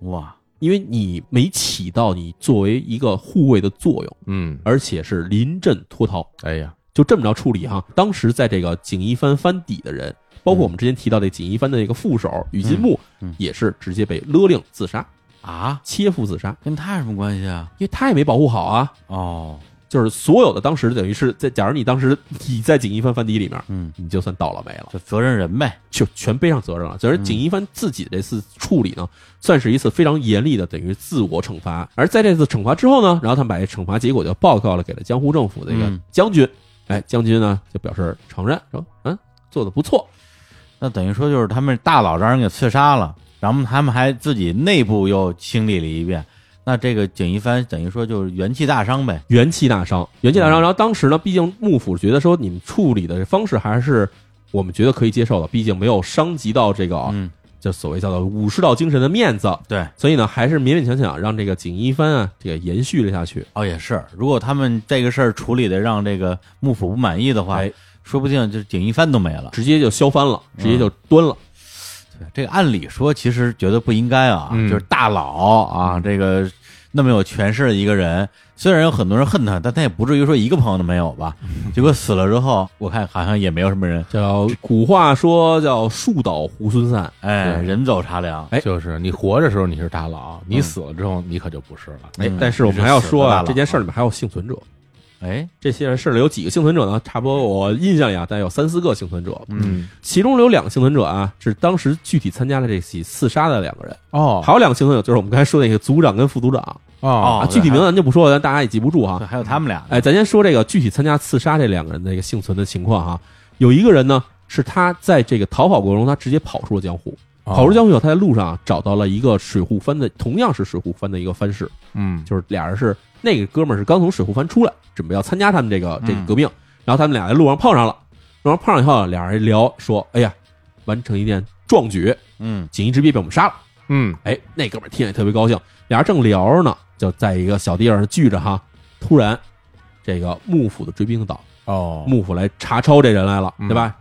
A: 哇，
C: 因为你没起到你作为一个护卫的作用，
D: 嗯，
C: 而且是临阵脱逃，
D: 哎呀，
C: 就这么着处理哈。当时在这个锦衣藩藩邸的人，包括我们之前提到的锦衣藩的这个副手宇金木
A: 嗯嗯嗯，
C: 也是直接被勒令自杀，
A: 啊，
C: 切腹自杀，
A: 跟他有什么关系啊？
C: 因为他也没保护好啊。
A: 哦，
C: 就是所有的当时等于是在，假如你当时你在锦衣藩藩邸里面，
A: 嗯，
C: 你就算倒了霉了，
A: 就责任人呗，
C: 就全背上责任了。
A: 嗯
C: 所以锦衣藩自己的这次处理呢，算是一次非常严厉的等于自我惩罚。而在这次惩罚之后呢，然后他们把这惩罚结果就报告了给了江户政府的一个
A: 嗯
C: 将军。哎，将军呢就表示承认说，嗯，做的不错，
A: 那等于说就是他们大佬让人给刺杀了，然后他们还自己内部又清理了一遍，那这个锦衣藩等于说就是元气大伤呗，
C: 元气大伤，元气大伤。
A: 嗯
C: 然后当时呢，毕竟幕府觉得说你们处理的方式还是我们觉得可以接受的，毕竟没有伤及到这个啊
A: 嗯，
C: 就所谓叫做武士道精神的面子，
A: 对，
C: 所以呢，还是勉勉强强让这个锦衣藩啊，这个延续了下去。
A: 哦也是，如果他们这个事儿处理的让这个幕府不满意的话，
C: 哎，
A: 说不定就是锦衣藩都没了。
C: 直接就削藩了，直接就端了。
A: 这个按理说其实觉得不应该啊，
D: 嗯
A: 就是大佬啊，这个那么有权势的一个人，虽然有很多人恨他，但他也不至于说一个朋友都没有吧。结果死了之后，我看好像也没有什么人，
C: 叫古话说叫树倒猢狲散，
A: 哎，
D: 对
A: 人走茶凉。
C: 哎
D: 就是你活着时候你是大佬，你
A: 嗯
D: 死了之后你可就不是了，
A: 嗯
C: 哎但是我们还要说啊，
A: 这是死的大佬
C: 这件事儿里面还有幸存者。
A: 哎，
C: 这些事儿里有几个幸存者呢？差不多我印象里啊，大概有三四个幸存者，
D: 嗯，
C: 其中有两个幸存者啊是当时具体参加了这起刺杀的两个人，
D: 哦，
C: 还有两个幸存者就是我们刚才说的那个组长跟副组长
D: 哦，
C: 啊，具体名字咱就不说了，咱大家也记不住啊。
A: 还有他们俩呢，
C: 哎，咱先说这个具体参加刺杀这两个人的一个幸存的情况啊。有一个人呢，是他在这个逃跑过程中，他直接跑出了江湖。跑出
D: 叫
C: 江湖以后，他在路上啊找到了一个水户藩的，同样是水户藩的一个藩士，
D: 嗯，
C: 就是俩人是那个哥们儿是刚从水户藩出来，准备要参加他们这个这个
A: 嗯
C: 革命，然后他们俩在路上碰上了，路上碰上以后，俩人聊说：“哎呀，完成一件壮举，
A: 嗯
C: 锦衣之弊被我们杀了。”
D: 嗯
C: 哎，那哥们儿听着也特别高兴，俩人正聊着呢，就在一个小地方聚着哈，突然这个幕府的追兵到，
D: 哦，
C: 幕府来查抄这人来了，
D: 嗯
C: 对吧？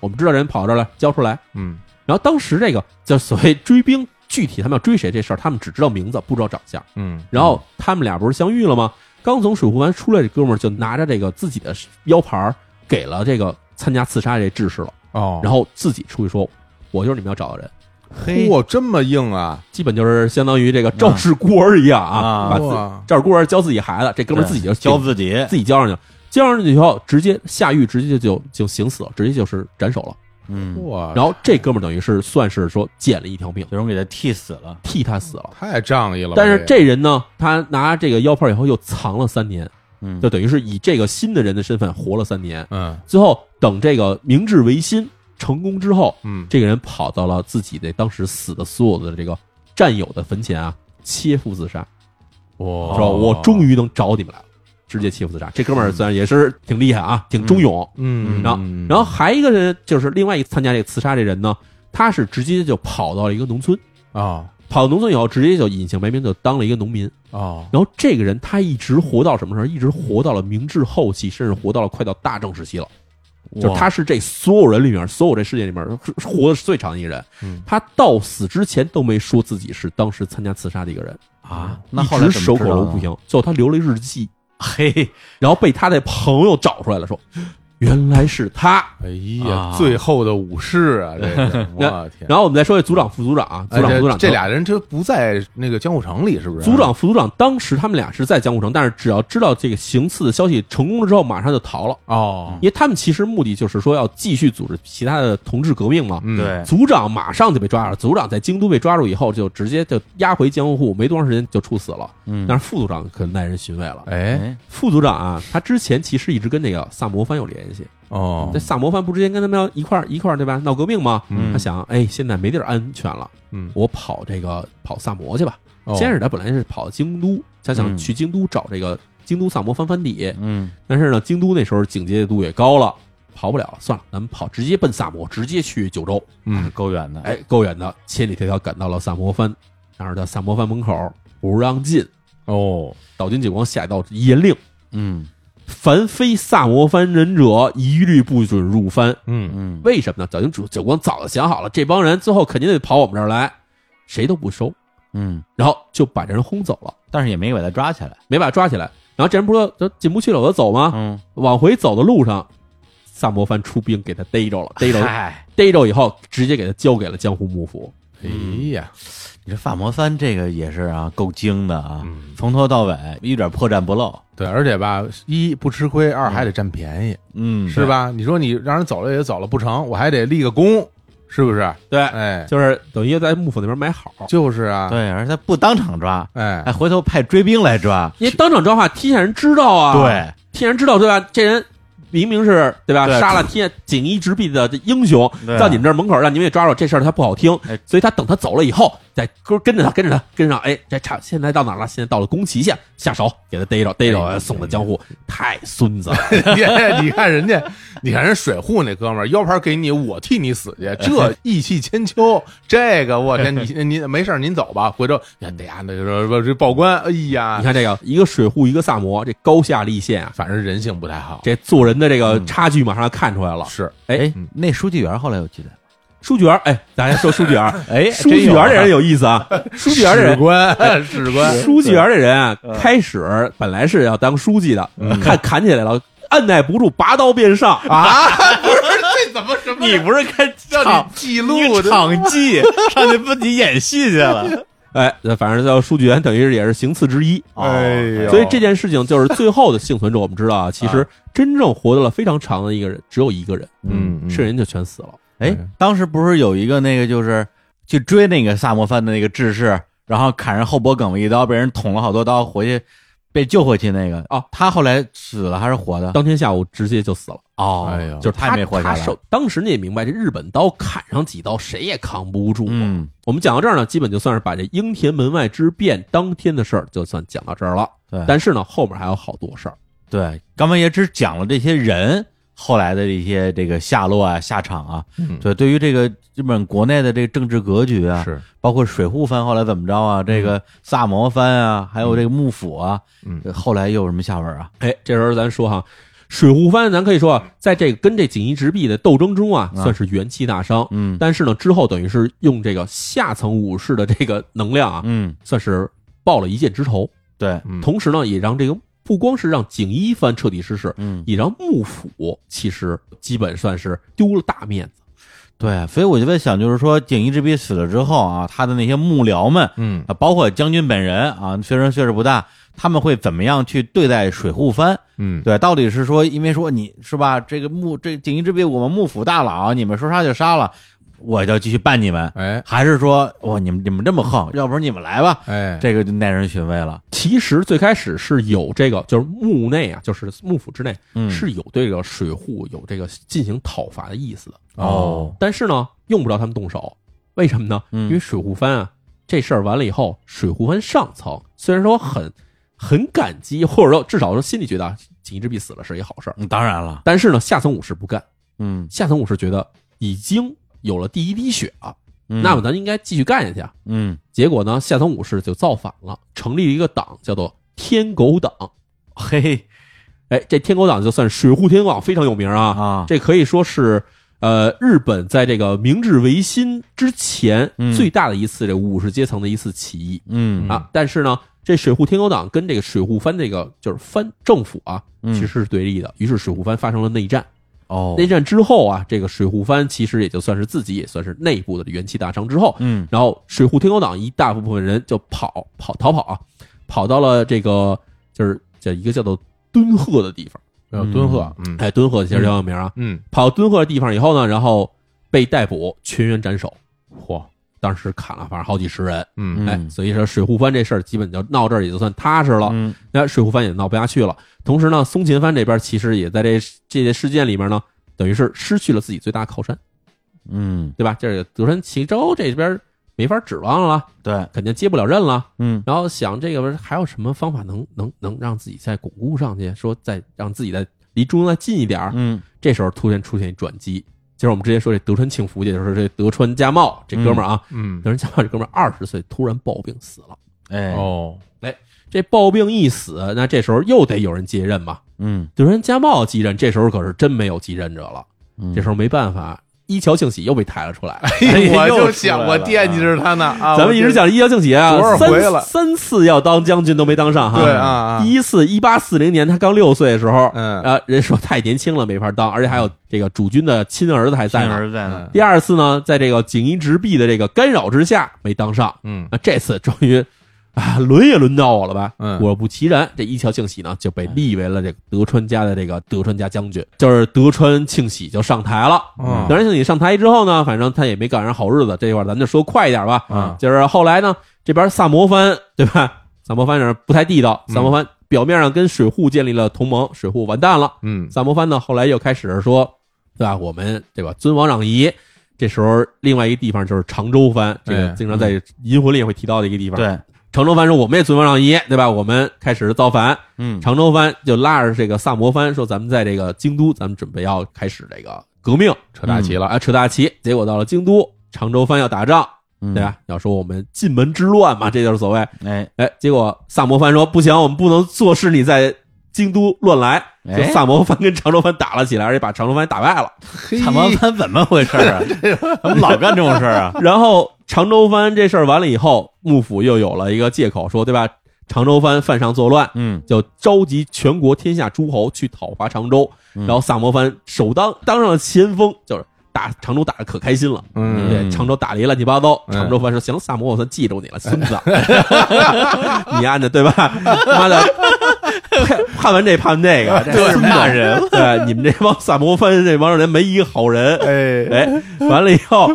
C: 我们知道人跑这儿来，交出来。
D: 嗯
C: 然后当时这个就所谓追兵，具体他们要追谁这事儿，他们只知道名字，不知道长相。
D: 嗯，
C: 然后他们俩不是相遇了吗？刚从水户湾出来，这哥们儿就拿着这个自己的腰牌儿给了这个参加刺杀这志士了，
D: 哦，
C: 然后自己出去说：“我就是你们要找的人。”
A: 嘿，
D: 哇，这么硬啊
C: 基本就是相当于这个肇事孤儿一样
A: 啊
C: 啊，把自
D: 哇
C: 肇事孤儿教自己孩子，这哥们儿自己就
A: 教自己，
C: 自己交上去了，交上去以后直接下狱，直接就就就行死了，直接就是斩首了。
A: 嗯，
D: 哇，
C: 然后这哥们儿等于是算是说捡了一条命，
A: 最终给他替死了。
C: 替他死了。
D: 太仗义了吧。
C: 但是这人呢，他拿这个腰炮以后又藏了三年，
A: 嗯
C: 就等于是以这个新的人的身份活了三年。
D: 嗯
C: 最后等这个明治维新成功之后，
D: 嗯
C: 这个人跑到了自己的当时死的所有的这个战友的坟前啊，切腹自杀，
B: 哦
D: 哇
C: 说我终于能找你们来了，直接切腹自杀。这哥们儿虽然也是挺厉害啊，挺忠勇，
D: 嗯，
C: 然后
D: 嗯
C: 然后还一个人就是另外一个参加这个刺杀这人呢，他是直接就跑到了一个农村，
D: 哦
C: 跑到农村以后直接就隐姓埋名就当了一个农民。
D: 哦
C: 然后这个人他一直活到什么时候？一直活到了明治后期，甚至活到了快到大正时期了。就是他是这所有人里面，所有这世界里面是是活的最长的一个人。
D: 嗯
C: 他到死之前都没说自己是当时参加刺杀的一个人，
A: 啊，
C: 一
A: 那后来
C: 直
A: 怎么
C: 守口
A: 知道
C: 如
A: 的
C: 瓶。最后他留了一日记，
A: 嘿，
C: 然后被他的朋友找出来了，说原来是他。
D: 哎
A: 啊
D: 呀，最后的武士啊，这是我天！
C: 然后我们再说这组长、副组长啊，组
D: 哎
C: 长、副组
D: 这
C: 长
D: 这俩人这不在那个江户城里，是不是？
C: 组长、副组长当时他们俩是在江户城，但是只要知道这个行刺的消息成功了之后，马上就逃了，
D: 哦，
C: 因为他们其实目的就是说要继续组织其他的同志革命嘛。
D: 嗯，
A: 对，
C: 组长马上就被抓了，组长在京都被抓住以后，就直接就押回江户，没多长时间就处死了。
A: 嗯
C: 但是副组长可耐人寻味了。
D: 哎，
A: 哎，
C: 副组长啊，他之前其实一直跟那个萨摩藩有联系，
D: 哦
C: 这，萨摩藩不之前跟他们要一块儿一块儿对吧？闹革命嘛，
A: 嗯
C: 他想，哎，现在没地儿安全了，
D: 嗯
C: 我跑这个跑萨摩去吧。
D: 哦
C: 先是他本来是跑京都，他想
A: 嗯
C: 去京都找这个京都萨摩藩藩邸，
A: 嗯
C: 但是呢，京都那时候警戒度也高了，跑不了，算了，咱们跑直接奔萨摩，直接去九州。
D: 嗯，
A: 够远的，
C: 哎，够远的，千里迢迢赶到了萨摩藩，然后到萨摩藩门口不让进，
D: 哦，
C: 岛津久光下一道严令，
A: 嗯
C: 凡非萨摩藩忍者，一律不准入藩。
D: 嗯
A: 嗯，
C: 为什么呢？岛津久久光早就想好了，这帮人最后肯定得跑我们这儿来，谁都不收，
A: 嗯，
C: 然后就把这人轰走了，
A: 但是也没把他抓起来，
C: 没把他抓起来。然后这人不是说进不去了，我就走吗？
A: 嗯，
C: 往回走的路上，萨摩藩出兵给他逮着了，逮着
A: 嗨，
C: 逮着以后，直接给他交给了江户幕府。
D: 哎呀，
A: 你这法魔三这个也是啊，够精的啊，
D: 嗯
A: 从头到尾一点破绽不露，
D: 对，而且吧，一不吃亏，二还得占便宜，
A: 嗯，
D: 是吧？你说你让人走了也走了不成，我还得立个功，是不是？
C: 对，
D: 哎，
C: 就是等于在幕府那边买好，
D: 就是啊，
A: 对？对，而且他不当场抓，
D: 哎
A: 哎，，回头派追兵来抓，
C: 因为当场抓话，天下人知道啊，，
A: 对，
C: 天下人知道对吧？这人明明是对吧，
A: 对
C: 杀了天锦衣直臂的这英雄，
A: 对
C: 到你们这儿门口让你们给抓住，这事儿他不好听
A: 哎，
C: 所以他等他走了以后，再跟跟着他，跟着他，跟上，哎，这差现在到哪儿了？现在到了宫崎县，下手给他逮着，逮
A: 哎
C: 着送到江户，太 孙子了，
D: 你看人家，你看人水户那哥们儿，腰牌给你，我替你死去，这义气千秋，这个我天，你您没事儿您走吧，回头呀，得呀，那个这报官，哎呀
C: 你，看这个一个水户，一个萨摩，这高下立现啊，
D: 反正人性不太好，
C: 这做人的这个
A: 嗯
C: 差距马上要看出来了。
D: 是
A: 哎
D: 嗯，
A: 那书记员后来我 记得，
C: 书记员，哎，大家说书记员，
A: 哎，
C: 书记员这人有意思啊，书记员这
D: 史
C: 人。
D: 官，史官，
C: 书记员这人啊，开始本来是要当书记的，看砍起来了，按耐不住，拔刀便上啊！
D: 这怎么什么
A: 你不是该
D: 让
A: 唱
D: 你记录的？
A: 场记上去问你演戏去了？
C: 哎，反正叫书记员，等于是也是行刺之一。
D: 哎呦，
C: 所以这件事情就是最后的幸存者，我们知道啊，其实真正活到了非常长的一个人只有一个人，
D: 嗯嗯
C: 剩人就全死了。
A: 哎，当时不是有一个那个就是去追那个萨摩藩的那个志士，然后砍人后脖梗一刀，被人捅了好多刀，回去被救回去那个
C: 哦
A: 他后来死了还是活的？
C: 当天下午直接就死了，
A: 哦，
D: 哎呦
A: 就是
C: 他
A: 太没活下
C: 他
A: 来。
C: 手当时你也明白，这日本刀砍上几刀谁也扛不住啊。
A: 嗯，
C: 我们讲到这儿呢，基本就算是把这英田门外之变当天的事儿就算讲到这儿了。
A: 对，
C: 但是呢，后面还有好多事儿。
A: 对，刚才也只讲了这些人后来的一些这个下落啊、下场啊。
D: 嗯
A: 对，对于这个日本国内的这个政治格局啊，
D: 是
A: 包括水户藩后来怎么着啊，这个萨摩藩啊，还有这个幕府啊，
D: 嗯
A: 这后来又有什么下文啊？
C: 哎，这时候咱说哈，水户藩，咱可以说啊，在这个跟这锦衣直弼的斗争中啊，
A: 啊
C: 算是元气大伤。
A: 嗯
C: 但是呢，之后等于是用这个下层武士的这个能量啊，
A: 嗯，
C: 算是报了一箭之仇。
A: 对，
D: 嗯
C: 同时呢，也让这个不光是让锦衣藩彻底失势，
A: 嗯，
C: 也让幕府其实基本算是丢了大面子。
A: 对，所以我就在想，就是说锦衣之笔死了之后啊，他的那些幕僚们
D: 嗯
A: 啊，包括将军本人啊，虽然岁数不大，他们会怎么样去对待水户藩？
D: 嗯，
A: 对，到底是说，因为说你是吧，这个幕这锦衣之笔，我们幕府大佬，你们说杀就杀了，我就继续办你们，
D: 哎
A: 还是说哇，你们你们这么横，要不然你们来吧？
D: 哎，
A: 这个就耐人寻味了。
C: 其实最开始是有这个，就是幕内啊，就是幕府之内、
A: 嗯
C: 是有对这个水户有这个进行讨伐的意思的。
A: 哦，
C: 但是呢，用不着他们动手，为什么呢？
A: 嗯
C: 因为水户藩啊，这事儿完了以后，水户藩上层虽然说很很感激，或者说至少说心里觉得啊，锦衣之弊死了是一好事儿，
A: 嗯当然了，
C: 但是呢，下层武士不干，
A: 嗯，
C: 下层武士觉得已经有了第一滴血了，
A: 嗯
C: 那么咱应该继续干下去啊。
A: 嗯
C: 结果呢，下层武士就造反了，成立了一个党，叫做天狗党。
A: 嘿
C: 哎，这天狗党就算水户天狗党非常有名啊，
A: 啊，
C: 这可以说是呃日本在这个明治维新之前
A: 嗯
C: 最大的一次这武士阶层的一次起义、
A: 嗯
C: 啊。但是呢，这水户天狗党跟这个水户藩这个就是藩政府啊，
A: 嗯
C: 其实是对立的。于是水户藩发生了内战。
A: 哦
C: 内战之后啊，这个水户藩其实也就算是自己也算是内部的元气大伤之后，
A: 嗯
C: 然后水户天狗党一大部分人就跑跑逃跑啊，跑到了这个就是叫一个叫做敦贺的地方。
D: 要敦贺，嗯
C: 哎，敦贺其实挺有名啊。
D: 嗯，
C: 跑到敦贺的地方以后呢，然后被逮捕，全员斩首。嚯！当时砍了反正好几十人，
D: 嗯
C: 哎，所以说水户藩这事儿基本就闹这儿也就算踏实了。
A: 嗯
C: 那、水户藩也闹不下去了。同时呢，松前藩这边其实也在这这些事件里面呢，等于是失去了自己最大靠山，
A: 嗯，
C: 对吧？这个德川齐州这边没法指望了，
A: 对，
C: 肯定接不了任了。
A: 嗯
C: 然后想这个还有什么方法能能能让自己再巩固上去，说再让自己再离中央再近一点儿。
A: 嗯
C: 这时候突然出现一转机，就是我们之前说这德川庆福，也就是这德川家茂这哥们儿啊，
D: 嗯
C: 德川家茂这哥们儿二十岁突然暴病死了。
A: 哎
D: 哦，
C: 这暴病一死，那这时候又得有人接任嘛。
A: 嗯
C: 德川家茂继任，这时候可是真没有继任者了。
A: 嗯
C: 这时候没办法，一桥庆喜又被抬了出来。
A: 哎
D: 我
A: 又
D: 就
A: 出
D: 想
A: 来
D: 我
A: 了
D: 惦记着他呢 啊，
C: 咱们一直
D: 讲
C: 讲一桥庆喜啊，
D: 多少回
C: 三
D: 了
C: 三次要当将军都没当上哈。
D: 对啊啊
C: 第一次一八四零年他刚六岁的时候，
D: 嗯
C: 啊，人说太年轻了没法当，而且还有这个主君的亲儿子还在
A: 亲
C: 呢。
A: 儿子在
D: 嗯
A: 呢，
C: 啊第二次呢，在这个锦衣直弼的这个干扰之下没当上，
D: 嗯
C: 那这次终于啊，轮也轮到我了吧？
D: 嗯
C: 果不其然，这一桥庆喜呢就被立为了这个德川家的这个德川家将军，就是德川庆喜就上台了。
D: 嗯
C: 德川庆喜上台之后呢，反正他也没赶上好日子，这一块儿咱们就说快一点吧。
D: 嗯
C: 就是后来呢，这边萨摩藩对吧？萨摩藩这不太地道，萨摩藩表面上跟水户建立了同盟，水户完蛋了。
D: 嗯
C: 萨摩藩呢，后来又开始说，对吧？我们对吧？尊王攘夷。这时候，另外一个地方就是常州藩，这个
D: 哎
C: 经常在《银魂》里也会提到的一个地方。，
A: 对，
C: 常州藩说我们也尊王攘夷，对吧？我们开始造反。
A: 嗯
C: 常州藩就拉着这个萨摩藩说，咱们在这个京都，咱们准备要开始这个革命，
D: 扯大旗了，
C: 啊，扯大旗。结果到了京都，常州藩要打仗，
A: 嗯
C: 对啊吧？要说我们进门之乱嘛，这就是所谓。
A: 哎
C: 哎，结果萨摩藩说不行，我们不能坐视你在京都乱来。就
A: 哎
C: 萨摩藩跟常州藩打了起来，而且把常州藩打败了。
D: 嘿
A: 萨摩藩怎么回事啊？怎么老干这种事儿啊？
C: 然后常州藩这事儿完了以后，幕府又有了一个借口，说对吧？常州藩犯上作乱，
A: 嗯
C: 就召集全国天下诸侯去讨伐常州。
A: 嗯
C: 然后萨摩藩首当当上了前锋，就是打常州打的可开心了。
D: 嗯
C: 对，常州打了一乱七八糟，常州藩说：“行，萨摩我算记住你了，孙 子，你按的对吧？妈的，盼完这盼完那个，这孙子
A: 骂人，
C: 对，你们这帮萨摩藩这帮人没一个好人。
D: 哎
C: 哎，完了以后，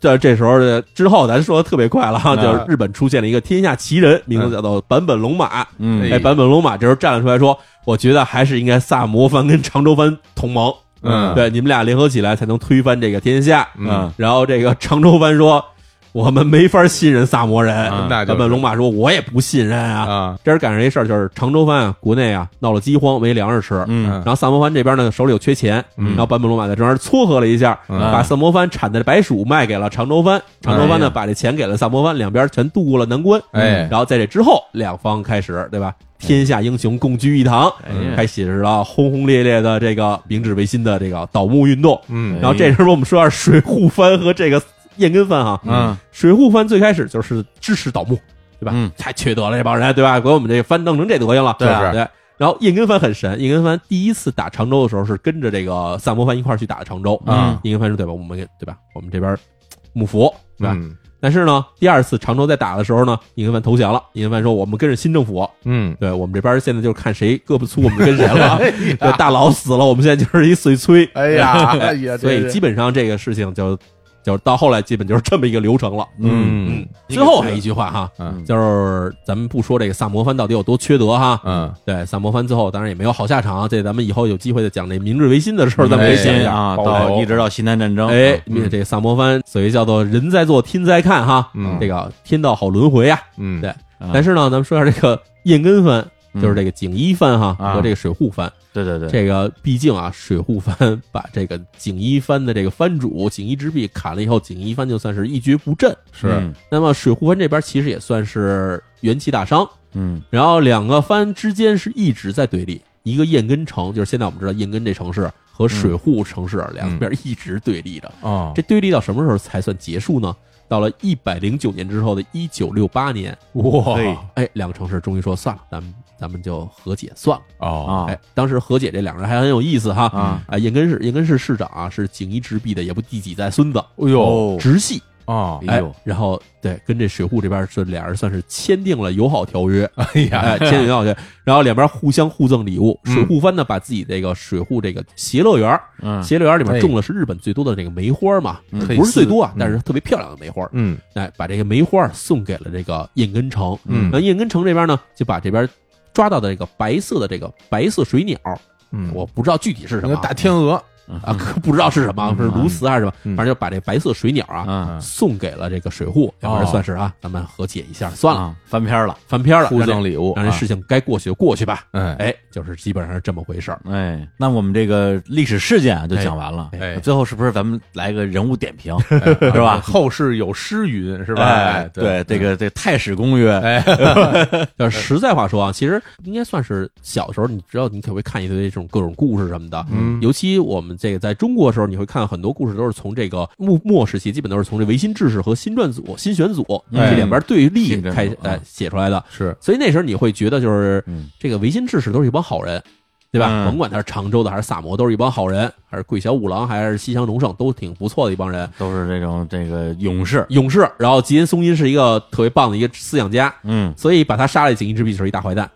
C: 这这时候的之后，咱说的特别快了哈，就是日本出现了一个天下奇人，名字叫做坂本龙马。
A: 嗯
C: 嗯哎，
D: 哎
C: 坂本龙马这时候站了出来说：“我觉得还是应该萨摩藩跟常州藩同盟，
D: 嗯
C: 对，你们俩联合起来才能推翻这个天下。”
A: 嗯，
C: 然后这个常州藩说：“我们没法信任萨摩人。
D: 嗯那就是
C: 坂本龙马说：“我也不信任啊。
D: 啊
C: 这时赶上一事儿，就是常州藩啊，国内啊闹了饥荒，没粮食吃。
A: 嗯
C: 然后萨摩藩这边呢手里又缺钱，
D: 嗯
C: 然后坂本龙马在中间撮合了一下，
D: 嗯
C: 把萨摩藩产的白薯卖给了常州藩，常州藩
A: 哎
C: 呢
A: 呀
C: 把这钱给了萨摩藩，两边全渡过了难关。
D: 哎
C: 然后在这之后，两方开始对吧？天下英雄共聚一堂，
D: 哎
A: 呀
C: 开始了轰轰烈烈的这个明治维新的这个倒幕运动。
D: 嗯
A: 哎
C: 然后这时候我们说下水户藩和这个燕根藩哈，
A: 嗯
C: 水户藩最开始就是支持倒幕，对吧？
A: 嗯
C: 太缺德了这帮人，对吧？给我们这藩弄成这德行了，
A: 对啊
C: 对。然后叶根藩很神，叶根藩第一次打常州的时候是跟着这个萨摩藩一块儿去打的常州
A: 嗯
C: 叶根藩说对吧，我们对吧，我们这边儿幕府对吧？
D: 嗯
C: 但是呢，第二次常州在打的时候呢，叶根藩投降了。叶根藩说我们跟着新政府，
D: 嗯，
C: 对我们这边儿现在就是看谁胳膊粗，我们就跟谁 了。
D: 哎
C: 对，大佬死了，我们现在就是一碎催。
D: 哎呀， 哎呀，
C: 所以
D: 这
C: 基本上这个事情就就到后来基本就是这么一个流程了。
D: 嗯
C: 最后还一句话哈，
D: 嗯
C: 就是咱们不说这个萨摩藩到底有多缺德哈，
D: 嗯，
C: 对萨摩藩最后当然也没有好下场，这咱们以后有机会再讲这明治维新的时候咱们可
A: 维
C: 以讲一
A: 新
C: 下。
A: 啊，
D: 保
A: 到
D: 留
A: 一直到西南战争，
C: 哎，
D: 哎嗯
C: 这萨摩藩所谓叫做人在做天在看哈，
D: 嗯
C: 这个天道好轮回啊。
D: 嗯
C: 对
A: 啊
C: 但是呢，咱们说一下这个燕根藩，
A: 嗯
C: 就是这个锦衣藩哈
D: 啊
C: 和这个水户藩，
A: 对对对，
C: 这个毕竟啊，水户藩把这个锦衣藩的这个藩主锦衣之弼砍了以后，锦衣藩就算是一蹶不振。
A: 嗯
C: 那么水户藩这边其实也算是元气大伤，
A: 嗯
C: 然后两个藩之间是一直在对立，一个燕根城，就是现在我们知道燕根这城市和水户城市两边一直对立
B: 嗯
C: 着。
D: 哦，
C: 这对立到什么时候才算结束呢？到了一百零九年之后的一九六八年，
A: 可以
D: 哇
C: 哎，两个城市终于说算了，咱们咱们就和解算了。
D: 哦
A: 啊
C: 哎，当时和解这两人还很有意思哈。
A: 啊，
C: 啊，燕根市燕根市市长啊，是锦衣之弼的，也不第几代孙子，
D: 哎呦
C: 直系。
D: 哦，
A: 哎
C: 哎
A: 呦，
C: 然后对，跟这水户这边是俩人算是签订了友好条约，
D: 哎呀，
C: 哎，签订友好条约，然后两边互相互赠礼物。
D: 嗯
C: 水户藩呢，把自己这个水户这个偕乐园儿，
A: 嗯
C: 偕乐园里
D: 哎
C: 面种的是日本最多的这个梅花嘛，
A: 嗯
C: 不是最多啊，但是
D: 嗯
C: 特别漂亮的梅花，
D: 嗯
C: 哎，把这个梅花送给了这个燕根城。
D: 嗯
C: 那燕根城这边呢，就把这边抓到的这个白色的这个白色水鸟，
D: 嗯，
C: 我不知道具体是什
D: 那
C: 么
D: 个
C: 啊，
D: 大天鹅，
C: 啊，可不知道是什么，
D: 嗯
C: 是鸬鹚还是什么，
D: 嗯哦
C: 反正就把这白色水鸟啊
A: 啊
C: 送给了这个水户，两个人算是啊，咱们和解一下算了，
A: 啊，翻篇了，
C: 翻篇了，
D: 互赠
C: 礼，
D: 礼物，啊
C: 让这事情该过去就过去吧。
D: 嗯
C: 哎，就是基本上是这么回 事儿。
A: 哎，那我们这个历史事件啊就讲完了，
D: 哎哎
A: 最后是不是咱们来个人物点评？
D: 是
A: 是 吧
D: 后世有诗云是吧？
A: 哎
D: 哎，
A: 对，
B: 嗯
A: 这个这《太史公约》
D: 哎
C: 但是实在话说啊，其实应该算是小时候，你知道你可会看一堆这种各种故事什么的。
D: 嗯
C: 尤其我们这个在中国的时候，你会看很多故事都是从这个幕末时期，基本都是从这维新志士和新撰组、新选组
A: 哎
C: 这两边对立
A: 新撰组
C: 开
A: 啊
C: 哎写出来的。
D: 是
C: 所以那时候你会觉得就是
A: 嗯
C: 这个维新志士都是一帮好人，对吧？
A: 嗯
C: 甭管他是常州的还是萨摩，都是一帮好人，还是桂小五郎还是西乡隆盛，都挺不错的一帮人。
A: 都是这种这个勇士，
C: 勇士，然后吉恩松阴是一个特别棒的一个思想家，
A: 嗯
C: 所以把他杀了锦衣之弼就是一大坏蛋。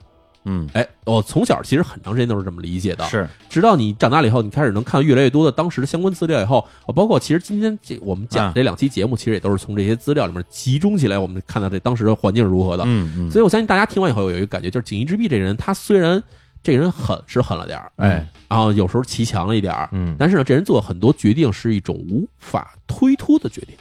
A: 嗯，
C: 哎，我从小其实很长时间都是这么理解的，
A: 是
C: 直到你长大了以后，你开始能看越来越多的当时的相关资料以后，啊包括其实今天这我们讲
A: 嗯
C: 这两期节目，其实也都是从这些资料里面集中起来，我们看到这当时的环境是如何的。
A: 嗯嗯，
C: 所以我相信大家听完以后有一个感觉，就是锦衣之弼这人，他虽然这人狠是狠了点儿，
D: 哎，
C: 然后有时候骑强了一点儿，
D: 嗯
C: 但是呢，这人做很多决定是一种无法推脱的决定，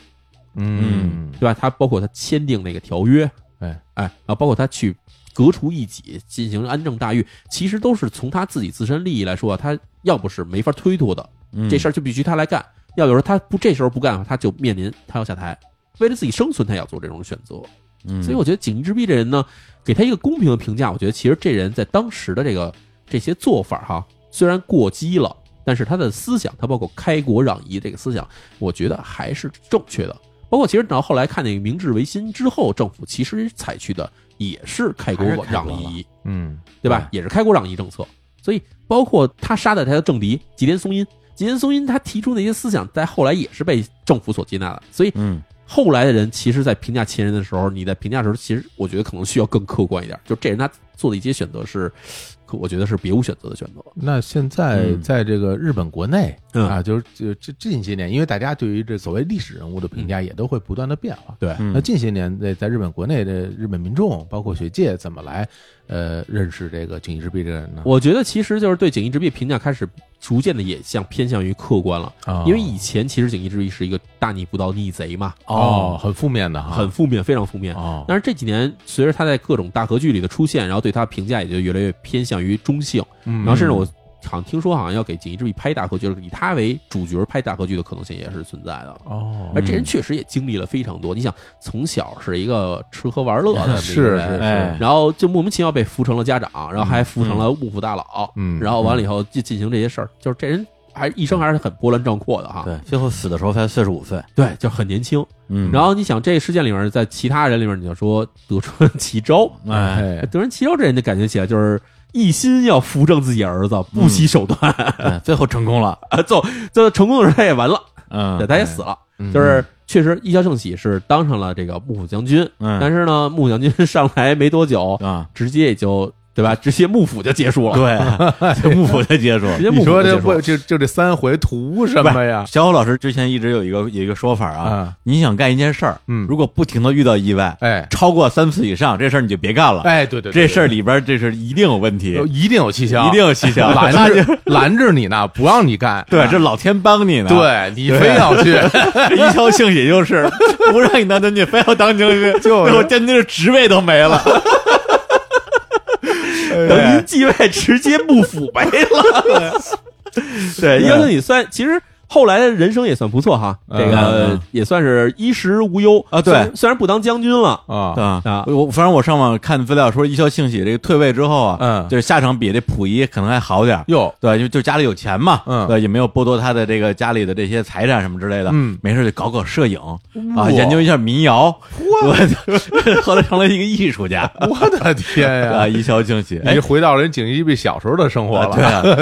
D: 嗯
C: 对吧？他包括他签订那个条约，
D: 哎
C: 哎，然后包括他去革除异己，进行安政大狱，其实都是从他自己自身利益来说啊，他要不是没法推脱的，
A: 嗯
C: 这事儿就必须他来干；要有时候他不这时候不干，他就面临他要下台。为了自己生存，他也要做这种选择。
A: 嗯
C: 所以我觉得锦衣之弼这人呢，给他一个公平的评价，我觉得其实这人在当时的这个这些做法哈，虽然过激了，但是他的思想，他包括开国攘夷这个思想，我觉得还是正确的。包括其实到后来看那个明治维新之后，政府其实采取的也是开国
A: 还是开
C: 攘
A: 国了
C: 夷，
D: 嗯
C: 对吧？也是开国攘夷政策。所以包括他杀的他的政敌吉田松阴，吉田松阴他提出那些思想，在后来也是被政府所接纳的。所以
A: 嗯
C: 后来的人，其实，在评价前人的时候，你在评价的时候，其实我觉得可能需要更客观一点。就这人他做的一些选择是，可我觉得是别无选择的选择。
D: 那现在
A: 嗯
D: 在这个日本国内
C: 嗯
D: 啊，就是就这近些年，因为大家对于这所谓历史人物的评价也都会不断的变化。
C: 对
A: 嗯
D: 那近些年在在日本国内的日本民众，包括学界，怎么来呃认识这个锦衣之弼这个人呢？
C: 我觉得其实就是对锦衣之弼评价开始逐渐的也向偏向于客观了，
D: 啊
C: 因为以前其实锦衣之弼是一个大逆不道逆贼嘛，
D: 哦，很负面
B: 啊
D: 的哈，
C: 很负面，非常负面。
D: 哦，
C: 但是这几年随着他在各种大合剧里的出现，然后对他评价也就越来越偏向于中性，
D: 然
B: 嗯
C: 然后甚
D: 嗯
C: 至我好像听说好像要给锦衣之弼拍大合剧，就是以他为主角拍大合剧的可能性也是存在的。
D: 哦
C: 而这人确实也经历了非常多。你想，从小是一个吃喝玩乐的
D: 是
C: 这么一
D: 是
C: 个人
D: 是
A: 哎
C: 然后就莫名其妙被扶成了家长，然后还扶成了幕府大佬，
D: 嗯
C: 然后完了以后就进行这些事儿，就是这人还一生还是很波澜壮阔的哈。
A: 对，最后死的时候才四十五岁，
C: 对，就很年轻。
A: 嗯
C: 然后你想，这事件里面，在其他人里面，你就说德川齐昭，
A: 哎
D: 哎
C: 德川齐昭这人就感觉起来就是一心要扶正自己儿子，不
D: 嗯
C: 惜手段
A: 对最后成功了，
C: 啊，就就成功的时候他也完了，
A: 嗯，
C: 对，他也死了。
D: 嗯
C: 就是确实，一消胜喜是当上了这个幕府将军，
A: 嗯
C: 但是呢，幕府将军上来没多 久，
A: 啊，
C: 直接也就对吧？直接幕府就结束了，
A: 对，就幕府的结束。
C: 直接幕
D: 你
C: 府
D: 说
C: 就
D: 这
C: 结束
D: 不
C: 了。
D: 就就这三回图什么呀？
A: 小虎老师之前一直有一个有一个说法啊
D: 啊，
A: 你想干一件事儿，
D: 嗯
A: 如果不停的遇到意外，
D: 哎
A: 超过三次以上，这事儿你就别干了。
D: 哎，对对，对
A: 这事儿里边儿这是一定有问题，
D: 有一定有蹊跷，
A: 一定有蹊跷。
D: 拦
A: 那就
D: 着拦着你呢，不让你干，
A: 对，这老天帮你呢。，
D: 对你非要 去，
A: 这一消兴也就是 不让你当将军，非要当将军，
D: 就是
A: 最后将军的职位都没了。
C: 等于继位，直接幕府 没了。对，一消胜喜算其实。后来的人生也算不错哈，这
A: 嗯
C: 个
A: 嗯
C: 也算是衣食无忧
A: 啊对
C: 虽然虽然不当将军了，
D: 啊
A: 啊
C: 啊
A: 我我反正我上网看资料说，一消兴喜这个退位之后啊，
D: 嗯
A: 就是下场比这溥仪可能还好点儿。
D: 哟，
A: 对，就就家里有钱嘛，
D: 嗯
A: 对，也没有剥夺他的这个家里的这些财产什么之类的，
D: 嗯
A: 没事就搞搞摄影啊，研究一下民谣，我 后来成了一个艺术 家
D: 我的天
A: 啊，
D: 呀！
A: 一消兴喜，
D: 你
A: 哎
D: 就，回到了人景一碧小时候的生活
A: 对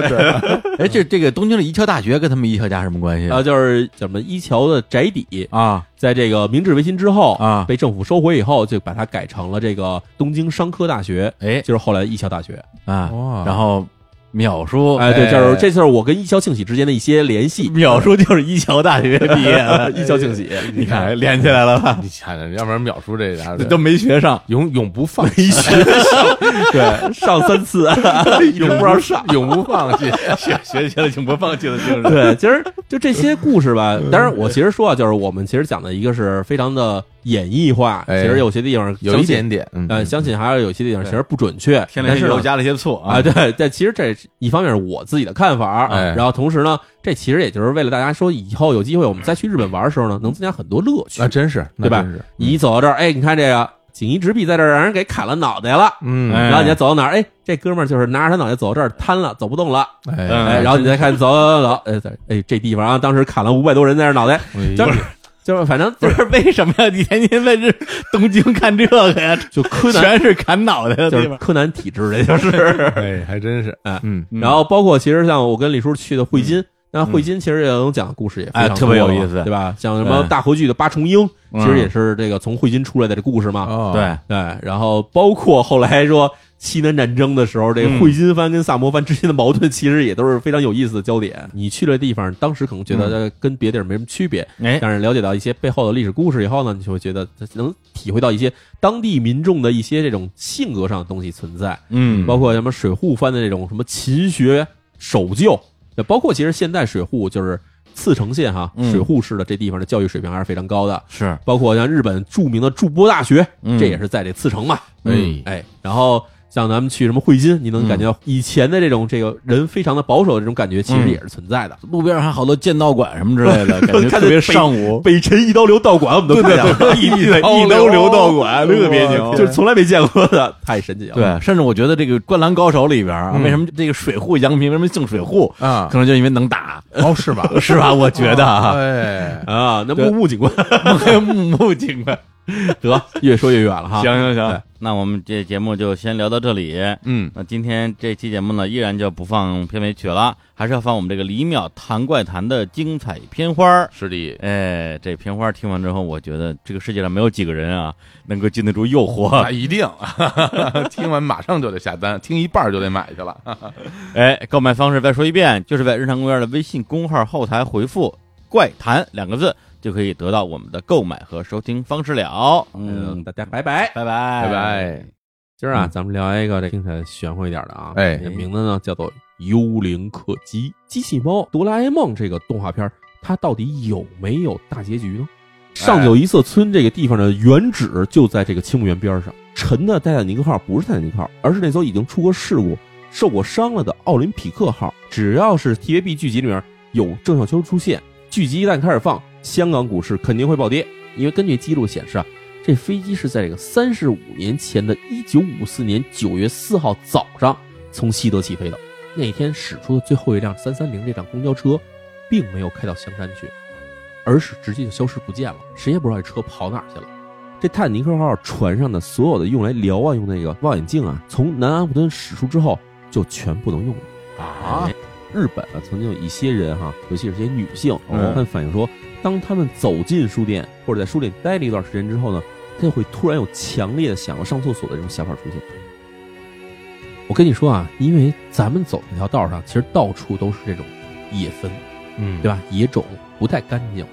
D: 了，
A: 啊，哎，这这个东京的一桥大学跟他们一桥家什么关系
C: 然后啊就是叫什么一桥的宅邸，
A: 啊？
C: 在这个明治维新之后
A: 啊
C: 被政府收回以后，就把它改成了这个东京商科大学，
A: 哎
C: 就是后来的艺校大学。
A: 啊
D: 哇，
A: 然后淼叔，
C: 哎，对，
D: 哎
C: 就是这就是我跟一桥庆喜之间的一些联系。
A: 淼叔就是一桥大学毕业的，
C: 一桥庆喜，
A: 你看连起来了吧？
D: 你想想，要不然秒叔这家
A: 啊都没学上，
D: 永永不放，
C: 对，上三次， 永不让上。
D: 永不放 弃。
A: 学学习了，请不放弃的精神。
C: 对，其实就这些故事吧。
D: 嗯
C: 当然，我其实说啊，就是我们其实讲的一个是非常的演绎化，其
D: 哎
C: 实有些地方
D: 有
C: 相
D: 一
C: 信
D: 点，点，嗯
C: 呃，相信还有有些地方
D: 对
C: 其实不准确。
A: 添了
C: 但
A: 些
C: 是呢
A: 油，加了些醋啊
C: 啊，，对，但其实这是一方面是我自己的看法，
D: 哎
C: 然后同时呢，这其实也就是为了大家说以后有机会我们再去日本玩的时候呢，能增加很多乐趣
D: 那。真是，那
C: 对吧
D: 真是
C: 你一走到这儿，哎，你看这个锦衣直臂在这儿让人给砍了脑袋了，
D: 嗯，
A: 哎
C: 然后你再走到哪儿，哎，这哥们儿就是拿着他脑袋走到这儿瘫了，走不动了，
A: 嗯
C: 哎，然后你再看走走走，哎对哎，这地方啊，当时砍了五百多人在这儿脑袋，就是就是反正
A: 不
C: 就是
A: 为什么呀？你天天在这东京看这个呀，
C: 就柯南
A: 全是砍脑袋的
C: 就
A: 地
C: 是
A: 方。
C: 柯南体质，这 就是。
D: 哎，还真是
C: 哎，
D: 嗯，
A: 嗯
C: 然后包括其实像我跟李叔去的汇金，那汇金其实也能讲的故事也非
A: 哎
C: 常
A: 特别
C: 多了
A: 有
C: 嘛
A: 意思
C: 对吧？像什么
A: 嗯
C: 大河剧的八重樱，其
A: 嗯
C: 实也是这个从汇金出来的这故事嘛。
D: 哦，
A: 对，
C: 对，然后包括后来说西南战争的时候，这个
A: 嗯
C: 汇金藩跟萨摩藩之间的矛盾，其实也都是非常有意思的焦点。你去了地方，当时可能觉得
A: 嗯
C: 呃跟别地儿没什么区别，
A: 哎，
C: 但是了解到一些背后的历史故事以后呢，你就会觉得能体会到一些当地民众的一些这种性格上的东西存在，
A: 嗯
C: 包括什么水户藩的这种什么勤学守旧，对包括其实现在水户就是茨城县哈，
A: 嗯
C: 水户市的这地方的教育水平还是非常高的。
A: 是
C: 包括像日本著名的筑波大学，
A: 嗯
C: 这也是在这茨城嘛，
A: 嗯
C: 哎，然后像咱们去什么汇金，你能感觉到以前的这种这个人非常的保守的这种感觉，其
A: 嗯
C: 实也是存在的。
A: 路边上还好多剑道馆什么之类的，感觉
C: 看
A: 特别
C: 那
A: 上午。
C: 北辰一刀流道馆，我们都看见了，
A: 一一
D: 刀
A: 刀
D: 流
A: 流道馆特别牛
D: 我，
C: 就是从来没见过的，太神奇了。，
A: 对，甚至我觉得这个《灌篮高手》里边啊，为什么这个水户杨平为什么姓水户，
D: 啊
A: 可，能就因为能 打，
D: 哦，是吧？
A: 是吧？我觉得啊，
D: 哎，
C: 啊，那
A: 对
C: 木木警官，
A: 啊 木木警官。
C: 得越说越远了哈。
A: 行行行
C: 对，
A: 那我们这节目就先聊到这里。
D: 嗯，
A: 那今天这期节目呢，依然就不放片尾曲了，还是要放我们这个李淼谈怪谈的精彩片花儿。
B: 是的，
A: 哎，这片花儿听完之后，我觉得这个世界上没有几个人啊能够经得住诱惑
B: 那。一定，啊
D: 听完马上就得下单，听一半儿就得买去了。
A: 哎，购买方式再说一遍，就是在日常公园的微信公号后台回复“怪谈”两个字，就可以得到我们的购买和收听方式了。
C: 嗯，
A: 嗯，
C: 大家拜拜。
A: 拜拜，
D: 拜。拜，
C: 今儿啊，咱们聊一个这听起来玄乎一点的啊，
D: 哎
C: 这名字呢叫做《幽灵客机》。机器猫哆啦 A 梦这个动画片儿，它到底有没有大结局呢？哎上九一色村这个地方的原址就在这个青木园边上。沉的泰坦尼克号不是泰坦尼克号，而是那艘已经出过事故、受过伤了的奥林匹克号。只要是 TVB 剧集里面有郑少秋出现，剧集一旦开始放，香港股市肯定会暴跌，因为根据记录显示啊，这飞机是在这个三十五年前的一九五四年九月四号早上从西德起飞的。那天驶出的最后一辆三三零这辆公交车，并没有开到香山去，而是直接就消失不见了，谁也不知道这车跑哪儿去了。这泰啊坦尼克号船上的所有的用来瞭望用那个望远镜啊，从南安普敦驶出之后，就全不能用了。
B: 啊
C: 哎，日本啊，曾经有一些人哈、尤其是一些女性，
A: 嗯
C: 她们反映说，当她们走进书店或者在书店待了一段时间之后呢，她就会突然有强烈的想要上厕所的这种想法出现。我跟你说啊，因为咱们走这条道上，其实到处都是这种野坟，
D: 嗯，
C: 对
D: 吧？
C: 吧？野种不太干净，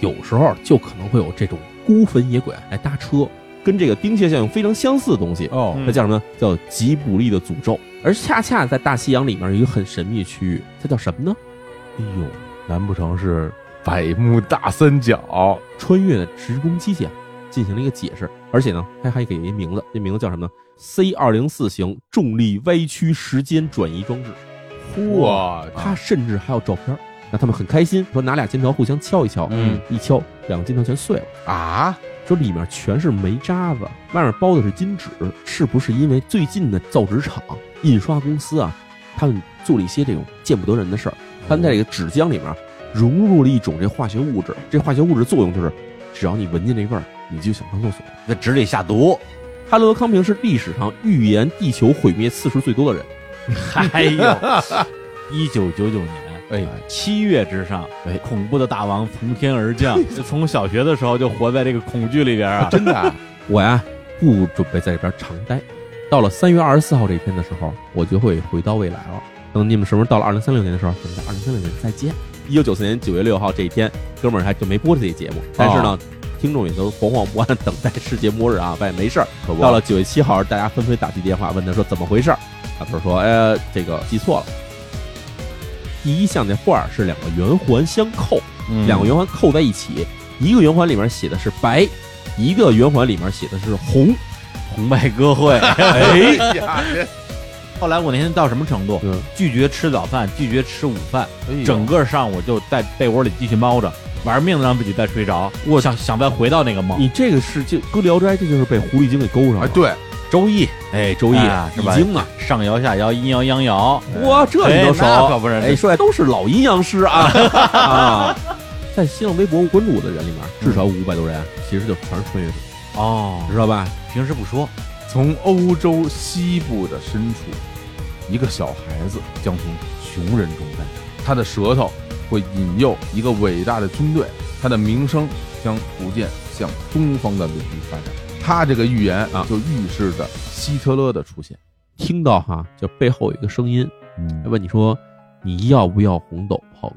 C: 有时候就可能会有这种孤坟野鬼来搭车，跟这个丁蟹效应非常相似的东西。
B: 哦
A: 嗯
C: 那叫什么呢？叫吉卜力的诅咒。而恰恰在大西洋里面有一个很神秘的区域，它叫什么呢？哎呦，
D: 难不成是百慕大三角？
C: 穿越的时空机械进行了一个解释，而且呢，它还给一名字，这名字叫什么呢？C 二零四型重力歪曲时间转移装置。
D: 哇，
C: 它甚至还有照片儿。那他们很开心，说拿俩金条互相敲一敲，
A: 嗯，
C: 一敲两个金条全碎了。
B: 啊，
C: 说里面全是煤渣子，外面包的是金纸，是不是因为最近的造纸厂、印刷公司啊，他们做了一些这种见不得人的事儿？
A: 哦
C: 他们在这个纸浆里面融入了一种这化学物质，这化学物质作用就是，只要你闻见这味儿，你就想上厕所。
A: 在纸里下毒。
C: 哈罗德·康平是历史上预言地球毁灭次数最多的人，
A: 哎呦，一九九九年
B: 哎，
A: 七月之上，
C: 哎
A: 恐怖的大王从天而降，就从小学的时候就活在这个恐惧里边 啊。
B: 真的啊，
C: 我呀不准备在这边常待。到了三月二十四号这一天的时候，我就会回到未来了。等你们什么时候到了二零三六年的时候，咱们在二零三六年再见。一九九四年九月六号这一天，哥们儿还就没播这期节目，但是呢，听众也都惶惶不安，等待世界末日啊，发现没事儿。
B: 可不
C: 到了九月七号，大家纷纷打去电话问他说怎么回事儿，大头说：“哎，这个记错了。”第一项那画儿是两个圆环相扣，
A: 嗯
C: 两个圆环扣在一起，一个圆环里面写的是白，一个圆环里面写的是红。
A: 红白歌会，
B: 哎呀，
A: 后来我那天到什么程度？
C: 嗯
A: 拒绝吃早饭，拒绝吃午饭，
B: 这
A: 整个上午就在被窝里继续猫着，玩命的让自己再睡着。我想想再回到那个梦。
C: 你这个是就搁《聊斋》，这就是被狐狸精给勾上
B: 哎
C: 了。
B: 对，
A: 周易
C: 哎，周易、
A: 啊是
C: 易
A: 吧
C: 经啊，
A: 上摇下摇，阴摇阳摇，
C: 哇，这你都
A: 哎
C: 熟？
A: 那可不是
C: 哎，说来都是老阴阳 师啊啊！在新浪微博关注我的人里面，至少五百多人，其实就全是穿越者，
A: 哦
C: 知，道吧？
A: 平时不说，
B: 从欧洲西部的深处，一个小孩子将从穷人中诞生，他的舌头会引诱一个伟大的军队，他的名声将逐渐向东方的领域发展。他这个预言啊，就预示着希特勒的出现。
C: 听到哈，就背后有一个声音
B: 嗯
C: 问你说：“你要不要红豆泡